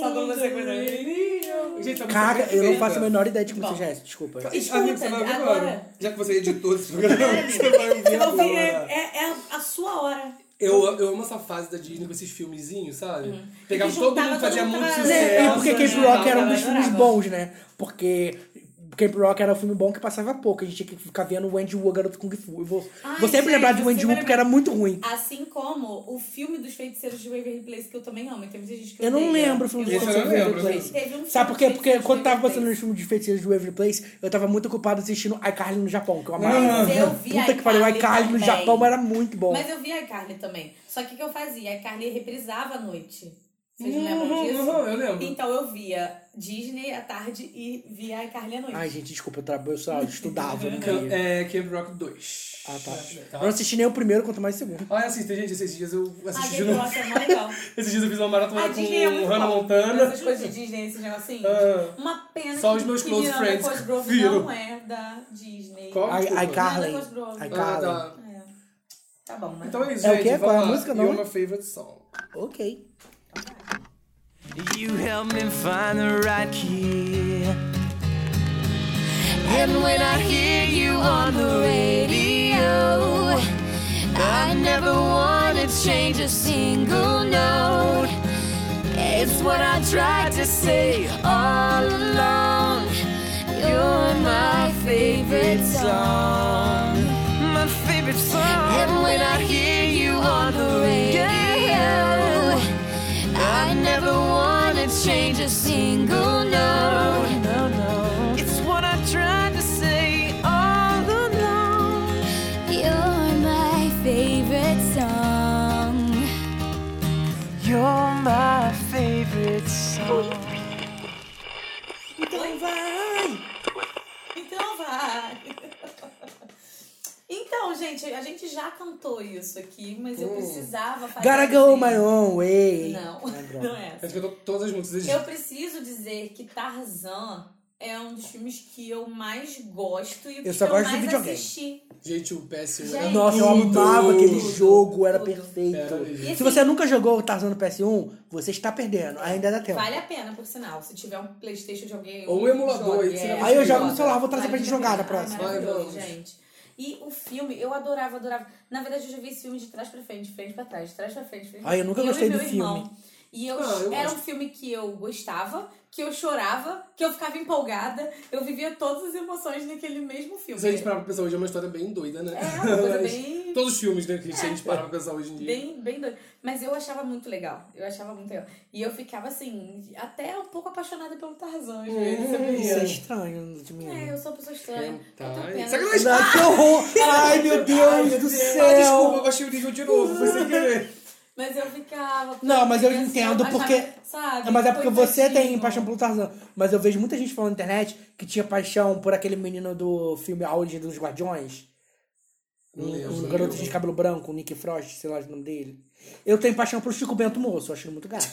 Speaker 4: Só quando você coisa-
Speaker 2: tá
Speaker 3: Cara, eu não faço a
Speaker 2: menor.
Speaker 3: menor ideia de como seja essa, desculpa.
Speaker 4: Escuta,
Speaker 2: Amigo, você vai ouvir
Speaker 4: agora.
Speaker 2: agora. Já que você é editor desse programa, você vai ouvir
Speaker 4: Eu vi, é,
Speaker 2: agora.
Speaker 4: é- é a- a sua hora.
Speaker 2: Eu, eu amo essa fase da Disney com esses filmezinhos, sabe? Pegava
Speaker 4: Que
Speaker 2: todo
Speaker 4: Uhum. juntava
Speaker 2: mundo, fazia
Speaker 4: todo mundo
Speaker 2: muito
Speaker 4: pra-
Speaker 2: sucesso. né?
Speaker 3: É, e porque
Speaker 4: Nossa,
Speaker 3: Camp Rock era um
Speaker 4: eu
Speaker 3: dos filmes
Speaker 4: adorava.
Speaker 3: bons, né? Porque Camp Rock era um filme bom que passava pouco. A gente tinha que ficar vendo o Andy Wu, a garota do Kung Fu. Eu vou,
Speaker 4: Ai,
Speaker 3: vou sempre
Speaker 4: gente,
Speaker 3: lembrar de
Speaker 4: você
Speaker 3: Andy
Speaker 4: vai
Speaker 3: Wu porque era
Speaker 4: lembrar.
Speaker 3: muito ruim.
Speaker 4: Assim como o filme dos feiticeiros de Waverly Place, que eu também amo. e Tem muita gente que
Speaker 3: Eu não
Speaker 4: odeia.
Speaker 3: lembro o filme
Speaker 4: Eu
Speaker 3: dos
Speaker 2: Esse eu
Speaker 4: amo.
Speaker 2: não
Speaker 3: Feiticeiros do
Speaker 2: lembro.
Speaker 3: Waverly Place.
Speaker 4: Teve um filme
Speaker 3: Sabe por quê?
Speaker 4: dos
Speaker 3: Porque
Speaker 4: Feiticeiros
Speaker 3: quando
Speaker 4: de
Speaker 3: tava
Speaker 4: Waverly
Speaker 3: passando
Speaker 4: Place.
Speaker 3: nos filmes de feiticeiros de Waverly Place, eu tava muito ocupado assistindo iCarly no Japão, que eu amava.
Speaker 4: Mas eu vi
Speaker 3: Puta que pariu,
Speaker 4: iCarly
Speaker 3: iCarly no
Speaker 4: também.
Speaker 3: Japão era muito bom.
Speaker 4: Mas eu vi a Carly também. Só que o que eu fazia? A Carly reprisava à noite. Vocês lembram
Speaker 2: Uhum,
Speaker 4: disso?
Speaker 2: uhum, eu lembro.
Speaker 4: Então eu via Disney à tarde e via a Carly à noite.
Speaker 3: Ai, gente, desculpa, eu, tra... eu só estudava, eu não
Speaker 2: Cam-
Speaker 4: Uhum.
Speaker 3: queria.
Speaker 2: É, Camp Rock 2.
Speaker 3: Ah, tá. Eu não
Speaker 2: tá.
Speaker 3: assisti nem o primeiro, quanto mais o segundo.
Speaker 2: Ah, assista, gente, esses dias eu
Speaker 4: a
Speaker 2: assisti de
Speaker 4: Disney
Speaker 2: novo.
Speaker 4: gosta mó legal.
Speaker 2: Esses dias eu fiz uma maratona
Speaker 4: é A Disney é
Speaker 2: com
Speaker 4: muito
Speaker 2: Hannah
Speaker 4: bom.
Speaker 2: Montana.
Speaker 4: Essas coisas de Disney, esses negocinhos.
Speaker 2: Ah.
Speaker 4: Uma pena
Speaker 2: Só
Speaker 4: que,
Speaker 2: os meus
Speaker 4: que
Speaker 2: close
Speaker 4: Miranda
Speaker 2: friends
Speaker 4: Cosgrove
Speaker 2: viram.
Speaker 4: não é da Disney.
Speaker 2: Qual?
Speaker 3: I-
Speaker 2: Desculpa.
Speaker 3: iCarly.
Speaker 4: Nada com as drogas.
Speaker 2: Ah,
Speaker 3: iCarly.
Speaker 2: tá.
Speaker 4: É. Tá bom, né?
Speaker 2: Então é isso,
Speaker 3: É o
Speaker 2: gente.
Speaker 3: quê?
Speaker 2: vamos
Speaker 3: Qual é a
Speaker 2: lá.
Speaker 3: música, não?
Speaker 2: You're my favorite song.
Speaker 3: Ok.
Speaker 5: You helped me find the right key. And when I hear you on the radio, I never want to change a single note. It's what I tried to say all along. You're my favorite song. My favorite song. And when I hear you on the radio, I never want to change a single note. No, no. It's what I tried to say all along. You're
Speaker 4: Então Então, gente, a gente já cantou isso aqui, mas eu precisava fazer. assim.
Speaker 3: Gotta go my own way.
Speaker 4: Não,
Speaker 3: Lembra?
Speaker 4: não é essa.
Speaker 2: Acho que eu tô com todas as músicas.
Speaker 4: Eu preciso dizer que Tarzan é um dos filmes que eu mais gosto e
Speaker 3: Eu
Speaker 4: que
Speaker 3: só
Speaker 4: eu
Speaker 3: gosto do
Speaker 4: mais
Speaker 3: videogame.
Speaker 4: assisti.
Speaker 2: Gente, o PS1
Speaker 4: Gente.
Speaker 3: Nossa, eu
Speaker 4: Tudo,
Speaker 3: amava aquele
Speaker 4: tudo,
Speaker 3: jogo, era
Speaker 4: tudo.
Speaker 3: perfeito.
Speaker 2: Era mesmo.
Speaker 4: E
Speaker 3: Se
Speaker 4: assim,
Speaker 3: você nunca jogou o Tarzan no PS1, você está perdendo. Ainda dá tempo.
Speaker 4: Vale a pena, por sinal. Se tiver um Playstation de alguém...
Speaker 2: Ou um emulador, aí você vai
Speaker 3: Aí eu jogo
Speaker 4: joga.
Speaker 3: no celular, vou trazer
Speaker 4: Vale
Speaker 3: pra gente
Speaker 4: a pena.
Speaker 3: jogar na
Speaker 4: Ai,
Speaker 3: próxima.
Speaker 4: maravilhoso,
Speaker 2: Vai, vamos.
Speaker 4: gente. E o filme, eu adorava, adorava. Na verdade, eu já vi esse filme de trás pra frente, de frente pra trás, de trás pra frente. de frente pra
Speaker 3: Ai, eu nunca
Speaker 4: frente.
Speaker 3: gostei
Speaker 4: e
Speaker 3: do
Speaker 4: meu
Speaker 3: filme.
Speaker 4: Irmão. E eu,
Speaker 2: Ah, eu
Speaker 4: era
Speaker 2: gosto.
Speaker 4: um filme que eu gostava, que eu chorava, que eu ficava empolgada. Eu vivia todas as emoções naquele mesmo filme.
Speaker 2: Se a gente parar pra pensar hoje, é uma história bem doida, né?
Speaker 4: É, uma coisa
Speaker 2: Mas
Speaker 4: bem-
Speaker 2: Todos os filmes, né, que se a gente parar pra pensar hoje em dia.
Speaker 4: Bem, bem doido. Mas eu achava muito legal. Eu achava muito legal. E eu ficava assim, até um pouco apaixonada pelo Tarzan, às vezes,
Speaker 2: Uhum.
Speaker 3: Isso é
Speaker 4: sabia?
Speaker 3: estranho de mim.
Speaker 4: É, eu sou uma pessoa estranha. Eu tô
Speaker 2: Hentai.
Speaker 4: pena.
Speaker 2: Sacanagem.
Speaker 3: Ah, que horror! Ai, meu Deus do céu!
Speaker 2: Ah, desculpa, eu baixei o nível de novo, foi sem querer.
Speaker 4: Mas eu ficava.
Speaker 3: Não, mas eu
Speaker 4: pensando,
Speaker 3: entendo
Speaker 4: achava-
Speaker 3: porque-
Speaker 4: Sabe?
Speaker 3: Mas é porque você tem
Speaker 4: coitadinho.
Speaker 3: paixão pelo Tarzan. Mas eu vejo muita gente falando na internet que tinha paixão por aquele menino do filme A Origem dos Guardiões.
Speaker 2: Não lembro,
Speaker 3: Um
Speaker 2: não
Speaker 3: garoto
Speaker 2: lembro.
Speaker 3: de cabelo branco, o Nick Frost, sei lá o nome dele. Eu tenho paixão pro Chico Bento Moço, eu acho ele muito gato.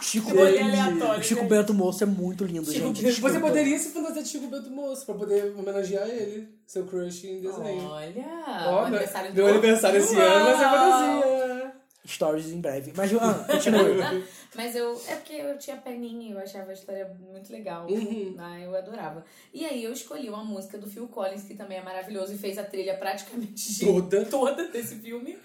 Speaker 3: Chico,
Speaker 4: Que rolê
Speaker 3: Bento-
Speaker 4: aleatório,
Speaker 3: o Chico
Speaker 4: né?
Speaker 3: Bento Moço é muito lindo,
Speaker 2: Chico,
Speaker 3: gente. desculpa.
Speaker 2: você poderia se fantasiar de Chico Bento Moço pra poder homenagear ele, seu crush em desenho.
Speaker 4: Olha!
Speaker 2: Ó,
Speaker 4: o aniversário
Speaker 2: meu
Speaker 4: do-
Speaker 2: aniversário esse ano, você
Speaker 4: Uau!
Speaker 2: fantasia.
Speaker 3: Stories em breve. Mas, Joana, continue.
Speaker 4: Mas eu. É porque eu tinha peninha e eu achava a história muito legal.
Speaker 2: Uhum.
Speaker 4: Ah, eu adorava. E aí eu escolhi uma música do Phil Collins, que também é maravilhoso, e fez a trilha praticamente de-
Speaker 2: Toda.
Speaker 4: toda desse filme.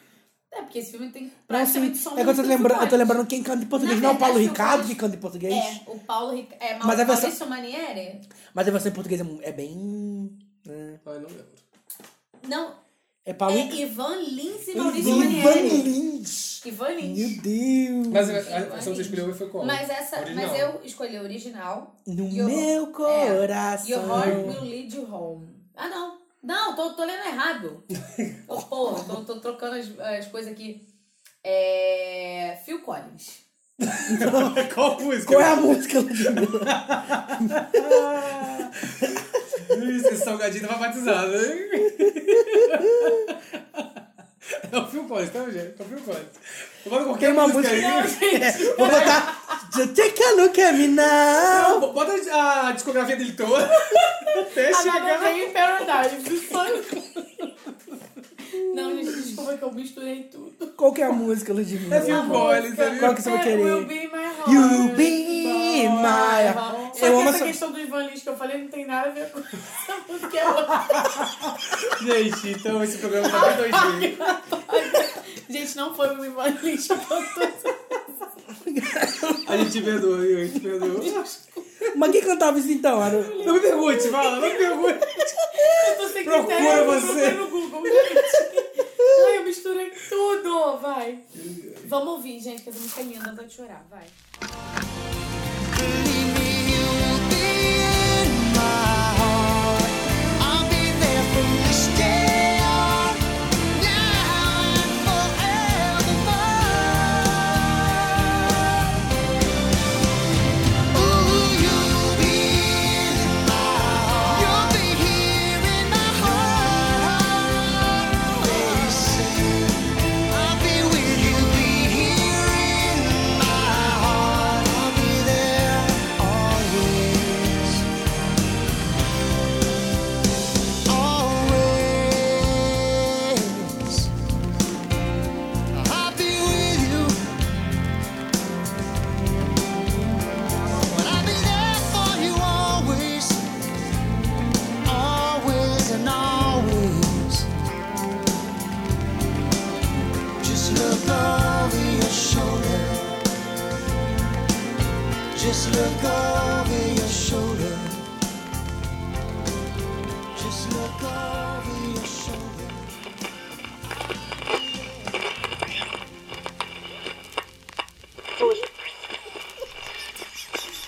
Speaker 4: É, porque esse filme tem
Speaker 3: Não, assim,
Speaker 4: praticamente som
Speaker 3: é que eu tô,
Speaker 4: do Phil
Speaker 3: lembrando, eu tô
Speaker 4: Collins.
Speaker 3: lembrando quem canta em português.
Speaker 4: Na
Speaker 3: não é o Paulo
Speaker 4: verdade,
Speaker 3: Ricardo
Speaker 4: eu
Speaker 3: que canta em português.
Speaker 4: É, o Paulo Ricardo. É, Mau-
Speaker 3: Mas a versão-
Speaker 4: Maurício Manieri?
Speaker 3: Mas a versão em português é mu- é bem. né?
Speaker 2: Ai, não lembro.
Speaker 4: Não,
Speaker 3: É Paulo
Speaker 4: é
Speaker 3: Ricardo.
Speaker 4: Ivan Lins e Maurício
Speaker 3: Ivan
Speaker 4: Manieri.
Speaker 3: Lins.
Speaker 4: Ivan Lins.
Speaker 3: Meu Deus.
Speaker 2: Mas a a versão que você escolheu foi qual?
Speaker 4: Mas, essa,
Speaker 2: Original.
Speaker 4: mas eu escolhi a original.
Speaker 3: No
Speaker 4: Your-
Speaker 3: meu coração.
Speaker 4: Your Heart Will Lead You Home. Ah, não. Não, tô, tô lendo errado. Ô, porra, tô, tô trocando as, as coisas aqui. É... Phil Collins.
Speaker 2: Qual música?
Speaker 3: Qual é a música, Ludmilla?
Speaker 2: Esse salgadinho tava batizado, hein? É o Phil Collins, tá, gente? É o Phil Collins. Bota qualquer
Speaker 3: Tem uma
Speaker 2: música aí.
Speaker 3: música- Vou botar. Just Take a look at me now.
Speaker 2: Não, Bota a discografia dele toda. Até chegar.
Speaker 3: é
Speaker 4: em Paradise. Não, gente, desculpa que eu misturei tudo.
Speaker 3: Qual que é a música, Ludmilla?
Speaker 2: É Phil Collins, sabe?
Speaker 3: Qual que você vai
Speaker 4: É,
Speaker 3: querer?
Speaker 4: Will be my heart.
Speaker 3: You be my
Speaker 4: Só
Speaker 3: heart.
Speaker 4: que
Speaker 3: Eu amo
Speaker 4: essa
Speaker 3: essa.
Speaker 4: questão dos Ivan Lins que eu falei não tem nada a ver com essa música. É outra.
Speaker 2: Gente, então esse programa tá bem doidinho.
Speaker 4: Gente, não foi o Ivan Lins que cantou essa
Speaker 2: A gente perdoa, viu? A gente perdoa.
Speaker 4: música.
Speaker 3: Mas quem cantava isso então? Era o-
Speaker 2: Não me pergunte, fala, não me pergunte.
Speaker 4: Eu tô sem
Speaker 2: Procura
Speaker 4: critério, eu
Speaker 2: você.
Speaker 4: procurei no Google. gente. Ai, eu misturei tudo, vai. Vamos ouvir, gente, que essa música é linda, vai chorar, vai.
Speaker 5: Just look over your shoulder. Just look over your shoulder.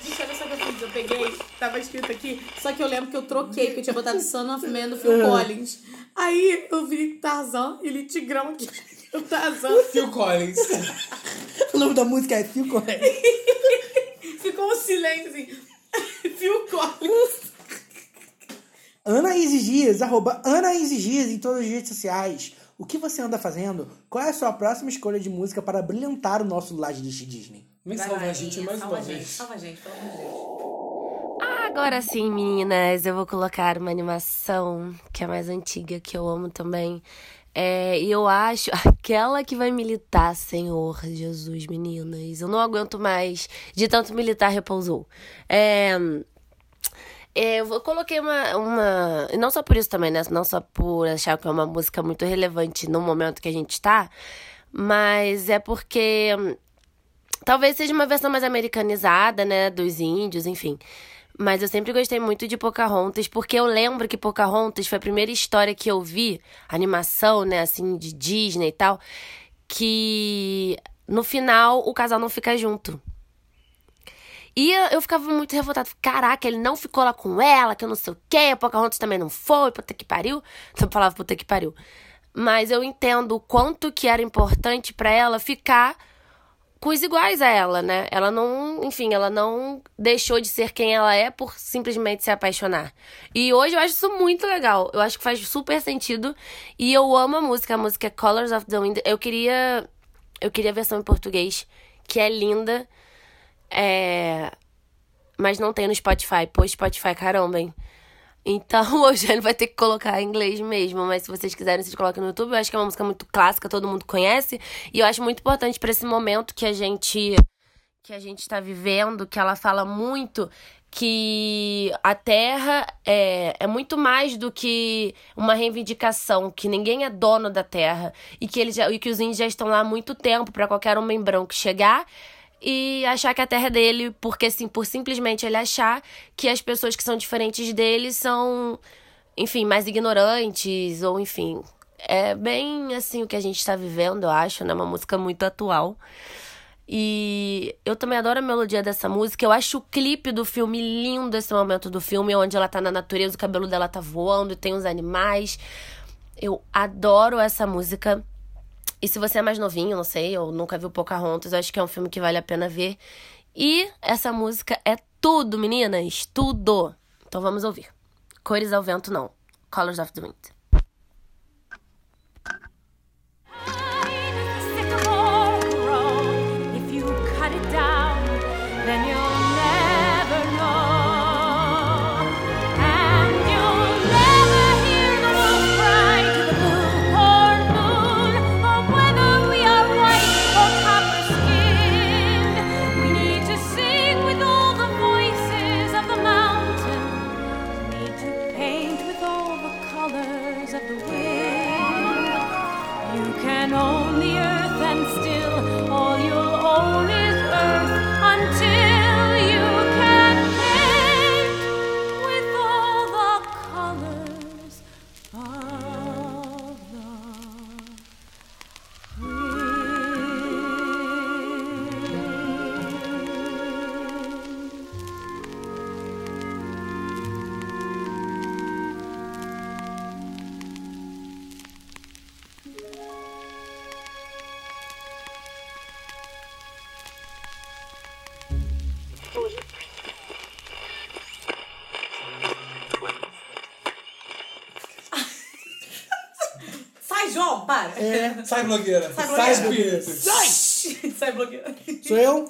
Speaker 4: Gente, olha só o que eu fiz. Eu peguei, tava escrito aqui, só que eu lembro que eu troquei, porque eu tinha botado Son of Man do Phil Collins. Aí eu vi Tarzan e li Tigrão aqui. O Tarzan
Speaker 2: Phil Collins.
Speaker 3: O nome da música é Phil Collins.
Speaker 4: ficou um silêncio assim. Phil Collins.
Speaker 3: Ana Anaíses Dias, arroba Anaíses Dias em todas as redes sociais. O que você anda fazendo? Qual é a sua próxima escolha de música para brilhantar o nosso Laje List Disney?
Speaker 2: Vem
Speaker 4: Vai lá,
Speaker 2: salvar a
Speaker 4: Aninha,
Speaker 2: gente mais
Speaker 4: salva
Speaker 2: uma
Speaker 4: a gente,
Speaker 2: vez.
Speaker 4: Salva a gente, pelo amor de Deus.
Speaker 7: Ah, Agora sim, meninas, eu vou colocar uma animação que é mais antiga, que eu amo também. É, e eu acho aquela que vai militar, Senhor Jesus, meninas. Eu não aguento mais. De tanto militar, repousou. É, é, eu vou- coloquei uma, uma. E não só por isso também, né? Não só por achar que é uma música muito relevante no momento que a gente tá, mas é porque. hum, Talvez seja uma versão mais americanizada, né? Dos índios, enfim. Mas eu sempre gostei muito de Pocahontas, porque eu lembro que Pocahontas foi a primeira história que eu vi, animação, né? Assim, de Disney e tal, que no final o casal não fica junto. E eu, eu ficava muito revoltada. Caraca, ele não ficou lá com ela, que eu não sei o quê. A Pocahontas também não foi, puta que pariu. Sempre falava puta que pariu. Mas eu entendo o quanto que era importante pra ela ficar com os iguais a ela, né? Ela não, enfim, ela não deixou de ser quem ela é por simplesmente se apaixonar. E hoje eu acho isso muito legal. Eu acho que faz super sentido e eu amo a música, a música é Colors of the Wind. Eu queria eu queria a versão em português, que é linda. É, mas não tem no Spotify. Pô, Spotify, caramba, hein? Então, o Eugênio vai ter que colocar em inglês mesmo, mas se vocês quiserem, vocês colocam no YouTube. Eu acho que é uma música muito clássica, todo mundo conhece, e eu acho muito importante pra esse momento que a gente que a gente tá vivendo, que ela fala muito que a terra é, é muito mais do que uma reivindicação, que ninguém é dono da terra e que eles já- e que os índios já estão lá há muito tempo pra qualquer homem branco chegar e achar que a terra é dele, porque assim, por simplesmente ele achar que as pessoas que são diferentes dele são, enfim, mais ignorantes, ou enfim. É bem assim o que a gente tá vivendo, eu acho, né? Uma música muito atual. E eu também adoro a melodia dessa música. Eu acho o clipe do filme lindo esse momento do filme, onde ela tá na natureza, o cabelo dela tá voando, tem os animais. Eu adoro essa música. E se você é mais novinho, não sei, ou nunca viu Pocahontas, eu acho que é um filme que vale a pena ver. E essa música é tudo, meninas, tudo. Então vamos ouvir. Cores ao vento, não. Colors of the Wind.
Speaker 5: sycamore grow. If you cut it down, then you'll never know. And you'll never hear the wolf cry to the blue corn moon, or whether we are white or copper skinned. We need to sing with all the voices of the mountain. We need to paint with all the colors of the wind. You can own the earth and still all you'll own is earth until you can paint with all the colors of the wind.
Speaker 4: Sai, João, para. é.
Speaker 2: Sai, blogueira. Sai, blogueira.
Speaker 4: Sai bloqueando.
Speaker 3: Sou eu?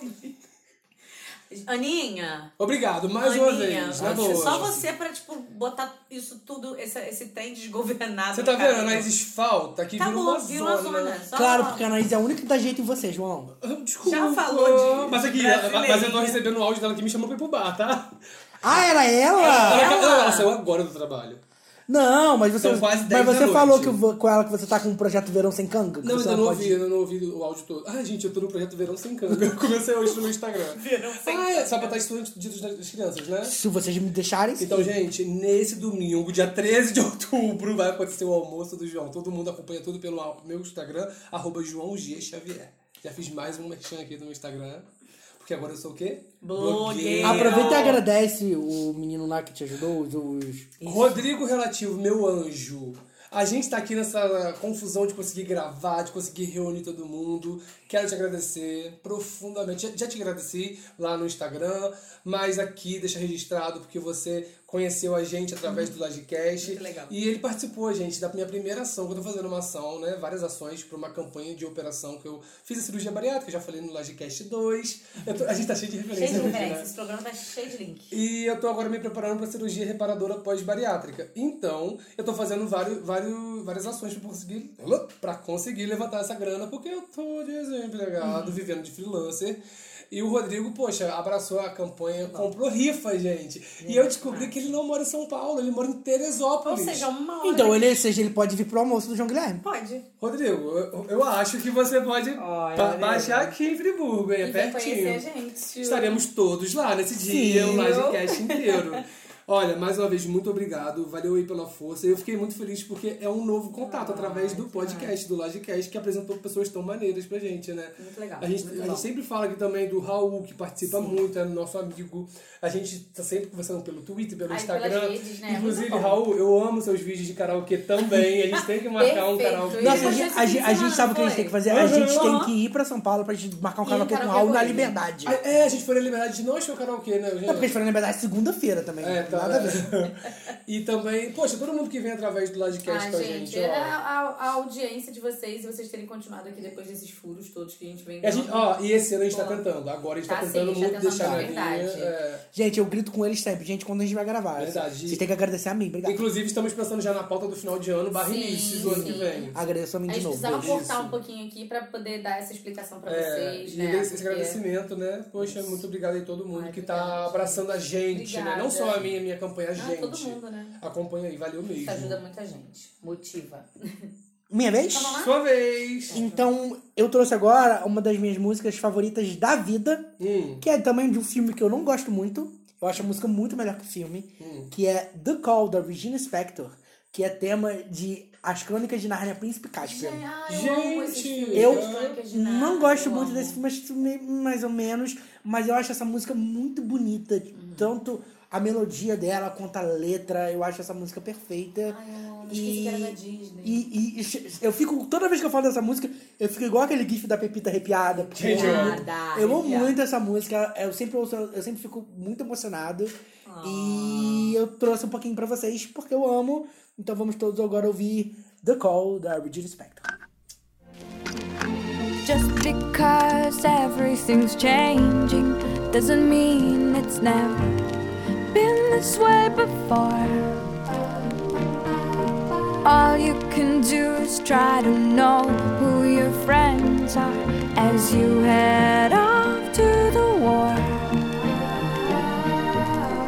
Speaker 4: Aninha.
Speaker 2: Obrigado, mais uma vez. Na boa.
Speaker 4: só você pra, tipo, botar isso tudo, esse, esse trem desgovernado.
Speaker 2: Você
Speaker 4: no
Speaker 2: tá
Speaker 4: cara.
Speaker 2: vendo? Anaíses falta que Tá virou
Speaker 4: Acabou,
Speaker 2: uma
Speaker 4: virou a
Speaker 2: zona. né?
Speaker 4: zona. né? Só
Speaker 3: Claro,
Speaker 2: Ah.
Speaker 4: uma-
Speaker 3: porque a Anaís é a única que dá jeito em você, João.
Speaker 2: Desculpa.
Speaker 4: Já falou de
Speaker 2: Mas aqui,
Speaker 4: brasileirinha.
Speaker 2: mas eu tô recebendo o áudio dela que me chamou pra ir pro bar, tá?
Speaker 3: Ah, era ela?
Speaker 2: Ela, ela, ela saiu agora do trabalho.
Speaker 3: Não, mas você,
Speaker 2: São quase
Speaker 3: mas
Speaker 2: 10 da
Speaker 3: você
Speaker 2: noite.
Speaker 3: falou que, vo- com ela que você tá com um projeto Verão Sem Canga? que
Speaker 2: Não,
Speaker 3: você
Speaker 2: ainda não
Speaker 3: pode-
Speaker 2: ouvi, eu não ouvi o áudio todo. Ah, gente, eu tô no projeto Verão Sem Canga. Eu comecei hoje no meu Instagram. Verão Sem Canga. Ah, é, só pra estar estudando ditos das crianças, né?
Speaker 3: Se vocês me deixarem, sim.
Speaker 2: Então, gente, nesse domingo, dia 13 de outubro, vai acontecer o almoço do João. Todo mundo acompanha tudo pelo al- meu Instagram, arroba João G. Xavier. Já fiz mais um merchan aqui no meu Instagram. Porque agora eu sou o quê?
Speaker 4: Blogueira.
Speaker 2: Então,
Speaker 3: Aproveita e agradece o menino lá que te ajudou, os... os-
Speaker 2: Rodrigo Relativo, meu anjo. A gente tá aqui nessa confusão de conseguir gravar, de conseguir reunir todo mundo. Quero te agradecer profundamente. Já, já te agradeci lá no Instagram, mas aqui deixa registrado porque você conheceu a gente através do Lagecast.
Speaker 4: Muito legal.
Speaker 2: E ele participou, gente, da minha primeira ação, que eu tô fazendo uma ação, né? Várias ações para uma campanha de operação que eu fiz a cirurgia bariátrica, eu já falei no Lagecast 2. Eu tô- a gente tá cheio de
Speaker 4: Cheio
Speaker 2: referência.
Speaker 4: de
Speaker 2: hoje, né?
Speaker 4: referência. Esse programa tá cheio de link.
Speaker 2: E eu tô agora me preparando pra cirurgia reparadora pós-bariátrica. Então, eu tô fazendo vários, vários, várias ações pra conseguir, pra conseguir levantar essa grana, porque eu tô desempregado, vivendo de freelancer. E o Rodrigo, poxa, abraçou a campanha, comprou rifa, gente. E eu descobri que ele não mora em São Paulo, ele mora em
Speaker 4: Ou
Speaker 2: Teresópolis.
Speaker 4: seja, é um uma hora.
Speaker 3: Então, ele, ou seja, ele pode vir pro almoço do João Guilherme.
Speaker 4: Pode.
Speaker 2: é Rodrigo, eu, eu acho que você pode
Speaker 4: Olha,
Speaker 2: ba-
Speaker 4: olha.
Speaker 2: baixar aqui em Friburgo, hein? É
Speaker 4: E vem conhecer a
Speaker 2: pertinho.
Speaker 4: gente.
Speaker 2: Estaremos todos lá nesse dia,
Speaker 3: Sim.
Speaker 2: o livecast inteiro. Olha, mais uma vez, muito obrigado. Valeu aí pela força. Eu fiquei muito feliz porque é um novo
Speaker 4: Ah,
Speaker 2: contato através
Speaker 4: tá.
Speaker 2: do podcast, do Lodcast, que apresentou pessoas tão maneiras pra gente, né?
Speaker 4: Muito legal,
Speaker 2: A gente, a
Speaker 4: muito bom.
Speaker 2: gente sempre fala aqui também do Raul, que participa muito, é nosso amigo. A gente tá sempre conversando pelo Twitter, pelo
Speaker 4: Ai, pelas
Speaker 2: Instagram.
Speaker 4: redes, né?
Speaker 2: Inclusive,
Speaker 4: Muito bom.
Speaker 2: Raul, eu amo seus vídeos de karaokê também. A gente tem que marcar um
Speaker 4: Perfeito.
Speaker 2: karaokê.
Speaker 4: Nossa,
Speaker 3: Nossa, a, gente- a gente- a gente sabe o que a gente tem que fazer. A
Speaker 2: Uhum.
Speaker 3: gente tem que ir pra São Paulo pra gente marcar um
Speaker 4: E
Speaker 3: karaokê
Speaker 4: um
Speaker 3: com o
Speaker 4: karaokê
Speaker 3: Raul
Speaker 4: com
Speaker 3: na
Speaker 4: ele.
Speaker 3: liberdade. É
Speaker 2: É, a gente foi na liberdade de não achar o karaokê, né? gente?
Speaker 3: porque eles foram na liberdade segunda-feira também.
Speaker 2: É, tá.
Speaker 3: Nada a ver.
Speaker 2: e também, poxa, todo mundo que vem através do Lodcast
Speaker 4: Ah,
Speaker 2: com a
Speaker 4: gente,
Speaker 2: gente, ó.
Speaker 4: era a, a audiência de vocês e vocês terem continuado aqui depois desses furos todos que a gente vem
Speaker 2: E, a gente,
Speaker 4: dando.
Speaker 2: ó, e esse ano a gente tá
Speaker 4: Pô.
Speaker 2: tentando. Agora a gente tá,
Speaker 4: Tá sim,
Speaker 2: tentando
Speaker 4: já
Speaker 2: muito
Speaker 4: tentando,
Speaker 2: deixar na linha.
Speaker 4: verdade.
Speaker 2: é.
Speaker 3: Gente, eu grito com eles sempre. Gente, quando a gente vai gravar.
Speaker 2: Verdade.
Speaker 3: Vocês têm que agradecer a mim. Obrigado.
Speaker 2: é. Inclusive, estamos pensando já na pauta do final de ano, barra
Speaker 4: Sim,
Speaker 2: início do ano que
Speaker 4: sim.
Speaker 2: vem.
Speaker 3: Agradeço a mim de
Speaker 4: A gente
Speaker 3: novo.
Speaker 4: precisava
Speaker 2: beijo.
Speaker 4: cortar um pouquinho aqui pra poder dar essa explicação pra
Speaker 2: É,
Speaker 4: vocês,
Speaker 2: e
Speaker 4: né?
Speaker 2: esse, esse
Speaker 4: Porque-
Speaker 2: agradecimento, né? Poxa, muito obrigado aí todo mundo
Speaker 4: Ai,
Speaker 2: que
Speaker 4: obrigada,
Speaker 2: tá abraçando a gente, né?
Speaker 4: Obrigada.
Speaker 2: Não só a minha, minha campanha, a
Speaker 4: Ah,
Speaker 2: gente.
Speaker 4: todo mundo, né?
Speaker 2: Acompanha aí, valeu mesmo.
Speaker 4: Isso ajuda muita gente. Motiva.
Speaker 3: Minha vez?
Speaker 4: Vamos lá?
Speaker 2: Sua vez!
Speaker 3: Então, eu trouxe agora uma das minhas músicas favoritas da vida,
Speaker 2: Hum,
Speaker 3: que é também de um filme que eu não gosto muito. Eu acho a música muito melhor que o filme,
Speaker 2: Hum.
Speaker 3: que é The Call, da Regina Spector, que é tema de As Crônicas de Narnia Príncipe Caspian.
Speaker 4: Ah,
Speaker 2: Gente,
Speaker 3: eu
Speaker 4: não
Speaker 3: Não gosto muito desse filme, acho me- mais ou menos, mas eu acho essa música muito bonita.
Speaker 4: Uhum.
Speaker 3: Tanto a melodia dela quanto a letra, eu acho essa música perfeita.
Speaker 4: Ai, eu amo. Esqueci que era da Disney.
Speaker 3: E, e- e che- eu fico, toda vez que eu falo dessa música, eu fico igual aquele gif da Pepita arrepiada. porque
Speaker 2: Gente, eu amo.
Speaker 4: Arrepiada,
Speaker 3: eu amo
Speaker 4: arrepiada.
Speaker 3: muito essa música, eu sempre, ouço- eu sempre fico muito emocionado. E
Speaker 4: Ah.
Speaker 3: eu trouxe um pouquinho pra vocês, porque eu amo. Então vamos todos agora ouvir The Call, da Regina Spector.
Speaker 10: Just because everything's changing doesn't mean it's never been this way before. All you can do is try to know who your friends are as you head off to the war.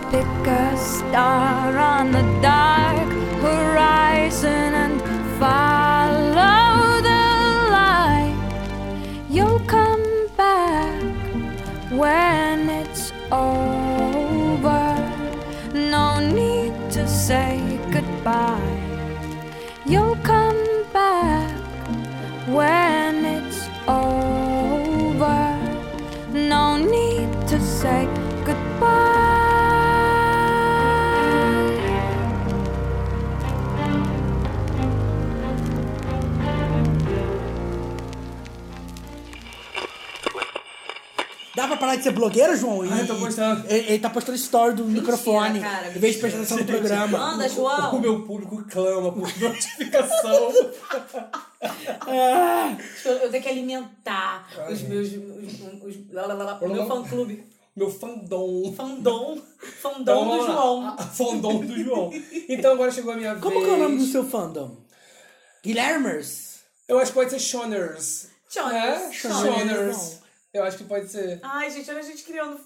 Speaker 10: Pick a star on the dark horizon and follow the light. You'll come back when it's over. No need to say goodbye. You'll come back when it's over. No need to say goodbye.
Speaker 3: Dá pra parar de ser blogueira, João?
Speaker 2: Ah, eu tô postando.
Speaker 3: Ele, ele tá postando story do microfone,
Speaker 4: cara,
Speaker 3: em vez de prestar atenção no programa.
Speaker 4: Anda, João.
Speaker 2: o meu público clama por notificação.
Speaker 4: Acho que Eu, eu tenho que alimentar os meus. Os, os- lá, lá, lá, lá, o meu fã clube.
Speaker 2: meu fandom.
Speaker 4: Fandom.
Speaker 2: Então,
Speaker 4: Fandom do
Speaker 2: vamos lá.
Speaker 4: João.
Speaker 2: Ah, Fandom do João. Então agora chegou a minha vez.
Speaker 3: Como que é o nome do seu fandom? Guilhermers?
Speaker 2: Eu acho que pode ser Shoners.
Speaker 4: Shoners.
Speaker 2: É?
Speaker 4: Shoners.
Speaker 2: Shoners. Eu acho que pode ser.
Speaker 4: Ai, gente, olha a gente criando.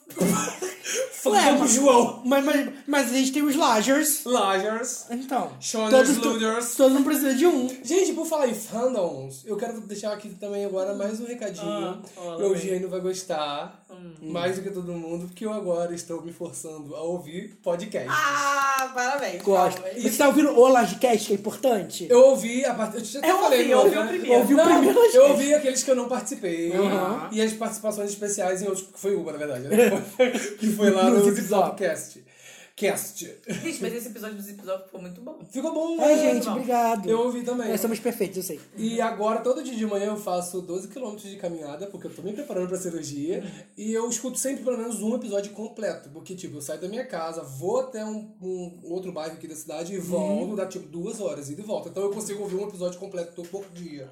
Speaker 2: Fandom do João.
Speaker 3: Mas, mas, mas a gente tem os Lagers.
Speaker 2: Lagers.
Speaker 3: Então,
Speaker 2: Shoners,
Speaker 3: to-
Speaker 2: Luders.
Speaker 3: todos não precisa de um.
Speaker 2: Gente, por falar em fandoms, eu quero deixar aqui também agora mais um recadinho.
Speaker 4: Ah, olha,
Speaker 2: o Eugênio vai gostar
Speaker 3: Hum.
Speaker 2: mais do que todo mundo, porque eu agora estou me forçando a ouvir podcast.
Speaker 4: Ah, parabéns.
Speaker 3: Gosto.
Speaker 4: Parabéns.
Speaker 3: Você tá ouvindo o Lagecast, que é importante?
Speaker 2: Eu ouvi a parte. Eu já até
Speaker 4: Eu
Speaker 2: falei,
Speaker 4: ouvi,
Speaker 2: não,
Speaker 4: eu ouvi
Speaker 2: né?
Speaker 4: o primeiro.
Speaker 3: Ouvi o
Speaker 2: Não,
Speaker 3: primeiro, gente.
Speaker 2: Eu ouvi aqueles que eu não participei. E as participações especiais em outros, que foi uma, na verdade, né? que foi lá
Speaker 3: No
Speaker 2: no
Speaker 3: Zip Zop.
Speaker 2: Zipcast. Cast.
Speaker 4: Gente, mas esse episódio do Zip Zop foi muito bom.
Speaker 2: Ficou bom,
Speaker 3: Ai,
Speaker 2: né?
Speaker 3: gente,
Speaker 4: bom.
Speaker 3: obrigado.
Speaker 2: Eu ouvi também.
Speaker 4: é
Speaker 3: Nós somos perfeitos, eu sei.
Speaker 2: E agora, todo dia de manhã, eu faço 12 km de caminhada, porque eu tô me preparando pra cirurgia. E eu escuto sempre pelo menos um episódio completo. Porque, tipo, eu saio da minha casa, vou até um, um outro bairro aqui da cidade e
Speaker 3: Uhum.
Speaker 2: volto, dá tipo duas horas ida e volta. Então eu consigo ouvir um episódio completo todo por dia.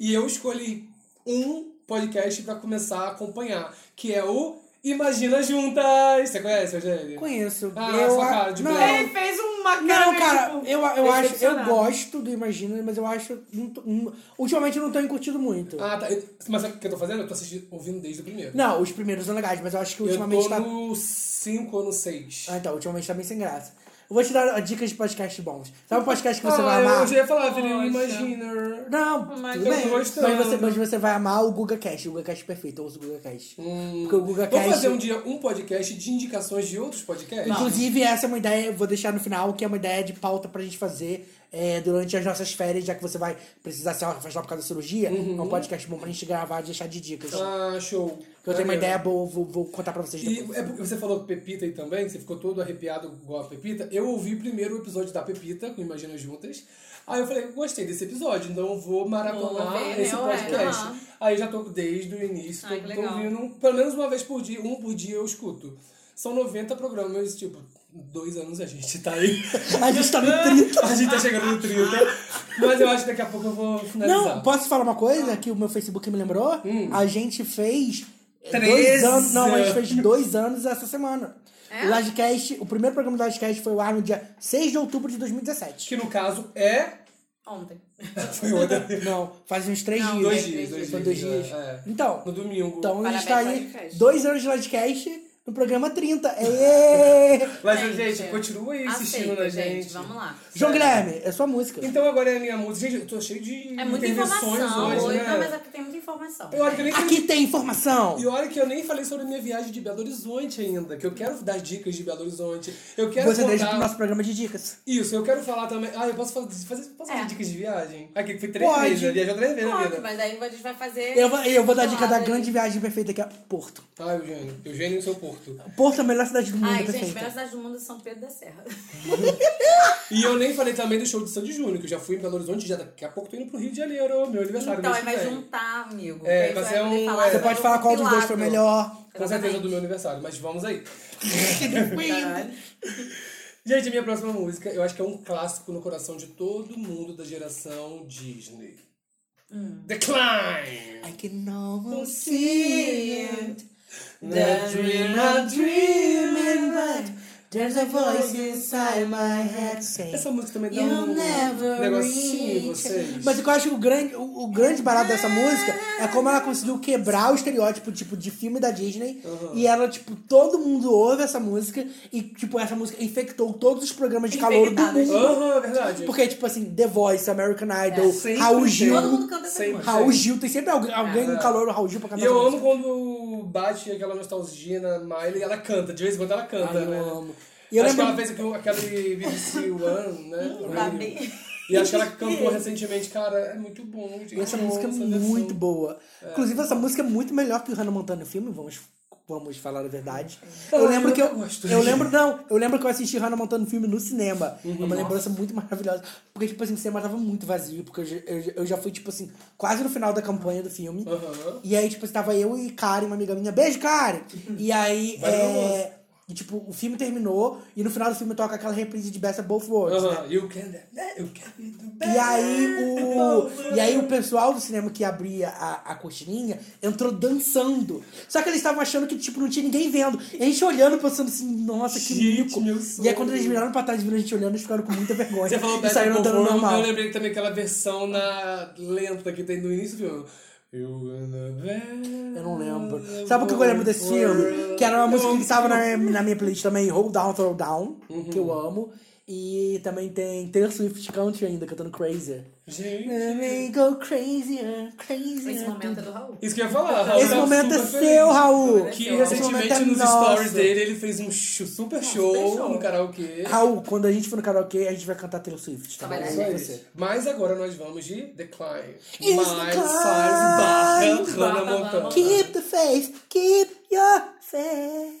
Speaker 2: E eu escolhi um podcast pra começar a acompanhar, que é o Imagina Juntas. Você conhece, Eugênio?
Speaker 3: Conheço.
Speaker 2: Ah,
Speaker 3: eu
Speaker 2: sua
Speaker 3: a-
Speaker 2: cara de
Speaker 3: não,
Speaker 2: bela.
Speaker 4: Ele fez uma cara.
Speaker 3: não,
Speaker 4: meio,
Speaker 3: cara,
Speaker 4: tipo,
Speaker 3: eu, eu acho. Eu
Speaker 4: decepcionado.
Speaker 3: gosto do Imagina, mas eu acho. não tô- não- ultimamente eu não tenho curtido muito.
Speaker 2: Ah, tá. Eu- Mas sabe o que eu tô fazendo? Eu tô assistindo, ouvindo desde o primeiro.
Speaker 3: Não, os primeiros são legais, mas eu acho que
Speaker 2: eu
Speaker 3: ultimamente
Speaker 2: tô
Speaker 3: tá.
Speaker 2: no 5 ou no 6.
Speaker 3: Ah, então, ultimamente tá bem sem graça. Eu vou te dar dicas de podcasts bons. Sabe um podcast que você
Speaker 2: ah,
Speaker 3: vai amar?
Speaker 2: Eu já ia falar, Felipe,
Speaker 4: Poxa.
Speaker 2: Imaginer.
Speaker 3: Não,
Speaker 4: Mas
Speaker 3: tudo
Speaker 4: eu
Speaker 3: bem.
Speaker 2: tô
Speaker 3: Mas
Speaker 2: gostando.
Speaker 3: você, mas você vai amar o Guga Cash, o Guga Cash perfeito, eu uso o Guga Cash. Porque o Guga
Speaker 2: Vamos
Speaker 3: Cash.
Speaker 2: Hum, fazer um dia um podcast de indicações de outros podcasts?
Speaker 3: Inclusive, essa é uma ideia, eu vou deixar no final, que é uma ideia de pauta pra gente fazer é, durante as nossas férias, já que você vai precisar se afastar por causa da cirurgia. É um podcast bom pra gente gravar e deixar de dicas.
Speaker 2: Uhum. Ah, show.
Speaker 3: Porque eu tenho uma
Speaker 2: Maneiro.
Speaker 3: ideia boa, vou, vou contar pra vocês
Speaker 2: E
Speaker 3: depois.
Speaker 2: é porque você falou Pepita aí também, que você ficou todo arrepiado igual a Pepita. Eu ouvi primeiro o episódio da Pepita, com Imagina Juntas. Aí eu falei, gostei desse episódio, então eu vou maratonar
Speaker 4: Vou ver, né,
Speaker 2: esse
Speaker 4: ué,
Speaker 2: podcast.
Speaker 4: aham.
Speaker 2: Aí eu já tô desde o início,
Speaker 4: Ai,
Speaker 2: tô,
Speaker 4: Ah, que
Speaker 2: tô
Speaker 4: legal.
Speaker 2: ouvindo um- pelo menos uma vez por dia, um por dia eu escuto. São 90 programas, tipo, dois anos a gente tá aí.
Speaker 3: A gente tá no 30.
Speaker 2: A gente tá chegando no 30. Mas eu acho que daqui a pouco eu vou finalizar.
Speaker 3: Não, posso falar uma
Speaker 2: Ah.
Speaker 3: coisa que o meu Facebook me lembrou? A gente fez dois
Speaker 2: Hum. Treze.
Speaker 3: anos. Não, a gente fez dois anos essa semana. O Lodcast, o primeiro programa do Lodcast foi o ar no dia 6 de outubro de 2017.
Speaker 2: Que no caso é.
Speaker 4: Ontem.
Speaker 2: Foi outra.
Speaker 3: Não, faz uns três
Speaker 4: Não,
Speaker 3: dias.
Speaker 2: Dois
Speaker 4: Três
Speaker 2: dias, dois
Speaker 4: dias,
Speaker 3: Foi
Speaker 2: dias.
Speaker 3: dois dias.
Speaker 2: é, é.
Speaker 3: Então,
Speaker 2: No domingo.
Speaker 3: então a gente
Speaker 4: Parabéns,
Speaker 3: tá aí
Speaker 4: Lodcast.
Speaker 3: dois anos de Lodcast no programa 30. Êêê!
Speaker 2: Mas, gente,
Speaker 4: Gente,
Speaker 2: continua aí insistindo
Speaker 4: Aceita,
Speaker 2: na
Speaker 4: gente.
Speaker 2: gente.
Speaker 4: Vamos lá.
Speaker 3: João Guilherme, é sua música.
Speaker 2: Então agora é a minha música. Gente, eu tô cheio de
Speaker 4: É muita
Speaker 2: intervenções
Speaker 4: informação.
Speaker 2: hoje,
Speaker 4: hoje.
Speaker 2: né?
Speaker 4: Não, mas é- aqui tem muita informação.
Speaker 2: E olha que eu nem falei-
Speaker 3: Aqui tem informação.
Speaker 2: E olha que eu nem falei sobre a minha viagem de Belo Horizonte ainda, que eu quero dar dicas de Belo Horizonte. Eu quero
Speaker 3: Você
Speaker 2: contar...
Speaker 3: deixa pro nosso programa de dicas.
Speaker 2: Isso, eu quero falar também. Ah, eu posso fazer, fazer- posso fazer
Speaker 4: É.
Speaker 2: dicas de viagem? Aqui foi três
Speaker 3: Pode.
Speaker 2: vezes, né? Viajou três vezes na
Speaker 4: Pode,
Speaker 2: vida.
Speaker 4: É mas aí a gente vai fazer.
Speaker 3: Eu, vou- eu vou dar a dica da
Speaker 4: Claro.
Speaker 3: grande viagem perfeita que é Porto.
Speaker 2: Ah, Eugênio. Eugênio e seu Porto.
Speaker 3: Porto é a melhor cidade do mundo,
Speaker 4: Ai,
Speaker 3: perfeita.
Speaker 4: gente, a melhor cidade do mundo é São Pedro da Serra.
Speaker 2: E eu nem falei também do show de Sandy Júnior, que eu já fui em Belo Horizonte, já daqui a pouco tô indo pro Rio de Janeiro, meu aniversário.
Speaker 4: Então,
Speaker 3: é
Speaker 4: aí
Speaker 2: mês que
Speaker 4: vai
Speaker 2: vem.
Speaker 3: um.
Speaker 4: juntar, amigo.
Speaker 2: É,
Speaker 4: Aí
Speaker 2: mas
Speaker 4: vai
Speaker 2: é
Speaker 4: poder
Speaker 2: um-
Speaker 4: falar
Speaker 2: é.
Speaker 3: Você
Speaker 4: sobre
Speaker 3: pode
Speaker 4: o
Speaker 3: falar qual dos dois foi
Speaker 4: compilado.
Speaker 3: melhor.
Speaker 2: Com certeza é do meu aniversário, mas vamos aí. Gente, a minha próxima música, eu acho que é um clássico no coração de todo mundo da geração Disney.
Speaker 3: Hum.
Speaker 2: Decline!
Speaker 3: I can almost see it.
Speaker 2: The dream I'm dreaming,
Speaker 3: but there's a voice inside my head saying.
Speaker 2: Essa música também dá
Speaker 3: You'll
Speaker 2: um
Speaker 3: never
Speaker 2: negocinho em
Speaker 3: reach.
Speaker 2: vocês.
Speaker 3: Mas o que eu acho que o grande, o, o grande barato dessa música é como ela conseguiu quebrar o estereótipo, tipo, de filme da Disney.
Speaker 2: Uhum.
Speaker 3: E ela, tipo, todo mundo ouve essa música. E, tipo, essa música infectou todos os programas de calor do
Speaker 4: Infectadas.
Speaker 3: mundo.
Speaker 2: Aham, é verdade.
Speaker 3: Porque, tipo assim, The Voice, American Idol,
Speaker 2: Sempre
Speaker 3: Raul
Speaker 2: tem.
Speaker 3: Gil.
Speaker 4: É, Todo mundo canta essa
Speaker 2: Sempre.
Speaker 4: música.
Speaker 3: Raul Gil, tem sempre alguém, alguém com calor do Raul Gil pra
Speaker 2: É. E
Speaker 3: cantar
Speaker 2: eu
Speaker 3: essa
Speaker 2: amo quando bate aquela nostalgia na Miley e ela canta. De vez em quando ela canta,
Speaker 3: Ai, Ah, eu
Speaker 2: né?
Speaker 3: amo. E eu
Speaker 2: acho
Speaker 3: lembro-
Speaker 2: que ela fez aquele- aquele BBC One, né?
Speaker 4: Tá bem.
Speaker 2: E acho que ela cantou recentemente. Cara, é muito bom, gente.
Speaker 3: E essa
Speaker 2: Eu amo
Speaker 3: música é
Speaker 2: essa versão.
Speaker 3: muito boa. Inclusive, essa música é muito melhor que o Hannah Montana no filme, vamos, vamos falar a verdade. Eu
Speaker 2: Ah,
Speaker 3: lembro
Speaker 2: eu
Speaker 3: que eu.
Speaker 2: gosto.
Speaker 3: Eu lembro, não, eu lembro que eu assisti Hannah Montana no filme no cinema.
Speaker 2: Uhum.
Speaker 3: É uma lembrança muito maravilhosa. Porque, tipo assim, o cinema tava muito vazio, porque eu, já- eu, já- eu já fui, tipo assim, quase no final da campanha do filme.
Speaker 2: Aham.
Speaker 3: E aí, tipo, estava eu e Karen, uma amiga minha. Beijo, Karen! E aí.
Speaker 2: Vai no almoço.
Speaker 3: É, e, tipo, o filme terminou e no final do filme toca aquela reprise de Best of Both Worlds, né?
Speaker 2: Aham, You can do that, you can do
Speaker 3: E
Speaker 2: that.
Speaker 3: aí, o, e aí o pessoal do cinema que abria a, a cortininha entrou dançando. Só que eles estavam achando que tipo, não tinha ninguém vendo. E a gente olhando, pensando assim, nossa, que
Speaker 2: Gente,
Speaker 3: mico.
Speaker 2: meu
Speaker 3: E aí
Speaker 2: sonho.
Speaker 3: quando eles viraram pra trás e viram a gente olhando, eles ficaram com muita vergonha.
Speaker 2: Você falou
Speaker 3: e
Speaker 2: Bad
Speaker 3: saíram andando
Speaker 2: Performance,
Speaker 3: normal.
Speaker 2: Eu lembrei também aquela versão na lenta que tem no início do filme. You wanna be-
Speaker 3: Eu não lembro. Sabe o que eu lembro desse filme? Que era uma música que estava na, na minha playlist também, Hold Down, Throw Down,
Speaker 2: Uhum.
Speaker 3: que eu amo. E também tem Taylor Swift Country ainda, cantando Crazy.
Speaker 2: Gente,
Speaker 3: Let me go crazier, crazier.
Speaker 4: Esse momento é do Raul.
Speaker 2: isso que eu ia falar. Raul
Speaker 3: Esse
Speaker 2: tá
Speaker 3: momento é
Speaker 2: super
Speaker 3: seu,
Speaker 2: feliz.
Speaker 3: Raul.
Speaker 2: Que
Speaker 4: Esse
Speaker 2: recentemente
Speaker 3: momento é
Speaker 2: nos
Speaker 3: nosso.
Speaker 2: stories dele ele fez um chu- super show no karaokê. É
Speaker 3: Raul, quando a gente for no karaokê, a gente vai cantar Taylor Swift. Tá bom?
Speaker 4: Trabalhar
Speaker 2: Isso
Speaker 3: Com
Speaker 2: aí.
Speaker 3: você.
Speaker 2: Mas agora nós vamos de Decline.
Speaker 3: Is
Speaker 2: Mais
Speaker 3: Decline.
Speaker 2: Cyrus barra
Speaker 4: Barra
Speaker 2: Hannah Montana.
Speaker 3: Keep the faith, keep your faith.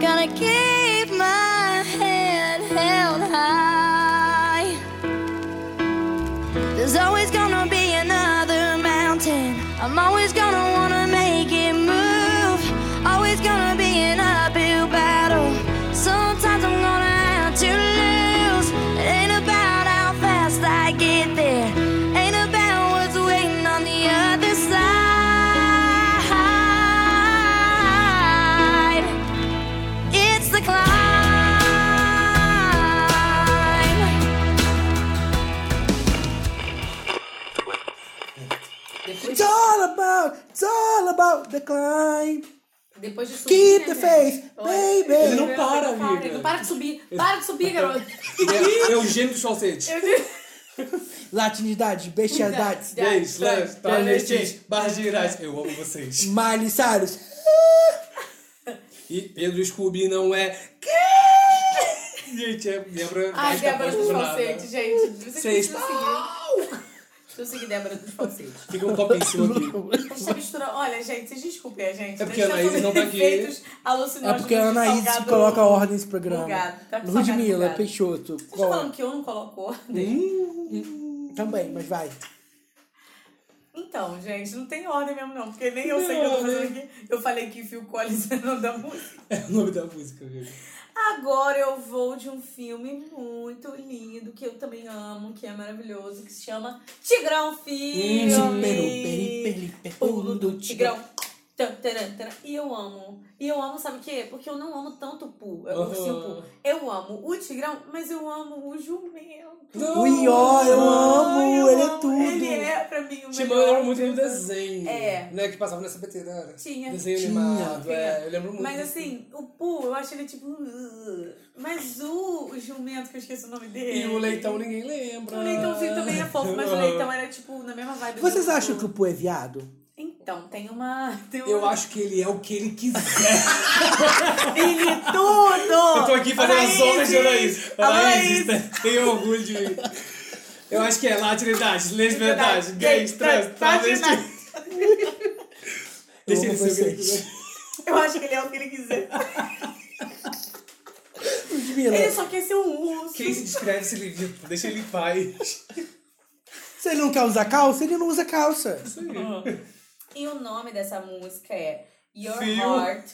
Speaker 9: Gotta keep my head held high. There's always gonna be another mountain. I'm always gonna wanna make it move. Always gonna be an uphill battle. Sometimes I'm gonna have to lose. It ain't about how fast I get there. Ain't about what's waiting on the other side. It's the
Speaker 4: Depois,
Speaker 9: climb.
Speaker 3: It's all about, it's all about the climb.
Speaker 4: depois de subir.
Speaker 3: Keep
Speaker 4: né,
Speaker 3: the
Speaker 4: cara?
Speaker 3: faith,
Speaker 4: Olha,
Speaker 3: baby.
Speaker 2: Ele não para,
Speaker 4: ele não para,
Speaker 2: amiga.
Speaker 4: ele não para de subir. Para de subir, garoto.
Speaker 2: É, é o gênio do Salsete.
Speaker 3: Latinidade, bestialidade,
Speaker 2: Gays, lésbicas, travestis, barras de irais. Eu amo vocês.
Speaker 3: Miley Cyrus.
Speaker 2: E Pedro Scooby não é... Gente, é, lembra...
Speaker 4: Ai,
Speaker 2: acho que a
Speaker 4: Débora
Speaker 2: voz
Speaker 4: dos
Speaker 2: do nada.
Speaker 4: falsetes, gente. Vocês
Speaker 2: Seis.
Speaker 4: precisam seguir. Precisam seguir Débora dos falsetes.
Speaker 2: Fica um copo em cima aqui.
Speaker 4: A gente tá misturando... Olha, gente, vocês desculpem a gente.
Speaker 2: É porque a
Speaker 4: Nós
Speaker 2: Anaís não
Speaker 4: estamos
Speaker 2: tá aqui.
Speaker 4: efeitos
Speaker 3: É
Speaker 4: alucinógenos
Speaker 3: porque
Speaker 4: de
Speaker 3: a Anaís
Speaker 4: salgado
Speaker 3: coloca ordem nesse programa.
Speaker 4: Bugado. Tá com salgado
Speaker 3: Ludmilla,
Speaker 4: bugado.
Speaker 3: Peixoto.
Speaker 4: Vocês
Speaker 3: qual é?
Speaker 4: falam que eu não coloco ordem?
Speaker 3: Também, mas vai.
Speaker 4: Então, gente, não tem ordem mesmo, não. Porque nem eu sei o que eu tô fazendo aqui. Eu falei que Phil Collins é o nome da música.
Speaker 2: É o nome da música, viu?
Speaker 4: Agora eu vou de um filme muito lindo, que eu também amo, que é maravilhoso, que se chama Tigrão Filme. Pulo do Tigrão. Tan, taran, taran. E eu amo. E eu amo, sabe o quê? Porque eu não amo tanto o Poo, é o
Speaker 2: Aham.
Speaker 4: ursinho Poo. Eu amo o Tigrão, mas eu amo o Jumento.
Speaker 3: O Ió, eu amo,
Speaker 4: Ai,
Speaker 3: ele é
Speaker 4: amo.
Speaker 3: tudo.
Speaker 4: Ele é, pra mim, o
Speaker 2: Timão
Speaker 4: melhor.
Speaker 2: era muito no desenho.
Speaker 4: É.
Speaker 2: Né, que passava na SBT, não era?
Speaker 4: Tinha.
Speaker 2: Desenho
Speaker 3: Tinha.
Speaker 2: animado, é. Eu lembro muito.
Speaker 4: Mas
Speaker 2: disso.
Speaker 4: assim, o Poo, eu acho ele tipo. "Ugh". Mas o, o jumento, que eu esqueci o nome dele.
Speaker 2: E o leitão ninguém lembra.
Speaker 4: O leitãozinho também é fofo, mas o leitão era tipo na mesma vibe. do
Speaker 3: Vocês
Speaker 4: Poo.
Speaker 3: acham que o Poo é viado?
Speaker 4: Então, tem uma. Tem uma...
Speaker 2: Eu acho que ele é o que ele quiser.
Speaker 4: Ele é tudo!
Speaker 2: Eu tô aqui fazendo as honras de Anaís. Anaís,
Speaker 4: Anaís.
Speaker 2: tenho é, orgulho de mim. Eu acho que é latinidade, lesbianidade,
Speaker 4: Gays,
Speaker 2: gays, trans,
Speaker 4: trans,
Speaker 2: travesti. Deixa
Speaker 3: Eu
Speaker 2: ele
Speaker 3: amo
Speaker 2: ser o que ele
Speaker 3: vocês.
Speaker 2: quiser. Então
Speaker 4: Eu acho que ele é o que ele quiser.
Speaker 3: Ludmilla,
Speaker 2: É.
Speaker 4: Ele só quer ser um urso.
Speaker 2: Quem se descreve se livra, deixa ele em paz.
Speaker 3: se ele não quer usar calça, ele não usa calça.
Speaker 4: E o nome dessa música é Your
Speaker 2: Phil.
Speaker 4: Heart.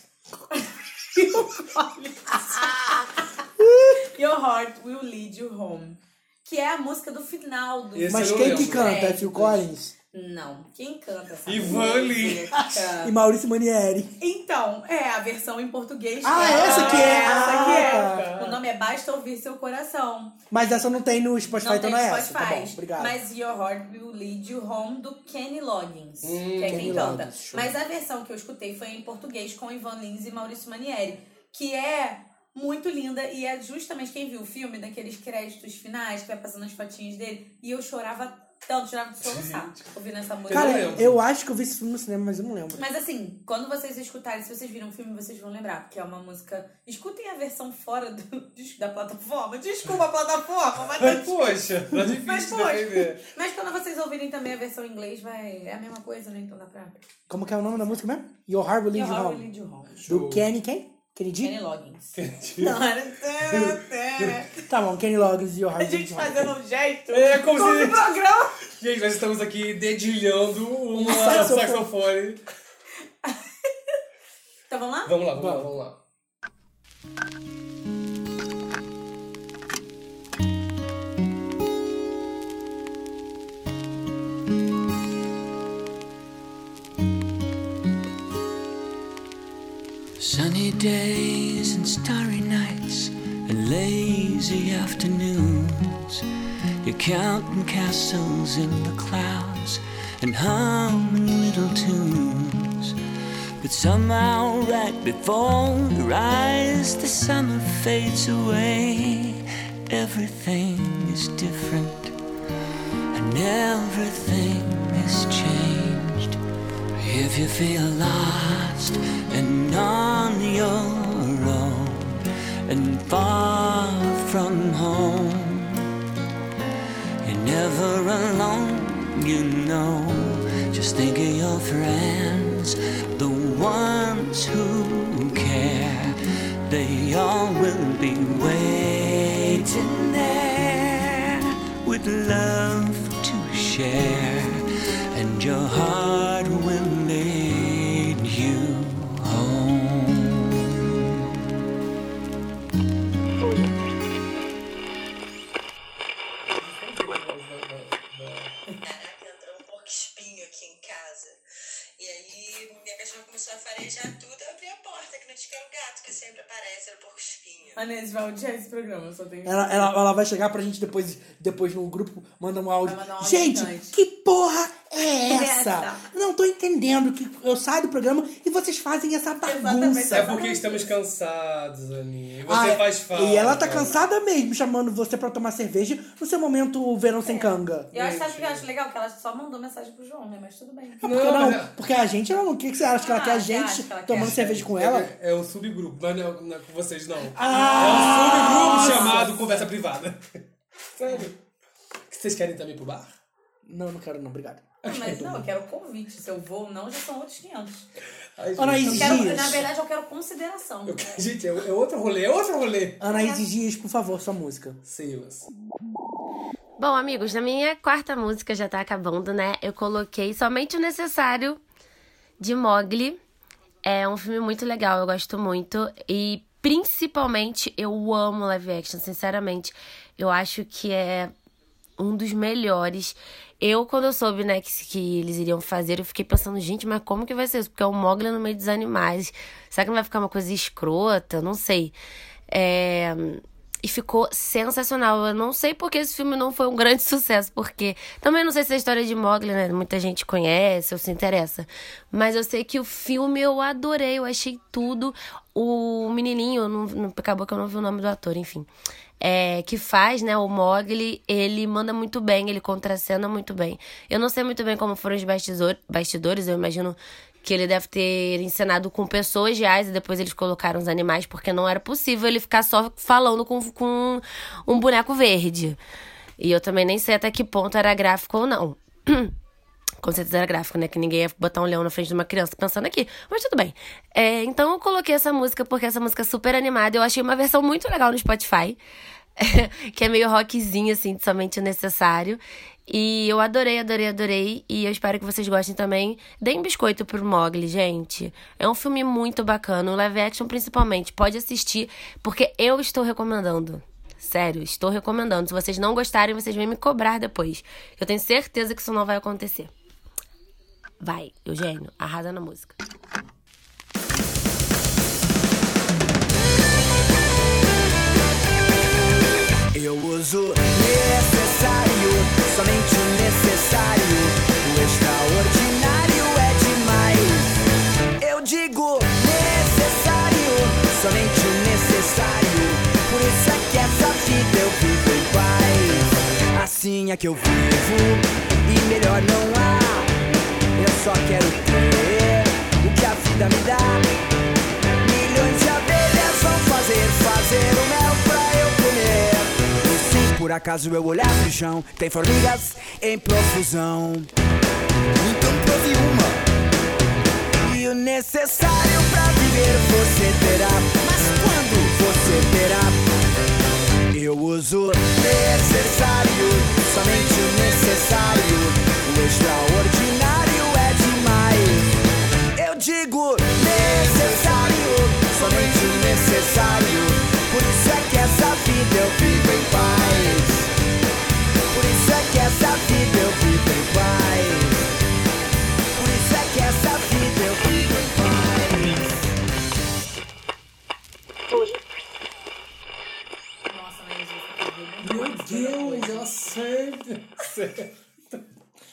Speaker 4: Your Heart Will Lead You Home. Que é a música do final do
Speaker 2: Esse
Speaker 3: Mas
Speaker 2: eu não
Speaker 3: quem
Speaker 2: lembro.
Speaker 3: que canta? É Phil Collins?
Speaker 4: Não, quem canta essa
Speaker 2: Ivan Lins.
Speaker 4: música?
Speaker 3: E Maurício Manieri.
Speaker 4: Então, é a versão em português.
Speaker 3: Ah, essa que é?
Speaker 4: Essa que
Speaker 3: Ah,
Speaker 4: é. O nome é Basta Ouvir Seu Coração.
Speaker 3: Mas essa não tem no Spotify,
Speaker 4: Não
Speaker 3: então
Speaker 4: tem
Speaker 3: não é essa. Tá
Speaker 4: Spotify.
Speaker 3: bom, obrigado.
Speaker 4: Mas Your Heart Will Lead You Home do Kenny Loggins. que é
Speaker 3: Hum, Kenny
Speaker 4: quem canta.
Speaker 3: Loggins, show.
Speaker 4: Mas a versão que eu escutei foi em português com Ivan Lins e Maurício Manieri. Que é muito linda e é justamente quem viu o filme, daqueles créditos finais, que vai passando as fotinhas dele. E eu chorava tanto, chorava de soluçar ouvindo essa música.
Speaker 2: não
Speaker 3: Cara,
Speaker 2: lembro.
Speaker 3: eu acho que eu vi esse filme no cinema, mas eu não lembro.
Speaker 4: Mas assim, quando vocês escutarem, se vocês viram o filme, vocês vão lembrar, porque é uma música. Escutem a versão fora do- dis- da plataforma. Desculpa a plataforma,
Speaker 2: Mas,
Speaker 4: mas.
Speaker 2: poxa, tá
Speaker 4: Mas,
Speaker 2: difícil
Speaker 4: poxa.
Speaker 2: defender.
Speaker 4: mas quando vocês ouvirem também a versão em inglês, vai. É a mesma coisa, né? Então dá pra.
Speaker 3: Como que é o nome da música mesmo? Your Heart Will
Speaker 4: Eu
Speaker 3: Lead You
Speaker 4: amo
Speaker 3: Home.
Speaker 4: Lindy Hopkins.
Speaker 3: Do Kenny, quem? Kenny D?
Speaker 4: Kenny Loggins. Não, era.
Speaker 3: Tá bom, Kenny Loggins e Your
Speaker 4: A
Speaker 3: Heart Will Lead
Speaker 4: gente
Speaker 3: You Home.
Speaker 4: fazendo um jeito.
Speaker 2: É como
Speaker 4: Como
Speaker 2: se...
Speaker 4: o programa.
Speaker 2: Gente, nós estamos aqui dedilhando um
Speaker 3: saxofone.
Speaker 2: saxofone.
Speaker 4: Então vamos lá?
Speaker 2: Vamos lá, vamos lá, vamos lá.
Speaker 11: Sunny days and starry nights and lazy afternoons. You're counting castles in the clouds and humming little tunes. But But somehow, right before your eyes, the summer fades away. Everything is different, and everything has changed. If you feel lost and on your own and far from home, you're never alone, you know. Just think of your friends, the ones who care. They all will be waiting there with love to share, and your heart will lead you home.
Speaker 12: Caraca, entrou um porco espinho aqui em casa. E aí minha cachorra começou a farejar tudo, eu abri a porta, que não tinha que era o gato que sempre aparece, era o porco espinho.
Speaker 4: Anês, vai odiar esse programa, eu só tenho.
Speaker 3: Ela, ela, ela vai chegar pra gente depois, depois no grupo, manda um áudio.
Speaker 4: Vai mandar um áudio
Speaker 3: gente,
Speaker 4: gigante.
Speaker 3: que porra é essa?
Speaker 4: Essa.
Speaker 3: Não tô entendendo que eu saio do programa e vocês fazem essa bagunça.
Speaker 2: É porque estamos cansados, Aninha. E
Speaker 3: Ah,
Speaker 2: Você
Speaker 3: é.
Speaker 2: faz falta.
Speaker 3: E ela tá cansada mesmo, chamando você pra tomar cerveja no seu momento verão
Speaker 4: É.
Speaker 3: sem canga.
Speaker 4: Eu acho, sabe o que eu acho legal? Que ela só mandou mensagem pro João, né? Mas tudo bem.
Speaker 3: Porque, um
Speaker 2: Não,
Speaker 3: não,
Speaker 2: mas é-
Speaker 3: porque a gente, ela não. O que, que você acha? Que ela
Speaker 4: Ah,
Speaker 3: quer a
Speaker 4: você
Speaker 3: gente
Speaker 4: acha que ela quer?
Speaker 3: tomando cerveja com ela?
Speaker 2: É, é um subgrupo, mas não é, não é com vocês, não.
Speaker 3: Ah!
Speaker 2: é um subgrupo chamado Conversa Privada. Sério. Vocês querem também pro bar?
Speaker 3: Não, não quero, não, obrigado.
Speaker 4: Mas não, eu quero convite. Se eu vou ou não, já são outros 500.
Speaker 2: Ai, gente,
Speaker 3: Anaís
Speaker 4: Eu quero,
Speaker 3: Dias.
Speaker 4: na verdade, eu quero consideração.
Speaker 2: eu quero- gente, é, é outro rolê, é outro rolê.
Speaker 3: Anaís Dias, por favor, sua música.
Speaker 2: Silas.
Speaker 7: Bom, amigos, na minha quarta música já tá acabando, né? Eu coloquei somente o necessário de Mogli. É um filme muito legal, eu gosto muito. E principalmente eu amo live action, sinceramente. Eu acho que é um dos melhores. Eu, quando eu soube, né, que, que eles iriam fazer, eu fiquei pensando, gente, mas como que vai ser isso? Porque é o Mogli no meio dos animais. Será que não vai ficar uma coisa escrota? Não sei. É, E ficou sensacional. Eu não sei porque esse filme não foi um grande sucesso, porque também não sei se a história de Mogli, né? Muita gente conhece ou se interessa. Mas eu sei que o filme eu adorei, eu achei tudo. O menininho, não- não- acabou que eu não vi o nome do ator, enfim é, que faz, né, o Mogli, ele manda muito bem, ele contracena muito bem. Eu não sei muito bem como foram os bastidor- bastidores, eu imagino que ele deve ter encenado com pessoas reais e depois eles colocaram os animais, porque não era possível ele ficar só falando com, com um boneco verde. E eu também nem sei até que ponto era gráfico ou não. Com certeza era gráfico, né? Que ninguém ia botar um leão na frente de uma criança pensando aqui. Mas tudo bem. É, então eu coloquei essa música porque essa música é super animada. Eu achei uma versão muito legal no Spotify. que é meio rockzinho, assim, de somente o necessário. E eu adorei, adorei, adorei. E eu espero que vocês gostem também. Deem biscoito pro Mogli, gente. É um filme muito bacana. O live action, principalmente. Pode assistir, porque eu estou recomendando. Sério, estou recomendando. Se vocês não gostarem, vocês vêm me cobrar depois. Eu tenho certeza que isso não vai acontecer. Vai, Eugênio, arrasa na música.
Speaker 11: Eu uso necessário, somente o necessário. O extraordinário é demais. Eu digo necessário, somente o necessário. Por isso é que essa vida eu vivo em paz. Assim é que eu vivo, e melhor não há. Eu só quero ter o que a vida me dá. Milhões de abelhas vão fazer, fazer o mel pra eu comer. E se por acaso eu olhar pro chão, tem formigas em profusão. Então prove uma. E o necessário pra viver você terá. Mas quando você terá? Eu uso necessário, somente o necessário. O extraordinário é demais. Eu digo necessário, somente o necessário. Por isso é que essa vida eu vivo em paz. Por isso é que essa vida eu vivo em paz. Por isso é que essa vida eu vivo em paz.
Speaker 4: Nossa, Anaís, eu fiquei bem-
Speaker 2: Meu Deus, ela sempre.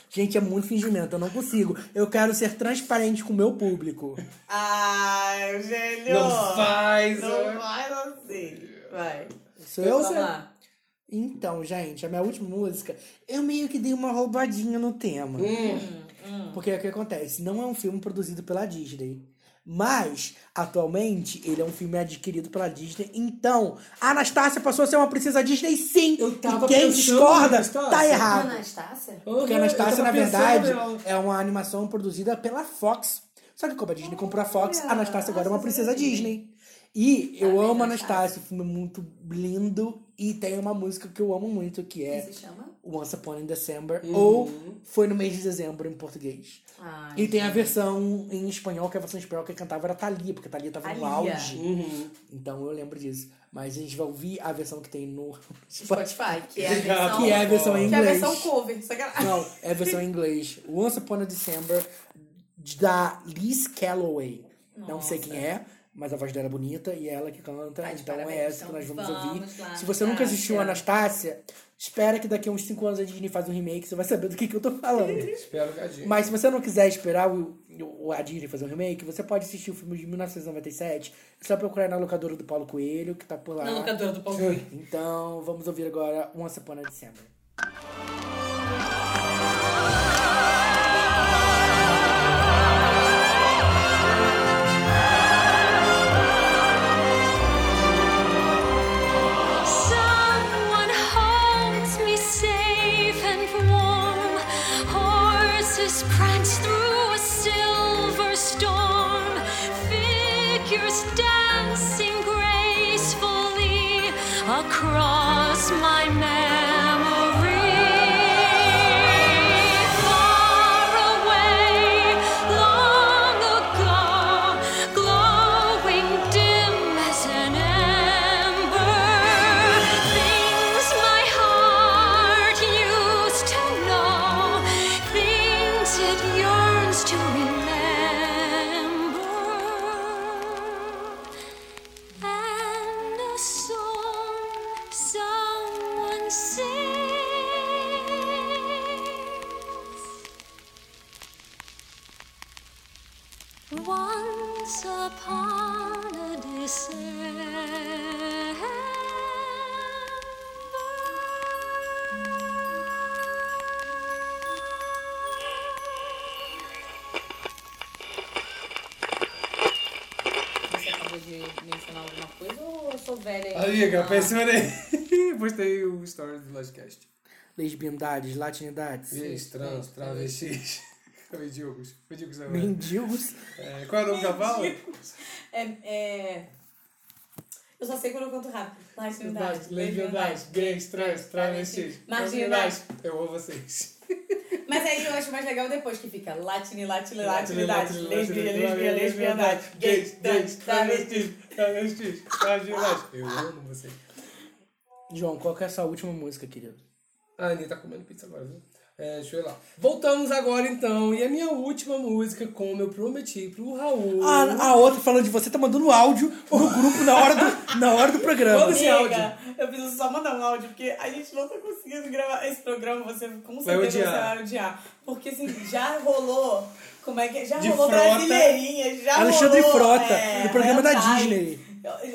Speaker 3: Gente, é muito fingimento, eu não consigo. Eu quero ser transparente com o meu público.
Speaker 4: Ai, Eugênio!
Speaker 3: Não faz,
Speaker 4: Não
Speaker 3: é.
Speaker 4: faz assim. Vai.
Speaker 3: Sou eu,
Speaker 4: Vamos
Speaker 3: Zé?
Speaker 4: lá.
Speaker 3: Então, gente, a minha última música, eu meio que dei uma roubadinha no tema.
Speaker 2: Hum,
Speaker 3: Porque o que acontece? Não é um filme produzido pela Disney. Mas, atualmente, ele é um filme adquirido pela Disney. Então, a Anastácia passou a ser uma princesa Disney, sim.
Speaker 2: Eu tava
Speaker 3: e quem
Speaker 2: pensando na
Speaker 3: discorda
Speaker 2: Anastácia.
Speaker 3: tá errado.
Speaker 4: Anastácia?
Speaker 3: Porque a
Speaker 2: Eu
Speaker 3: Anastácia, na
Speaker 2: tava
Speaker 3: verdade,
Speaker 2: pensando nela.
Speaker 3: é uma animação produzida pela Fox. Só que como a Disney comprou a Fox, a Anastácia agora é uma princesa Disney. E eu amo a Anastácia, o filme é muito lindo. E tem uma música que eu amo muito, que
Speaker 4: Como
Speaker 3: é
Speaker 4: se chama?
Speaker 3: Once Upon in December. Ou Foi no mês de dezembro, em português.
Speaker 4: Ai,
Speaker 3: E tem a versão em espanhol, que a versão em espanhol que cantava era Thalia, porque Thalia tava no
Speaker 4: Thalia.
Speaker 3: auge. Então eu lembro disso. Mas a gente vai ouvir a versão que tem no
Speaker 4: Spotify, que é a versão...
Speaker 3: Que é a versão em
Speaker 4: que é a
Speaker 3: inglês.
Speaker 4: versão cover. sacanagem.
Speaker 3: Não, é a versão em inglês. Once Upon a December, da Liz Calloway. Não sei quem é, mas a voz dela é bonita e é ela que canta.
Speaker 4: Tá de
Speaker 3: então é
Speaker 4: parabéns,
Speaker 3: essa que nós
Speaker 4: então
Speaker 3: vamos,
Speaker 4: vamos
Speaker 3: ouvir.
Speaker 4: lá,
Speaker 3: Se você nunca assistiu Anastácia, espera que daqui a uns 5 anos a Disney faz um remake, você vai saber do que, que eu tô falando.
Speaker 2: Espero que a gente.
Speaker 3: Mas se você não quiser esperar o, o, a Disney fazer um remake, você pode assistir o filme de 1997. É só procurar na locadora do Paulo Coelho, que tá por lá.
Speaker 4: Na locadora do Paulo Coelho.
Speaker 3: Então, vamos ouvir agora Once Upon a December.
Speaker 6: Someone holds me safe and warm. Horses prance through a silver storm. Figures dancing gracefully across my memory. Far away, long ago, glowing dim as an ember. Things my heart used to know, things it yearns to remember. And a song someone sings. Once upon a December.
Speaker 4: Você acabou de mencionar alguma coisa ou eu sou velha ainda?
Speaker 2: Amiga,
Speaker 4: Ah,
Speaker 2: eu pressionei. Postei o story do Lodcast.
Speaker 3: Lesbiandades, latinidades.
Speaker 2: Gays, trans, travestis, mendigos. Mendigos agora.
Speaker 3: Mendigos.
Speaker 2: É, qual é o nome do cavalo?
Speaker 4: É, é... Eu só sei quando eu canto rápido. Marginalidade.
Speaker 2: Leviandades, gays, trans, travestis,
Speaker 4: Marginais.
Speaker 2: marginais. Eu amo vocês.
Speaker 4: Mas aí eu acho mais legal depois que fica latini, latini,
Speaker 2: Latino,
Speaker 4: latinidade.
Speaker 2: latino,
Speaker 4: Lesbia,
Speaker 2: latino,
Speaker 4: lesbia, lesbianidade. Gays, trans, travesti.
Speaker 2: travestis, marginais. Eu amo vocês.
Speaker 3: João, qual que é a sua última música, querido?
Speaker 2: A Anitta tá comendo pizza agora, viu? É, deixa eu ir lá. Voltamos agora então, e a minha última música, como eu prometi pro Raul.
Speaker 3: A, a outra falando de você tá mandando áudio pro grupo na hora do, na hora do programa.
Speaker 2: Manda esse áudio.
Speaker 4: Amiga, eu preciso só mandar um áudio, porque a gente não tá conseguindo gravar esse programa, você com
Speaker 2: Vai
Speaker 4: certeza
Speaker 2: odiar.
Speaker 4: você vai odiar. Porque assim, já rolou. Como é que é? Já
Speaker 2: De
Speaker 4: rolou
Speaker 2: frota.
Speaker 4: brasileirinha, já
Speaker 3: Alexandre
Speaker 4: rolou.
Speaker 3: Frota,
Speaker 4: é,
Speaker 3: do programa da
Speaker 4: hentai.
Speaker 3: Disney.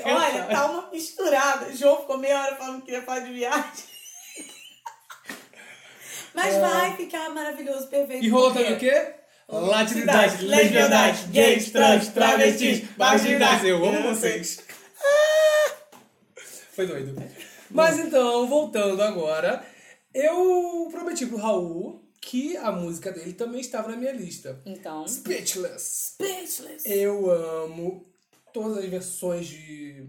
Speaker 4: Olha, tá uma misturada. João ficou meia hora falando que queria falar de viagem. Mas vai ficar maravilhoso, perfeito.
Speaker 2: E rolou
Speaker 4: porque-
Speaker 2: também o quê? Latinidade,
Speaker 4: lesbiandade,
Speaker 2: lesbiandade,
Speaker 4: gays,
Speaker 2: gays,
Speaker 4: trans,
Speaker 2: trans,
Speaker 4: travestis,
Speaker 2: travestis,
Speaker 4: marginais.
Speaker 2: marginais. Eu amo vocês. Ah! Foi doido. Mas então, voltando agora, eu prometi pro Raul que a música dele também estava na minha lista.
Speaker 3: Uhum.
Speaker 4: Então.
Speaker 2: Speechless.
Speaker 4: Speechless.
Speaker 2: Eu amo todas as versões de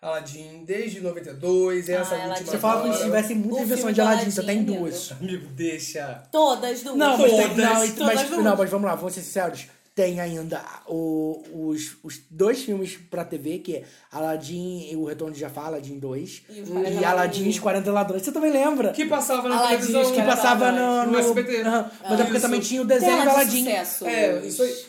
Speaker 2: Aladdin, desde 92, é essa
Speaker 4: Ah, Aladdin.
Speaker 2: última
Speaker 3: Você um fala como
Speaker 2: agora.
Speaker 3: se tivessem
Speaker 4: O
Speaker 3: muitas versões
Speaker 4: filme
Speaker 3: de
Speaker 4: do
Speaker 3: Aladdin, só tem
Speaker 4: Aladdin,
Speaker 3: duas.
Speaker 2: Amigo, deixa.
Speaker 4: Todas do
Speaker 3: Não, mas,
Speaker 4: mundo.
Speaker 3: tem- não,
Speaker 4: Todas,
Speaker 3: e- mas-
Speaker 4: todas do
Speaker 3: não,
Speaker 4: mundo.
Speaker 3: mas vamos lá, vamos ser sinceros. Tem ainda o- os, os dois filmes pra TV, que é Aladdin e o Retorno de Jafar, Aladdin 2.
Speaker 4: E
Speaker 3: E,
Speaker 4: os 40
Speaker 3: Aladdin e os 40 Ladrões. Você também lembra?
Speaker 2: Que passava na
Speaker 4: Aladdin,
Speaker 2: televisão.
Speaker 4: que
Speaker 3: Que passava
Speaker 4: Ladrões.
Speaker 3: no,
Speaker 2: No SBT.
Speaker 3: Aham, Mas é porque
Speaker 2: Isso.
Speaker 3: também tinha o desenho
Speaker 4: Tela
Speaker 3: do
Speaker 4: de
Speaker 3: Aladdin.
Speaker 4: sucesso.
Speaker 2: É, isso aí.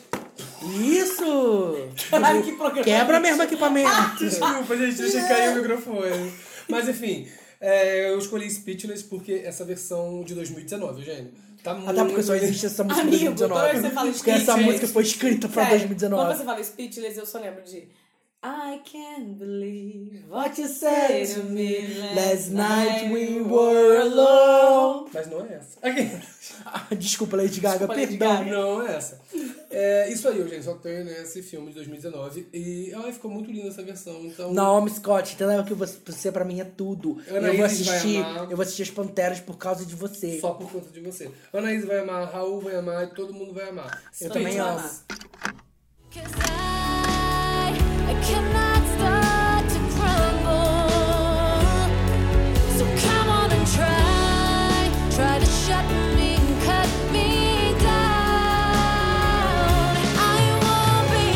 Speaker 3: Isso!
Speaker 4: Caralho, que programa.
Speaker 3: Quebra mesmo equipamento.
Speaker 2: Desculpa, gente, deixa cair o microfone. Mas enfim, é, eu escolhi Speechless porque essa versão de 2019, Eugênio. Tá
Speaker 3: Até porque só
Speaker 2: muito-
Speaker 3: existe essa música em
Speaker 4: Amigo, toda hora que
Speaker 3: 2019.
Speaker 4: você fala
Speaker 3: porque essa
Speaker 4: Speechless-
Speaker 3: música foi escrita pra
Speaker 4: Sério, É, Quando
Speaker 3: 2019.
Speaker 4: você fala Speechless, eu só lembro de... I can't believe
Speaker 3: What
Speaker 4: what
Speaker 3: you
Speaker 4: you
Speaker 3: said
Speaker 4: said
Speaker 3: to
Speaker 4: to me
Speaker 3: Last night we were alone.
Speaker 2: Mas não é essa. Aqui.
Speaker 3: Desculpa, Lady Gaga,
Speaker 4: Lady
Speaker 3: perdão.
Speaker 4: Gaga.
Speaker 2: Não é essa. É, isso aí, gente. Só tem né, esse filme de 2019. E ai, ficou muito linda essa versão. Então,
Speaker 3: Não, Miss Scott, entenda que você, você pra mim é tudo.
Speaker 2: Ana
Speaker 3: eu vou
Speaker 2: Iris vai
Speaker 3: assistir,
Speaker 2: amar.
Speaker 3: eu vou assistir as Panteras por causa de você.
Speaker 2: só por conta de você. Anaís vai amar, Raul vai amar, e todo mundo vai amar. Então,
Speaker 3: eu também
Speaker 4: vai
Speaker 3: amo.
Speaker 4: amar.
Speaker 5: I cannot start to crumble. So come on and try, try to shut me and cut me down. I won't be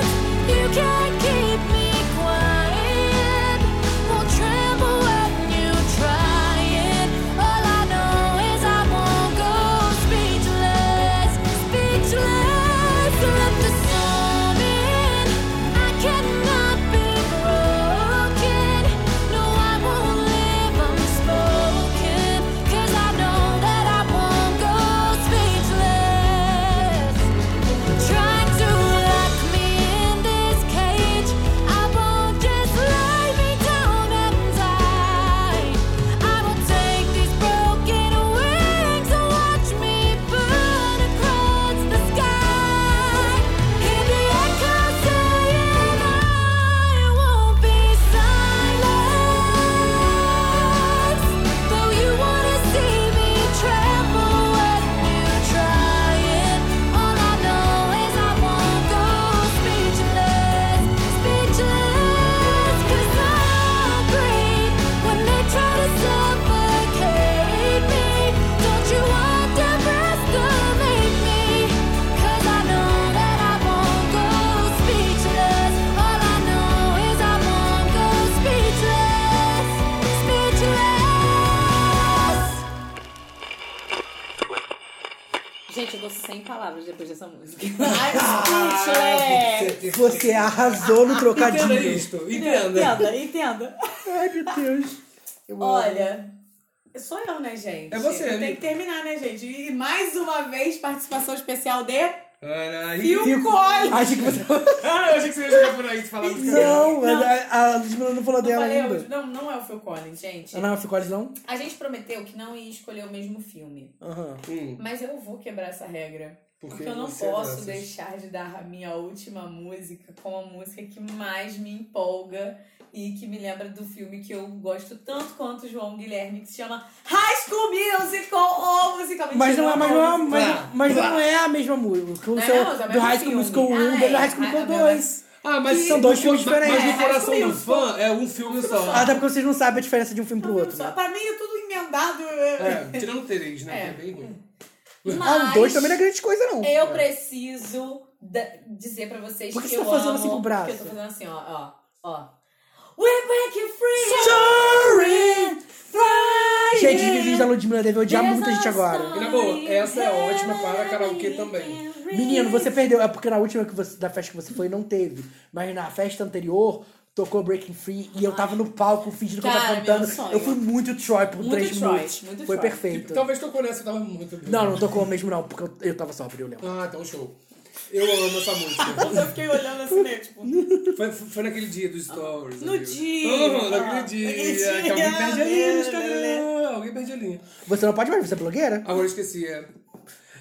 Speaker 5: silent. You can't keep me quiet. Won't tremble when you try it. All I know is I won't go speechless, speechless. Let the sun in. I cannot be broken. No, I won't live unspoken. 'Cause I know that I won't go speechless. Trying to lock me in this cage. I won't just lay me down and die. I will take these broken wings and watch me burn across the sky. Hear the echo saying I won't be silent. Though you wanna see me tremble when you try it, all I know is I won't go speechless, speechless. 'Cause I'll breathe when they try to suffocate me. Don't you want to escalate me? 'Cause I know that I won't go speechless. All I know is I won't go speechless, speechless.
Speaker 4: Gente, eu dou 100 palavras depois dessa música.
Speaker 2: Ah,
Speaker 4: I'm
Speaker 2: você-
Speaker 3: Você arrasou no
Speaker 2: Entenda
Speaker 3: trocadilho.
Speaker 2: isto, entenda.
Speaker 4: Entenda, entenda.
Speaker 3: Ai, meu Deus. Eu amo.
Speaker 4: Olha, sou eu, né, gente?
Speaker 2: É você,
Speaker 4: Eu tenho
Speaker 2: amigo.
Speaker 4: que terminar, né, gente? E mais uma vez, participação especial de
Speaker 2: Anaís.
Speaker 4: Phil Collins.
Speaker 3: Achei que você.
Speaker 2: Ah, eu achei que você ia chegar por aí e falar música dela.
Speaker 3: Não, a, a Ludmilla não falou
Speaker 4: Não,
Speaker 3: dela
Speaker 4: falei,
Speaker 3: ainda.
Speaker 4: eu- não, não é o Phil Collins, gente.
Speaker 3: Ah, não, ficou eles não?
Speaker 4: A gente prometeu que não ia escolher o mesmo filme.
Speaker 3: Aham.
Speaker 2: Hum,
Speaker 4: Mas eu vou quebrar essa regra.
Speaker 2: porque
Speaker 4: Porque eu não
Speaker 2: você é
Speaker 4: posso
Speaker 2: dança.
Speaker 4: deixar de dar a minha última música com a música que mais me empolga e que me lembra do filme que eu gosto tanto quanto o João Guilherme, que se chama High School Musical ou Musical.
Speaker 3: Mas
Speaker 4: Mentira,
Speaker 3: não é, mas não é, mas,
Speaker 2: Blá,
Speaker 3: mas não é a mesma música. O
Speaker 4: Não é
Speaker 3: seu,
Speaker 4: não, mas é o
Speaker 3: do
Speaker 4: mesmo
Speaker 3: High School
Speaker 4: filme.
Speaker 3: Musical 1
Speaker 4: Ah,
Speaker 3: e do
Speaker 4: é.
Speaker 3: High School
Speaker 4: Ah,
Speaker 3: Musical
Speaker 4: é.
Speaker 3: 2.
Speaker 2: Ah, mas
Speaker 3: Que-
Speaker 2: são dois
Speaker 3: Mas no
Speaker 2: filmes diferentes. Mas no
Speaker 4: É,
Speaker 2: coração
Speaker 4: é
Speaker 2: do
Speaker 4: isso.
Speaker 2: fã é um filme só.
Speaker 3: Até porque vocês não sabem a diferença de um filme pro outro.
Speaker 4: Só, pra mim é tudo emendado.
Speaker 2: É, tirando três, né?
Speaker 4: É.
Speaker 2: que É bem ruim.
Speaker 3: Ah, o 2 também não é grande coisa, não.
Speaker 4: Eu preciso da- dizer pra vocês
Speaker 3: Por que
Speaker 4: que
Speaker 3: você
Speaker 4: eu
Speaker 3: tá fazendo
Speaker 4: amo,
Speaker 3: assim com o braço?
Speaker 4: Porque eu tô fazendo assim, ó, ó, ó. We break you free!
Speaker 3: Sorry!
Speaker 4: Friday.
Speaker 3: Gente, os vizinhos da Ludmilla devem odiar
Speaker 4: There's
Speaker 3: muito a gente
Speaker 4: a
Speaker 3: agora.
Speaker 2: E na boa, essa é ótima para karaokê também.
Speaker 3: Menino, você perdeu. É porque na última que você- da festa que você foi, não teve. Mas na festa anterior, tocou Breaking Free e eu tava no palco fingindo que eu tava
Speaker 4: Cara,
Speaker 3: cantando.
Speaker 4: meu sonho.
Speaker 3: Eu fui muito Troy por
Speaker 4: Muito
Speaker 3: três
Speaker 4: Troy,
Speaker 3: minutos.
Speaker 4: muito
Speaker 3: Foi
Speaker 4: Troy. Então-
Speaker 3: perfeito.
Speaker 2: Talvez tocou nessa, tava muito bem.
Speaker 3: Não, não tocou mesmo, não, porque eu, eu tava sóbrio, eu lembro.
Speaker 2: Ah, então show. Eu amo essa música.
Speaker 4: Eu fiquei olhando assim, né? Tipo, no
Speaker 2: Foi, foi naquele dia dos stories.
Speaker 4: No
Speaker 2: amigo.
Speaker 4: dia.
Speaker 2: Ah, naquele dia.
Speaker 4: Naquele
Speaker 2: que
Speaker 4: dia.
Speaker 2: Alguém perde a linha no Instagram. Alguém perde a linha.
Speaker 3: Você não pode mais, você é blogueira?
Speaker 2: Agora eu esqueci, é.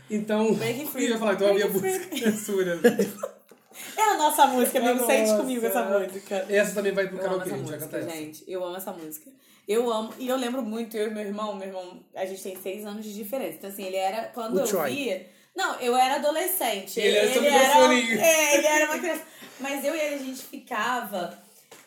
Speaker 2: Então,
Speaker 4: Breaking
Speaker 2: eu
Speaker 4: free.
Speaker 2: ia falar, então a minha
Speaker 4: Breaking
Speaker 2: música é sura.
Speaker 4: É a nossa música, amigo. Sente
Speaker 2: Nossa.
Speaker 4: comigo essa música.
Speaker 2: Essa também vai pro
Speaker 4: Eu amo
Speaker 2: karaokê, a
Speaker 4: essa
Speaker 2: gente vai cantar
Speaker 4: música,
Speaker 2: essa.
Speaker 4: gente. Eu amo essa música. Eu amo, e eu lembro muito, eu e meu irmão, meu irmão, a gente tem seis anos de diferença. Então, assim, ele era, quando
Speaker 3: O
Speaker 4: eu
Speaker 3: Troy.
Speaker 4: via. Não, eu era adolescente.
Speaker 2: Ele era seu microfoninho.
Speaker 4: é, ele era uma criança. Mas eu e ele, a gente ficava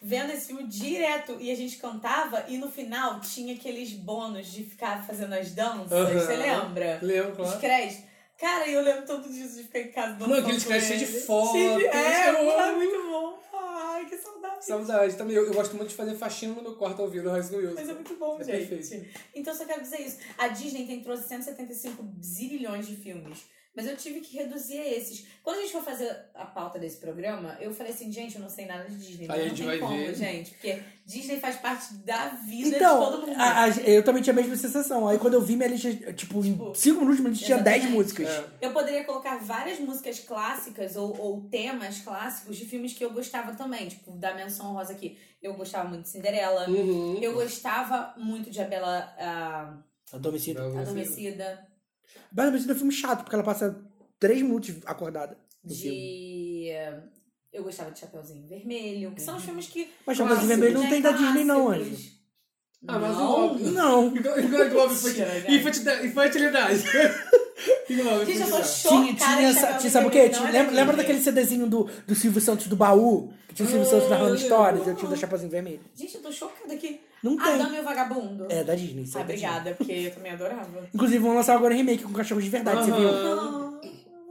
Speaker 4: vendo esse filme direto e a gente cantava, e no final tinha aqueles bônus de ficar fazendo as danças.
Speaker 2: Aham.
Speaker 4: Você lembra?
Speaker 2: Lembro,
Speaker 4: Os
Speaker 2: claro.
Speaker 4: créditos. Cara, eu lembro todo disso de ficar em casa dançando.
Speaker 2: Mano, aqueles
Speaker 4: com
Speaker 2: créditos cheios de
Speaker 4: ele.
Speaker 2: foto,
Speaker 4: Cheio de- É,
Speaker 2: eu
Speaker 4: porra,
Speaker 2: amo.
Speaker 4: muito bom. Ai, que saudade.
Speaker 2: Saudade também. Eu, eu gosto muito de fazer faxina no meu quarto ouvindo High School Musical.
Speaker 4: Mas é muito bom,
Speaker 2: É
Speaker 4: gente.
Speaker 2: perfeito.
Speaker 4: Então só quero dizer isso. A Disney tem trouxe 175 zilhões de filmes. Mas eu tive que reduzir a esses. Quando a gente for fazer a pauta desse programa, eu falei assim, gente, eu não sei nada de Disney.
Speaker 9: Aí a
Speaker 4: não
Speaker 9: gente
Speaker 4: tem
Speaker 9: vai
Speaker 4: como,
Speaker 9: ver.
Speaker 4: gente. Porque Disney faz parte da vida é de
Speaker 3: Então,
Speaker 4: todo mundo.
Speaker 3: a- a- eu também tinha a mesma sensação. Aí quando eu vi minha lista, tipo, em 5 minutos, minha lista tinha 10
Speaker 2: É.
Speaker 4: exatamente.
Speaker 3: músicas.
Speaker 4: Eu poderia colocar várias músicas clássicas ou, ou temas clássicos de filmes que eu gostava também. Tipo, da menção rosa aqui. Eu gostava muito de Cinderela.
Speaker 2: Uhum.
Speaker 4: Eu gostava muito de A Bela ah,
Speaker 3: Adormecido.
Speaker 4: Adormecida.
Speaker 3: Mas Adormecido é um filme chato, porque ela passa 3
Speaker 11: um
Speaker 3: minutos acordada. no filme. Uhum.
Speaker 4: De... Eu gostava de Chapeuzinho Vermelho. Que são os filmes que...
Speaker 3: Mas Chapeuzinho
Speaker 4: clássicos,
Speaker 3: Vermelho não
Speaker 4: né?
Speaker 3: tem da Disney, não,
Speaker 4: Clássicos.
Speaker 3: Anjo.
Speaker 2: Ah, mas
Speaker 4: Não.
Speaker 2: o Globo.
Speaker 3: Não.
Speaker 2: Então, Globo foi
Speaker 4: Mentira,
Speaker 2: aqui.
Speaker 4: velho.
Speaker 2: Infantilidade. Infantilidade. Ignobe,
Speaker 4: Gente, eu tô
Speaker 2: infantilidade.
Speaker 4: chocada.
Speaker 3: Tinha, tinha,
Speaker 4: de Chapeuzinho
Speaker 3: sa- tinha sabe o quê?
Speaker 4: Vermelho,
Speaker 3: Tinha-
Speaker 4: não é
Speaker 3: lembra,
Speaker 4: da
Speaker 3: lembra
Speaker 4: Disney.
Speaker 3: daqueele CDzinho do, do Silvio Santos do baú? Que tinha o Silvio Santos narrando histórias, eu tinha o da Chapazinho Vermelho.
Speaker 4: Gente, eu tô chocada aqui.
Speaker 3: Não tem.
Speaker 4: Adão e o Vagabundo.
Speaker 3: É, da Disney. isso
Speaker 4: Ah,
Speaker 3: é da Disney.
Speaker 4: obrigada, porque eu também adorava.
Speaker 3: Inclusive, vão lançar agora um remake com cachorros de verdade, você viu?
Speaker 4: Não, não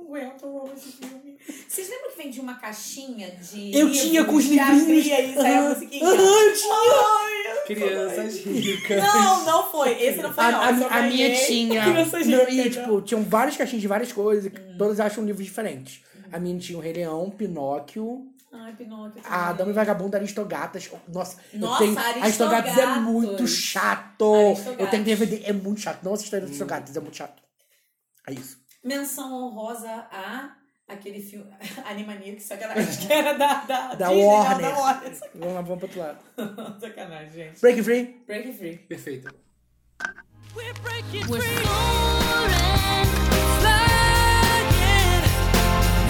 Speaker 4: aguento, eu amo esse filme. Vocês lembram que vendia uma caixinha de.
Speaker 3: Eu tinha com os livrinhos.
Speaker 4: E aí saiu a
Speaker 3: Aham.
Speaker 4: musiquinha.
Speaker 3: Aham, eu tinha.
Speaker 2: Crianças ricas.
Speaker 4: Não, não foi. Esse não foi.
Speaker 3: A,
Speaker 4: não. é
Speaker 3: a-
Speaker 4: Esse eu
Speaker 3: a minha
Speaker 4: ganhei.
Speaker 3: tinha. Hum.
Speaker 4: Crianças
Speaker 3: Não,
Speaker 4: ricas,
Speaker 3: e,
Speaker 4: não.
Speaker 3: tipo, tinham várias caixinhas de várias coisas, que todas acham livros diferentes. A minha tinha o Rei Leão, Pinóquio,
Speaker 4: Ai, Pinóquio.
Speaker 3: a Dama e Vagabundo, Aristogatas. Ah. Oh, Nossa,
Speaker 4: Nossa,
Speaker 3: eu tenho. Aristogatas é
Speaker 4: Aristogatas.
Speaker 3: muito chato.
Speaker 4: Aristogatas.
Speaker 3: Eu tenho DVD, é muito chato. Não assista Aristogatas, é muito chato. É isso.
Speaker 4: Menção honrosa a aquele filme Animaniacs, sacanagem. Que era da, da,
Speaker 3: Da
Speaker 4: Disney,
Speaker 3: Warner.
Speaker 4: Da Warner.
Speaker 3: Vamos lá, vamos pro outro lado.
Speaker 4: Sacanagem, gente.
Speaker 3: Break Free.
Speaker 4: Break Free.
Speaker 2: Perfeito.
Speaker 5: We're soaring, flying.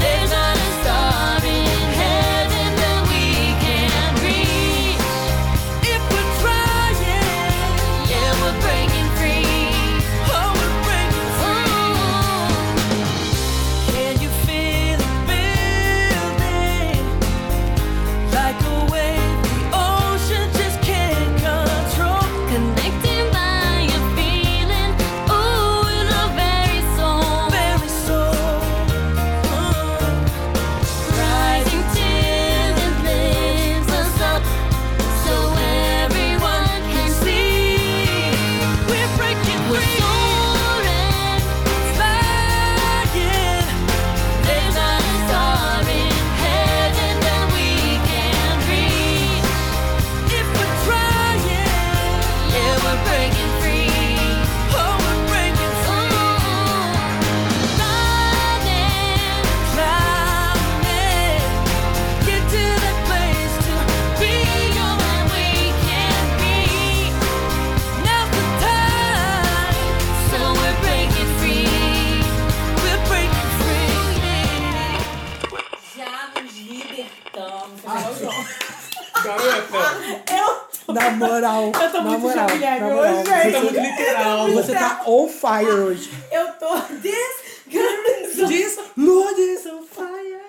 Speaker 5: There's not a star in heaven that we can't reach. If we're trying, yeah, we're breaking free. Oh, we're breaking free. Can you feel it building? Like a wave, the ocean just can't control. Connecting by a feeling, ooh, in our very soul, very soul. Uh, Rising till it lifts us up, so everyone can see. We're breaking free. We're soaring, flying. There's not a star in heaven that we can't reach. If we're trying, yeah, we're breaking free. Oh, we're breaking free. Climbing, climbing, get to that place to be all that we can be. Now's the time, so we're breaking free. We're breaking free.
Speaker 4: Já nos libertamos. vocês não vão.
Speaker 2: Garota,
Speaker 4: Ah, Eu
Speaker 3: Na moral.
Speaker 4: Eu tô
Speaker 3: na
Speaker 4: muito
Speaker 3: moral,
Speaker 4: Juliette
Speaker 3: na moral,
Speaker 4: hoje,
Speaker 3: você-
Speaker 4: gente.
Speaker 2: tá muito literal.
Speaker 3: Você tá on fire hoje.
Speaker 4: Eu tô desgranizando.
Speaker 3: This Lord is on fire.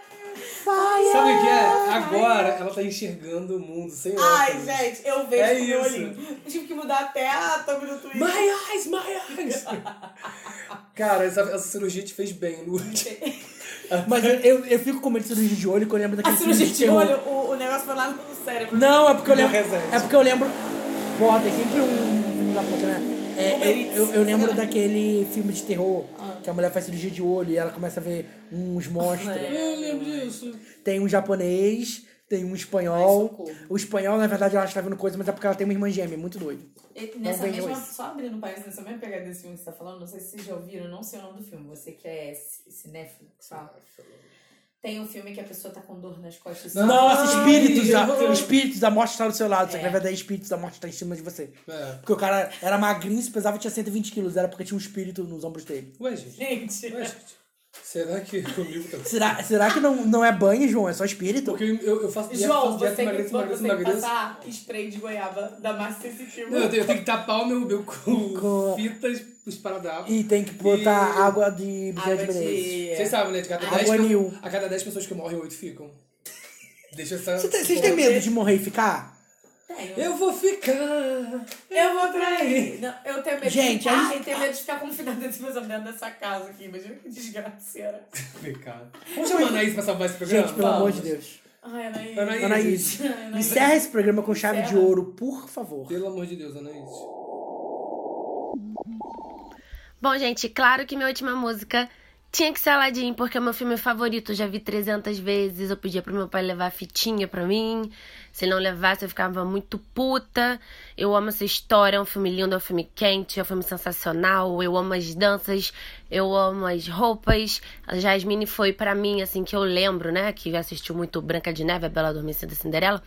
Speaker 3: Fire.
Speaker 2: Sabe o que é? Agora ela tá enxergando o mundo sem
Speaker 4: Ai,
Speaker 2: óculos.
Speaker 4: gente, eu vejo
Speaker 2: É
Speaker 4: com o meu
Speaker 2: isso.
Speaker 4: olhinho. Eu tive que mudar até a thumb do Twitter.
Speaker 2: My eyes, my eyes. Cara, essa, essa cirurgia te fez bem, é? Lu.
Speaker 3: Mas eu, eu, eu fico com medo de cirurgia de olho, que eu lembro
Speaker 4: a
Speaker 3: daquele filme
Speaker 4: cirurgia de
Speaker 3: terror.
Speaker 4: olho, o, o negócio foi lá no cérebro.
Speaker 3: Não, é porque eu
Speaker 2: Não
Speaker 3: lembro.
Speaker 2: resente.
Speaker 3: É porque eu lembro. Porra, tem sempre um filme da puta, né? É,
Speaker 4: Uber
Speaker 3: eu, eu,
Speaker 4: Eats.
Speaker 3: eu lembro daquele filme de terror que a mulher faz cirurgia de olho e ela começa a ver uns monstros.
Speaker 2: Eu lembro disso.
Speaker 3: Tem um japonês, tem um espanhol.
Speaker 4: socorro.
Speaker 3: o espanhol, na verdade, ela está vendo coisa, mas é porque ela tem uma irmã gêmea, é muito doido.
Speaker 4: E Nessa
Speaker 3: Não vejo
Speaker 4: mesma,
Speaker 3: isso.
Speaker 4: só abrindo o país, nessa mesma pegada desse filme que você tá falando, não sei se vocês já ouviram, não sei o nome do filme, você que é ci- cinéfilo, que fala. Tem um filme que a pessoa tá com dor nas costas. e
Speaker 3: Não,
Speaker 4: só-
Speaker 3: Nossa, espíritos,
Speaker 2: eu
Speaker 3: da-
Speaker 2: vou-
Speaker 3: espíritos, a morte está do seu lado. Só que na verdade, espíritos, a morte está em cima de você.
Speaker 2: É.
Speaker 3: Porque o cara era magrinho, se pesava, tinha 120 quilos. Era porque tinha um espírito nos ombros dele.
Speaker 2: Ué, gente.
Speaker 4: Gente,
Speaker 2: Ué, gente. Será que comigo tá
Speaker 3: Será, será que não, não é banho, João? É só espírito?
Speaker 2: Porque eu, eu, eu faço dieta,
Speaker 4: João,
Speaker 2: faço dieta,
Speaker 4: você, que,
Speaker 2: emagreço, emagreço,
Speaker 4: você tem que
Speaker 2: emagreço.
Speaker 4: passar spray de goiaba da Márcia Sensitiva.
Speaker 2: Não, eu tenho, eu tenho que tapar o meu, meu cu
Speaker 3: Com-
Speaker 2: com fitas, os paradavos.
Speaker 3: E tem que botar
Speaker 2: E-
Speaker 3: água de
Speaker 4: Água
Speaker 3: Bisete Menezes.
Speaker 4: de-
Speaker 2: Vocês sabem, né? De cada,
Speaker 3: Água
Speaker 2: 10 que eu-
Speaker 3: Nil.
Speaker 2: a cada 10 pessoas que morrem, 8 ficam. Deixa essa.
Speaker 3: Você tem- Vocês têm medo de morrer e ficar?
Speaker 4: Tenho.
Speaker 2: Eu vou ficar.
Speaker 4: Eu vou trair. Não, eu tenho medo
Speaker 3: Gente,
Speaker 4: de ficar
Speaker 3: a gente- tá-
Speaker 4: e tenho medo de ficar confinada dentro dessa- dentro dessa casa aqui. Imagina que desgraceira.
Speaker 2: Ficar. Vamos chamar a Anaís pra salvar esse programa?
Speaker 3: Gente, pelo amor de Deus.
Speaker 4: Ai, Anaís.
Speaker 2: Anaís.
Speaker 3: Anaís,
Speaker 4: Anaís.
Speaker 3: encerra esse programa com chave de
Speaker 4: Encerra.
Speaker 3: ouro, por favor.
Speaker 2: Pelo amor de Deus, Anaís.
Speaker 7: Bom, gente, claro que minha última música Tinha que ser Aladdin, porque é meu filme favorito. Eu já vi 300 vezes. Eu pedia pro meu pai levar a fitinha pra mim. Se ele não levasse, eu ficava muito puta. Eu amo essa história. É um filme lindo, é um filme quente, é um filme sensacional. Eu amo as danças, eu amo as roupas. A Jasmine foi pra mim, assim, que eu lembro, né? Que assistiu muito Branca de Neve, A Bela Adormecida e Cinderela.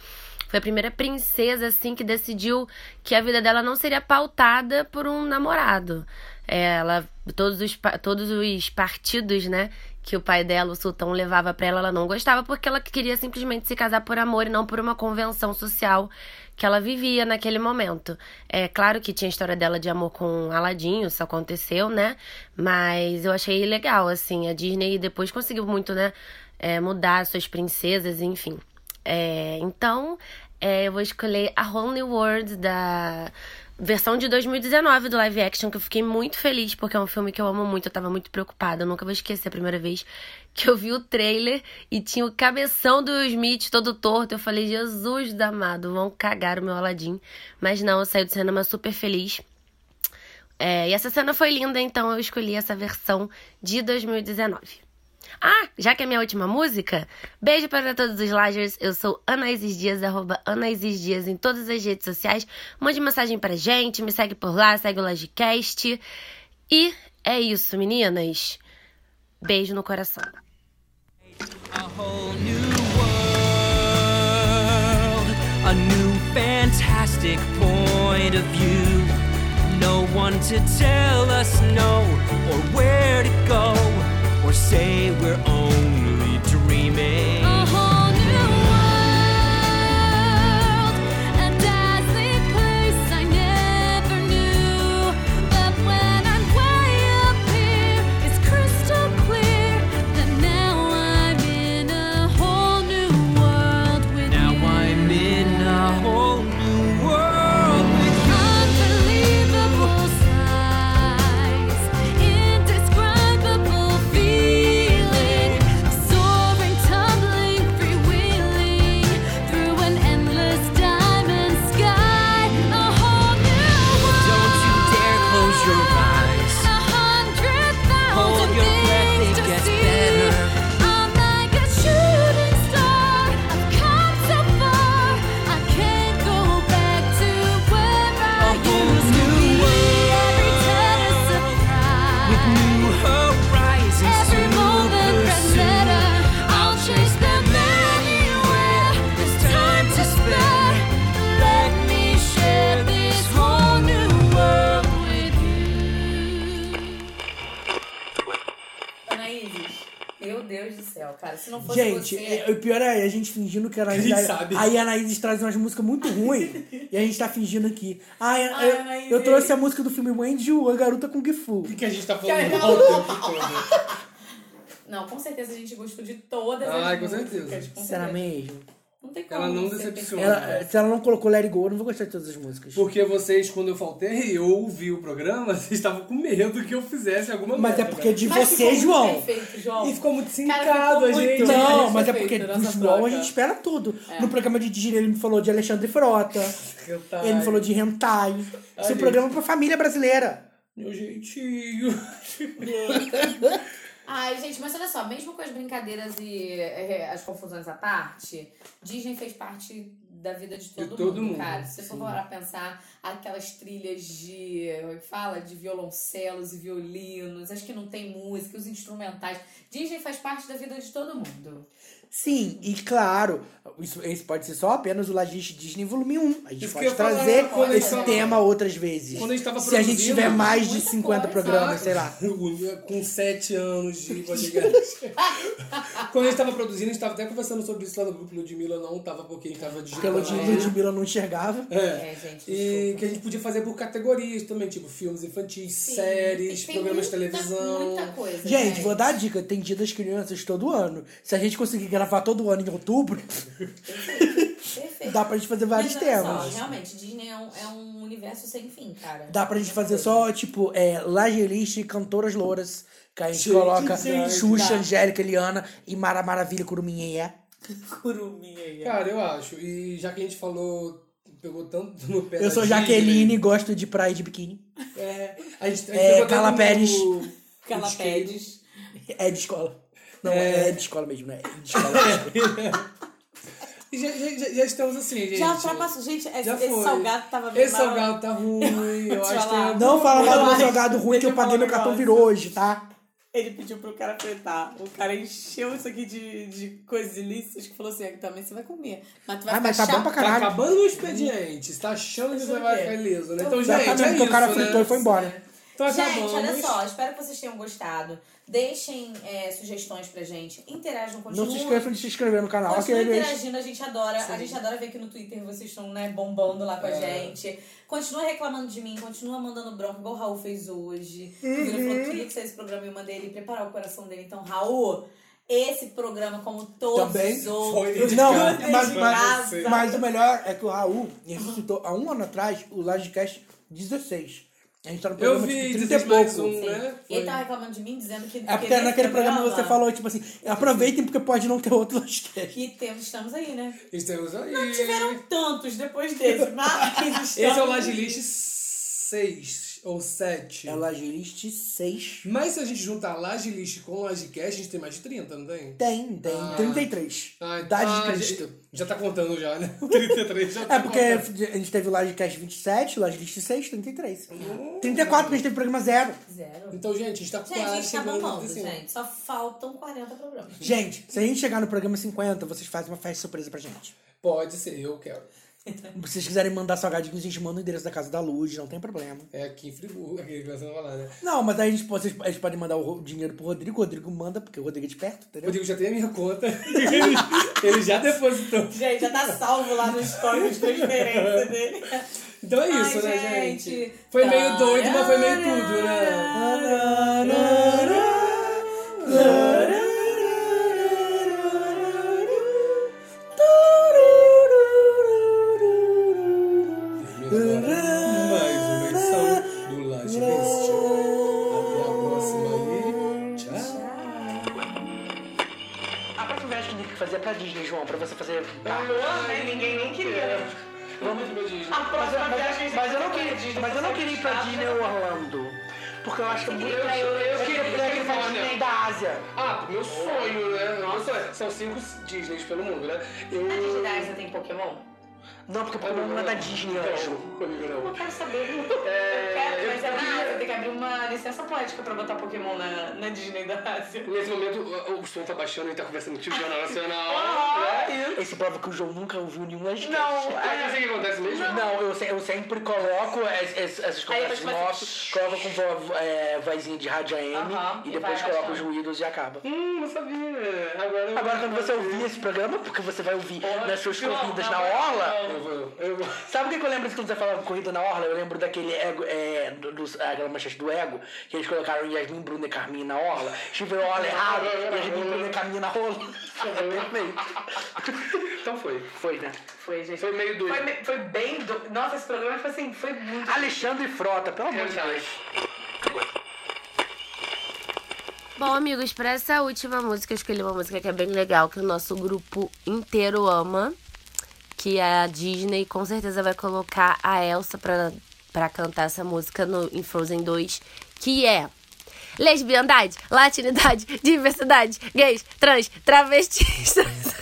Speaker 7: Foi a primeira princesa, assim, que decidiu que a vida dela não seria pautada por um namorado. É, Ela, todos os, pa- todos os partidos, né, que o pai dela, o sultão, levava pra ela, ela não gostava, porque ela queria simplesmente se casar por amor e não por uma convenção social que ela vivia naquele momento. É claro que tinha a história dela de amor com Aladim, isso aconteceu, né, mas eu achei legal, assim, a Disney depois conseguiu muito, né, é, mudar suas princesas, enfim. É, então, é, eu vou escolher a Whole New World da versão de 2019 do live action, que eu fiquei muito feliz, porque é um filme que eu amo muito, eu tava muito preocupada, eu nunca vou esquecer a primeira vez que eu vi o trailer e tinha o cabeção do Will Smith todo torto, eu falei, Jesus damado, vão cagar o meu Aladdin. Mas não, eu saí do cinema super feliz. É, e essa cena foi linda, então eu escolhi essa versão de 2019. Ah, já que é minha última música, beijo para todos os Lagers. Eu sou Anaíses Dias, arroba Anaíses Dias em todas as redes sociais. Mande mensagem pra gente, me segue por lá, segue o Lagecast. E é isso, meninas. Beijo no coração.
Speaker 11: world, a new fantastic point of view. No one to tell us no or where to go or say we're only dreaming.
Speaker 5: A whole new world, a dazzling place I never knew. But when I'm way up here, it's crystal clear that now I'm in a whole new world with
Speaker 11: Now I'm in a whole new world with you.
Speaker 5: unbelievable sights, indescribable feeling, soaring, tumbling, freewheeling through an endless diamond sky. A whole new
Speaker 11: Don't you dare close your eyes.
Speaker 5: a hundred
Speaker 11: Hold
Speaker 5: thousand
Speaker 11: your breath,
Speaker 5: things
Speaker 11: it
Speaker 5: to
Speaker 11: gets
Speaker 5: see.
Speaker 11: better.
Speaker 5: I'm like a shooting star. I've come so far. I can't go back to where I used to be. Every turn is
Speaker 11: With
Speaker 5: surprise.
Speaker 11: new horizons
Speaker 5: Every
Speaker 11: to
Speaker 5: moment brings
Speaker 11: pursue.
Speaker 5: better. I'll chase them anywhere. There's time to spare. Let me share this whole new world with
Speaker 4: Anaíses, meu Deus do céu, cara. Se não fosse
Speaker 3: Gente,
Speaker 4: você...
Speaker 3: é- o pior é a gente fingindo que a Anaís.
Speaker 2: Quem
Speaker 3: aí-
Speaker 2: sabe?
Speaker 3: Aí a Anaís traz umas músicas muito ruins e a gente tá fingindo aqui. Ah, eu,
Speaker 4: Ai,
Speaker 3: eu-
Speaker 4: Anaís.
Speaker 3: eu trouxe a música do filme Wendy Wu, a garota com Gifu.
Speaker 2: O que a gente tá falando
Speaker 4: Caralho.
Speaker 2: o tempo todo?
Speaker 4: Não, com certeza a gente gostou de todas
Speaker 2: Ai,
Speaker 4: as
Speaker 2: com
Speaker 4: músicas.
Speaker 2: certeza.
Speaker 4: com
Speaker 3: Será
Speaker 4: certeza.
Speaker 3: mesmo?
Speaker 4: Não tem como.
Speaker 2: Ela não
Speaker 4: você
Speaker 2: decepciona.
Speaker 4: pensar.
Speaker 3: Ela- se ela não colocou Let It Go, eu não vou gostar de todas as músicas.
Speaker 2: Porque vocês, quando eu faltei, eu ouvi o programa, vocês estavam com medo que eu fizesse alguma
Speaker 3: Mas é
Speaker 2: merda.
Speaker 3: porque de
Speaker 4: Mas ficou
Speaker 3: você,
Speaker 4: muito
Speaker 3: João.
Speaker 4: Perfeito, João.
Speaker 2: E ficou muito
Speaker 4: Cara,
Speaker 2: sincado,
Speaker 4: ficou
Speaker 2: a gente.
Speaker 4: muito.
Speaker 3: Não,
Speaker 4: Mas
Speaker 3: mas é
Speaker 4: perfeito,
Speaker 3: porque do
Speaker 4: nossa
Speaker 3: João a
Speaker 4: troca.
Speaker 3: gente espera tudo.
Speaker 2: É.
Speaker 3: No programa de Digir ele me falou de Alexandre Frota.
Speaker 2: Hentai.
Speaker 3: Ele falou de Hentai. Esse é um
Speaker 2: gente.
Speaker 3: programa pra família brasileira.
Speaker 2: Meu jeitinho.
Speaker 4: Ai, gente, mas olha só, mesmo com as brincadeiras e eh, as confusões à parte, Disney fez parte da vida de todo,
Speaker 2: De todo
Speaker 4: mundo,
Speaker 2: mundo,
Speaker 4: cara. Se você for parar pra pensar, aquelas trilhas de, como é que fala, de violoncelos e violinos, as que não tem música, os instrumentais. Disney faz parte da vida de todo mundo.
Speaker 3: Sim, e claro, isso, esse pode ser só apenas o Lagiste Disney Volume 1. A gente
Speaker 2: Isso que eu
Speaker 3: pode
Speaker 2: ia falar,
Speaker 3: trazer
Speaker 2: quando
Speaker 3: esse
Speaker 2: tava-
Speaker 3: tema outras vezes.
Speaker 2: Quando a gente tava
Speaker 3: Se a gente
Speaker 2: produzindo,
Speaker 3: tiver mais de
Speaker 4: muita
Speaker 3: 50
Speaker 4: coisa.
Speaker 3: programas, sei lá.
Speaker 2: Com sete anos de bodyguard. Quando a gente tava produzindo, a gente tava até conversando sobre isso lá no grupo. Ludmilla não tava porque a gente tava
Speaker 3: Porque a
Speaker 2: digitando.
Speaker 3: Lud- Ludmilla não enxergava.
Speaker 2: É.
Speaker 4: É, gente,
Speaker 2: E que a gente podia fazer por categorias também, tipo filmes infantis, séries,
Speaker 4: Tem
Speaker 2: programas de
Speaker 4: muita-
Speaker 2: televisão.
Speaker 4: Muita coisa. né?
Speaker 3: Gente, vou dar a dica. Tem dia das crianças todo ano. Se a gente conseguir gravar todo ano em outubro,
Speaker 4: Perfeito.
Speaker 3: dá pra gente fazer vários
Speaker 4: Mas olha só,
Speaker 3: temas.
Speaker 4: realmente, Disney é um, é um universo sem fim, cara.
Speaker 3: Dá pra gente fazer só, tipo, é, Lagelist e cantoras louras. Que a gente
Speaker 2: Gente,
Speaker 3: coloca
Speaker 2: gente,
Speaker 3: Xuxa,
Speaker 4: dá.
Speaker 3: Angélica, Eliana e Mara Maravilha, é. Curuminhê.
Speaker 4: Curumia aí.
Speaker 2: Cara, eu acho. E já que a gente falou, pegou tanto no pé
Speaker 3: Eu
Speaker 2: da
Speaker 3: sou
Speaker 2: Disney,
Speaker 3: Jaqueline e gosto de praia de biquíni.
Speaker 2: É, a gente, a gente
Speaker 3: É,
Speaker 2: pegou tanto
Speaker 3: Carla
Speaker 2: no-
Speaker 3: Pérez.
Speaker 2: no
Speaker 4: Carla
Speaker 2: isqueiro.
Speaker 4: Pérez.
Speaker 3: É de escola. Não, é, de escola mesmo, né? É de escola.
Speaker 2: E já, já- já- já estamos assim, gente.
Speaker 4: Já ultrapassou. Gente, esse,
Speaker 2: Já
Speaker 4: esse
Speaker 2: foi.
Speaker 4: salgado tava bem
Speaker 2: Esse
Speaker 4: mal.
Speaker 2: salgado tá ruim. Eu
Speaker 4: Te
Speaker 2: acho que
Speaker 4: falar.
Speaker 2: é-
Speaker 3: Não fala mal do meu
Speaker 4: Relaxa.
Speaker 3: salgado ruim que eu paguei meu
Speaker 2: um
Speaker 3: cartão virou hoje, tá?
Speaker 4: Ele pediu pro cara fritar. O cara encheu isso aqui de, de coisas ilícitas que falou assim: "Ah, também você vai comer. Mas tu vai
Speaker 3: Ah, mas tá
Speaker 4: ficar
Speaker 3: bom pra
Speaker 4: chato."
Speaker 3: caralho.
Speaker 2: Tá acabando o expediente. Você tá achando que você vai ficar ileso, né? Então, gente,
Speaker 3: Exatamente,
Speaker 2: é
Speaker 3: porque
Speaker 2: isso,
Speaker 3: tá o cara
Speaker 2: né?
Speaker 3: fritou e foi embora.
Speaker 2: Então,
Speaker 4: Gente, olha
Speaker 2: acabamos.
Speaker 4: só, espero que vocês tenham gostado. Deixem é, sugestões pra gente. Interajam com
Speaker 3: Não se esqueçam de se inscrever no canal.
Speaker 4: Continua
Speaker 2: é
Speaker 3: aquele-
Speaker 4: interagindo, a gente adora. A gente adora ver que no Twitter vocês estão né, bombando lá com a
Speaker 3: É.
Speaker 4: gente. Continua reclamando de mim, continua mandando bronca, igual o Raul fez hoje. Ele
Speaker 3: Uhum.
Speaker 4: falou que queria que saísse esse programa e eu mandei ele preparar o coração dele. Então, Raul, esse programa, como todos
Speaker 3: Também
Speaker 4: os
Speaker 3: foi
Speaker 4: outros,
Speaker 3: Não,
Speaker 4: foi de
Speaker 3: mas, mas,
Speaker 4: casa.
Speaker 3: mas o melhor é que o Raul ressuscitou há um ano atrás o Lagecast 16. A gente tá no programa
Speaker 2: vi,
Speaker 3: tipo, 30 e
Speaker 2: 16 mais
Speaker 3: pouco.
Speaker 2: um, né?
Speaker 4: E tá- ele tava reclamando de mim, dizendo que.
Speaker 3: É
Speaker 4: que
Speaker 3: porque
Speaker 4: nesse
Speaker 3: naquele programa, você falou, tipo assim, aproveitem porque pode não ter outro Lagecast.
Speaker 4: Que temos, estamos aí, né?
Speaker 2: Estamos aí.
Speaker 4: Não tiveram um tantos depois desse, mas estamos.
Speaker 2: É. Esse é o Lagilist 6 ou 7.
Speaker 3: É o Lagilist 6.
Speaker 2: Mas se a gente juntar Lagilist com Lagcast, a gente tem mais de 30, não tem?
Speaker 3: Tem, tem.
Speaker 2: Ah.
Speaker 3: 33.
Speaker 2: Ah,
Speaker 3: Idade de
Speaker 2: ah,
Speaker 3: Cristo.
Speaker 2: Já, já tá contando já, né? 33 já
Speaker 3: É
Speaker 2: tá
Speaker 3: porque
Speaker 2: contando.
Speaker 3: a gente teve o Lagecast 27, o Lagecast 6, 33. 34 que a gente teve programa zero.
Speaker 4: Zero.
Speaker 2: Então, gente, a gente tá
Speaker 4: Gente, a
Speaker 2: quase
Speaker 4: gente tá
Speaker 2: chegando
Speaker 4: bombando,
Speaker 2: no 35.
Speaker 4: gente. Só faltam 40 programas.
Speaker 3: Gente, se a gente chegar no programa 50, vocês fazem uma festa surpresa pra gente.
Speaker 2: Pode ser, eu quero.
Speaker 3: Se vocês quiserem mandar salgadinhos, a gente manda o endereço da Casa da Luz, não tem problema.
Speaker 2: É aqui em Friburgo, aqui que você não vai lá, né?
Speaker 3: Não, mas aí a gente, pode- vocês, a gente pode mandar o ro- dinheiro pro Rodrigo, o Rodrigo manda, porque o Rodrigo é de perto,
Speaker 2: O
Speaker 3: entendeu?
Speaker 2: Rodrigo já tem a minha conta. ele, ele já depositou.
Speaker 4: Gente, já tá salvo lá no stories da experiência dele.
Speaker 2: Então é isso,
Speaker 4: Ai,
Speaker 2: né, gente?
Speaker 4: gente.
Speaker 2: Foi meio doido, mas foi meio tudo, né? Mais uma edição do Lanche List. Até a próxima e tchau.
Speaker 3: A próxima viagem que eu tenho que fazer é pra Disney, João, pra você fazer. ninguém nem queria, né? Vamos pra Disney. mas, eu- mas- mas eu não queria,
Speaker 4: tá
Speaker 3: mas eu não queria ir pra Disney Orlando. Porque eu acho que é muito. Eu, queria ir pra Disney da Ásia.
Speaker 13: Ah, meu sonho, né? Nossa, são cinco Disneys pelo mundo, né? Eu... A Disney da Ásia tem Pokémon?
Speaker 3: Não, porque Pokémon não é da Disney, anjo.
Speaker 13: Não,
Speaker 4: quero saber.
Speaker 13: É,
Speaker 4: Quero,
Speaker 13: eu
Speaker 3: Ah,
Speaker 4: mas é na
Speaker 13: queria-
Speaker 4: Ásia, tem que abrir uma licença poética pra botar Pokémon na, na Disney da Ásia.
Speaker 13: Nesse momento, o, o som tá baixando e tá conversando com o Jornal Nacional. né?
Speaker 3: Esse prova que o João nunca ouviu nenhum Lagecast.
Speaker 13: Não, é- Mas isso que acontece mesmo?
Speaker 3: Não, eu, se- eu sempre coloco es- es- essas conversas
Speaker 13: depois começa-
Speaker 3: nossas, coloco com vo, é, vozinha de rádio AM
Speaker 13: Aham,
Speaker 3: e
Speaker 13: e
Speaker 3: depois
Speaker 13: vai
Speaker 3: coloco os
Speaker 13: baixando.
Speaker 3: ruídos e acaba.
Speaker 13: Hum, não sabia. Agora, eu-
Speaker 3: Agora, quando você ouvir esse programa, porque você vai ouvir nas suas
Speaker 13: não,
Speaker 3: corridas
Speaker 4: tá
Speaker 13: não,
Speaker 3: na
Speaker 13: não,
Speaker 3: orla.
Speaker 13: não. Eu vou, eu vou.
Speaker 3: Sabe o que, que eu lembro de quando você falava corrida na orla? Eu lembro daquele ego, é, do, do, aquela manchete do ego, que eles colocaram Yasmin, Bruna e Carminha na orla. Estive orla errado, Yasmin, Bruna e Carminha na rola. Perfeito.
Speaker 13: Então foi.
Speaker 3: Foi, né?
Speaker 4: Foi, gente.
Speaker 13: Foi meio doido.
Speaker 4: bem doido. Nossa, esse programa foi assim, foi muito.
Speaker 3: Alexandre Frota, pelo amor de Deus.
Speaker 7: Bom, amigos, pra essa última música, eu escolhi uma música que é bem legal, que o nosso grupo inteiro ama. Que é a Disney com certeza vai colocar a Elsa pra, pra cantar essa música no, em Frozen 2, que é lesbiandade, latinidade, diversidade, gays, trans, travestis. trans-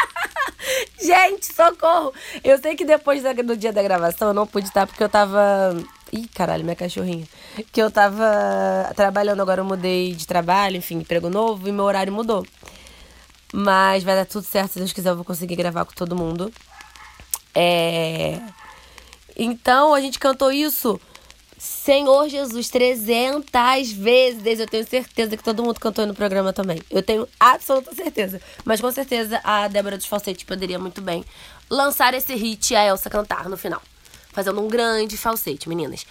Speaker 7: Gente, socorro! Eu sei que depois da- do dia da gravação eu não pude estar porque eu tava. Ih, caralho, minha cachorrinha. Que eu tava trabalhando, agora eu mudei de trabalho, enfim, emprego novo e meu horário mudou. Mas vai dar tudo certo, se Deus quiser, eu vou conseguir gravar com todo mundo. É. Então a gente cantou isso. Senhor Jesus, 300 vezes. Eu tenho certeza que todo mundo cantou aí no programa também. Eu tenho absoluta certeza. Mas com certeza a Débora dos Falsetes poderia muito bem lançar esse hit e a Elsa cantar no final. Fazendo um grande falsete, meninas.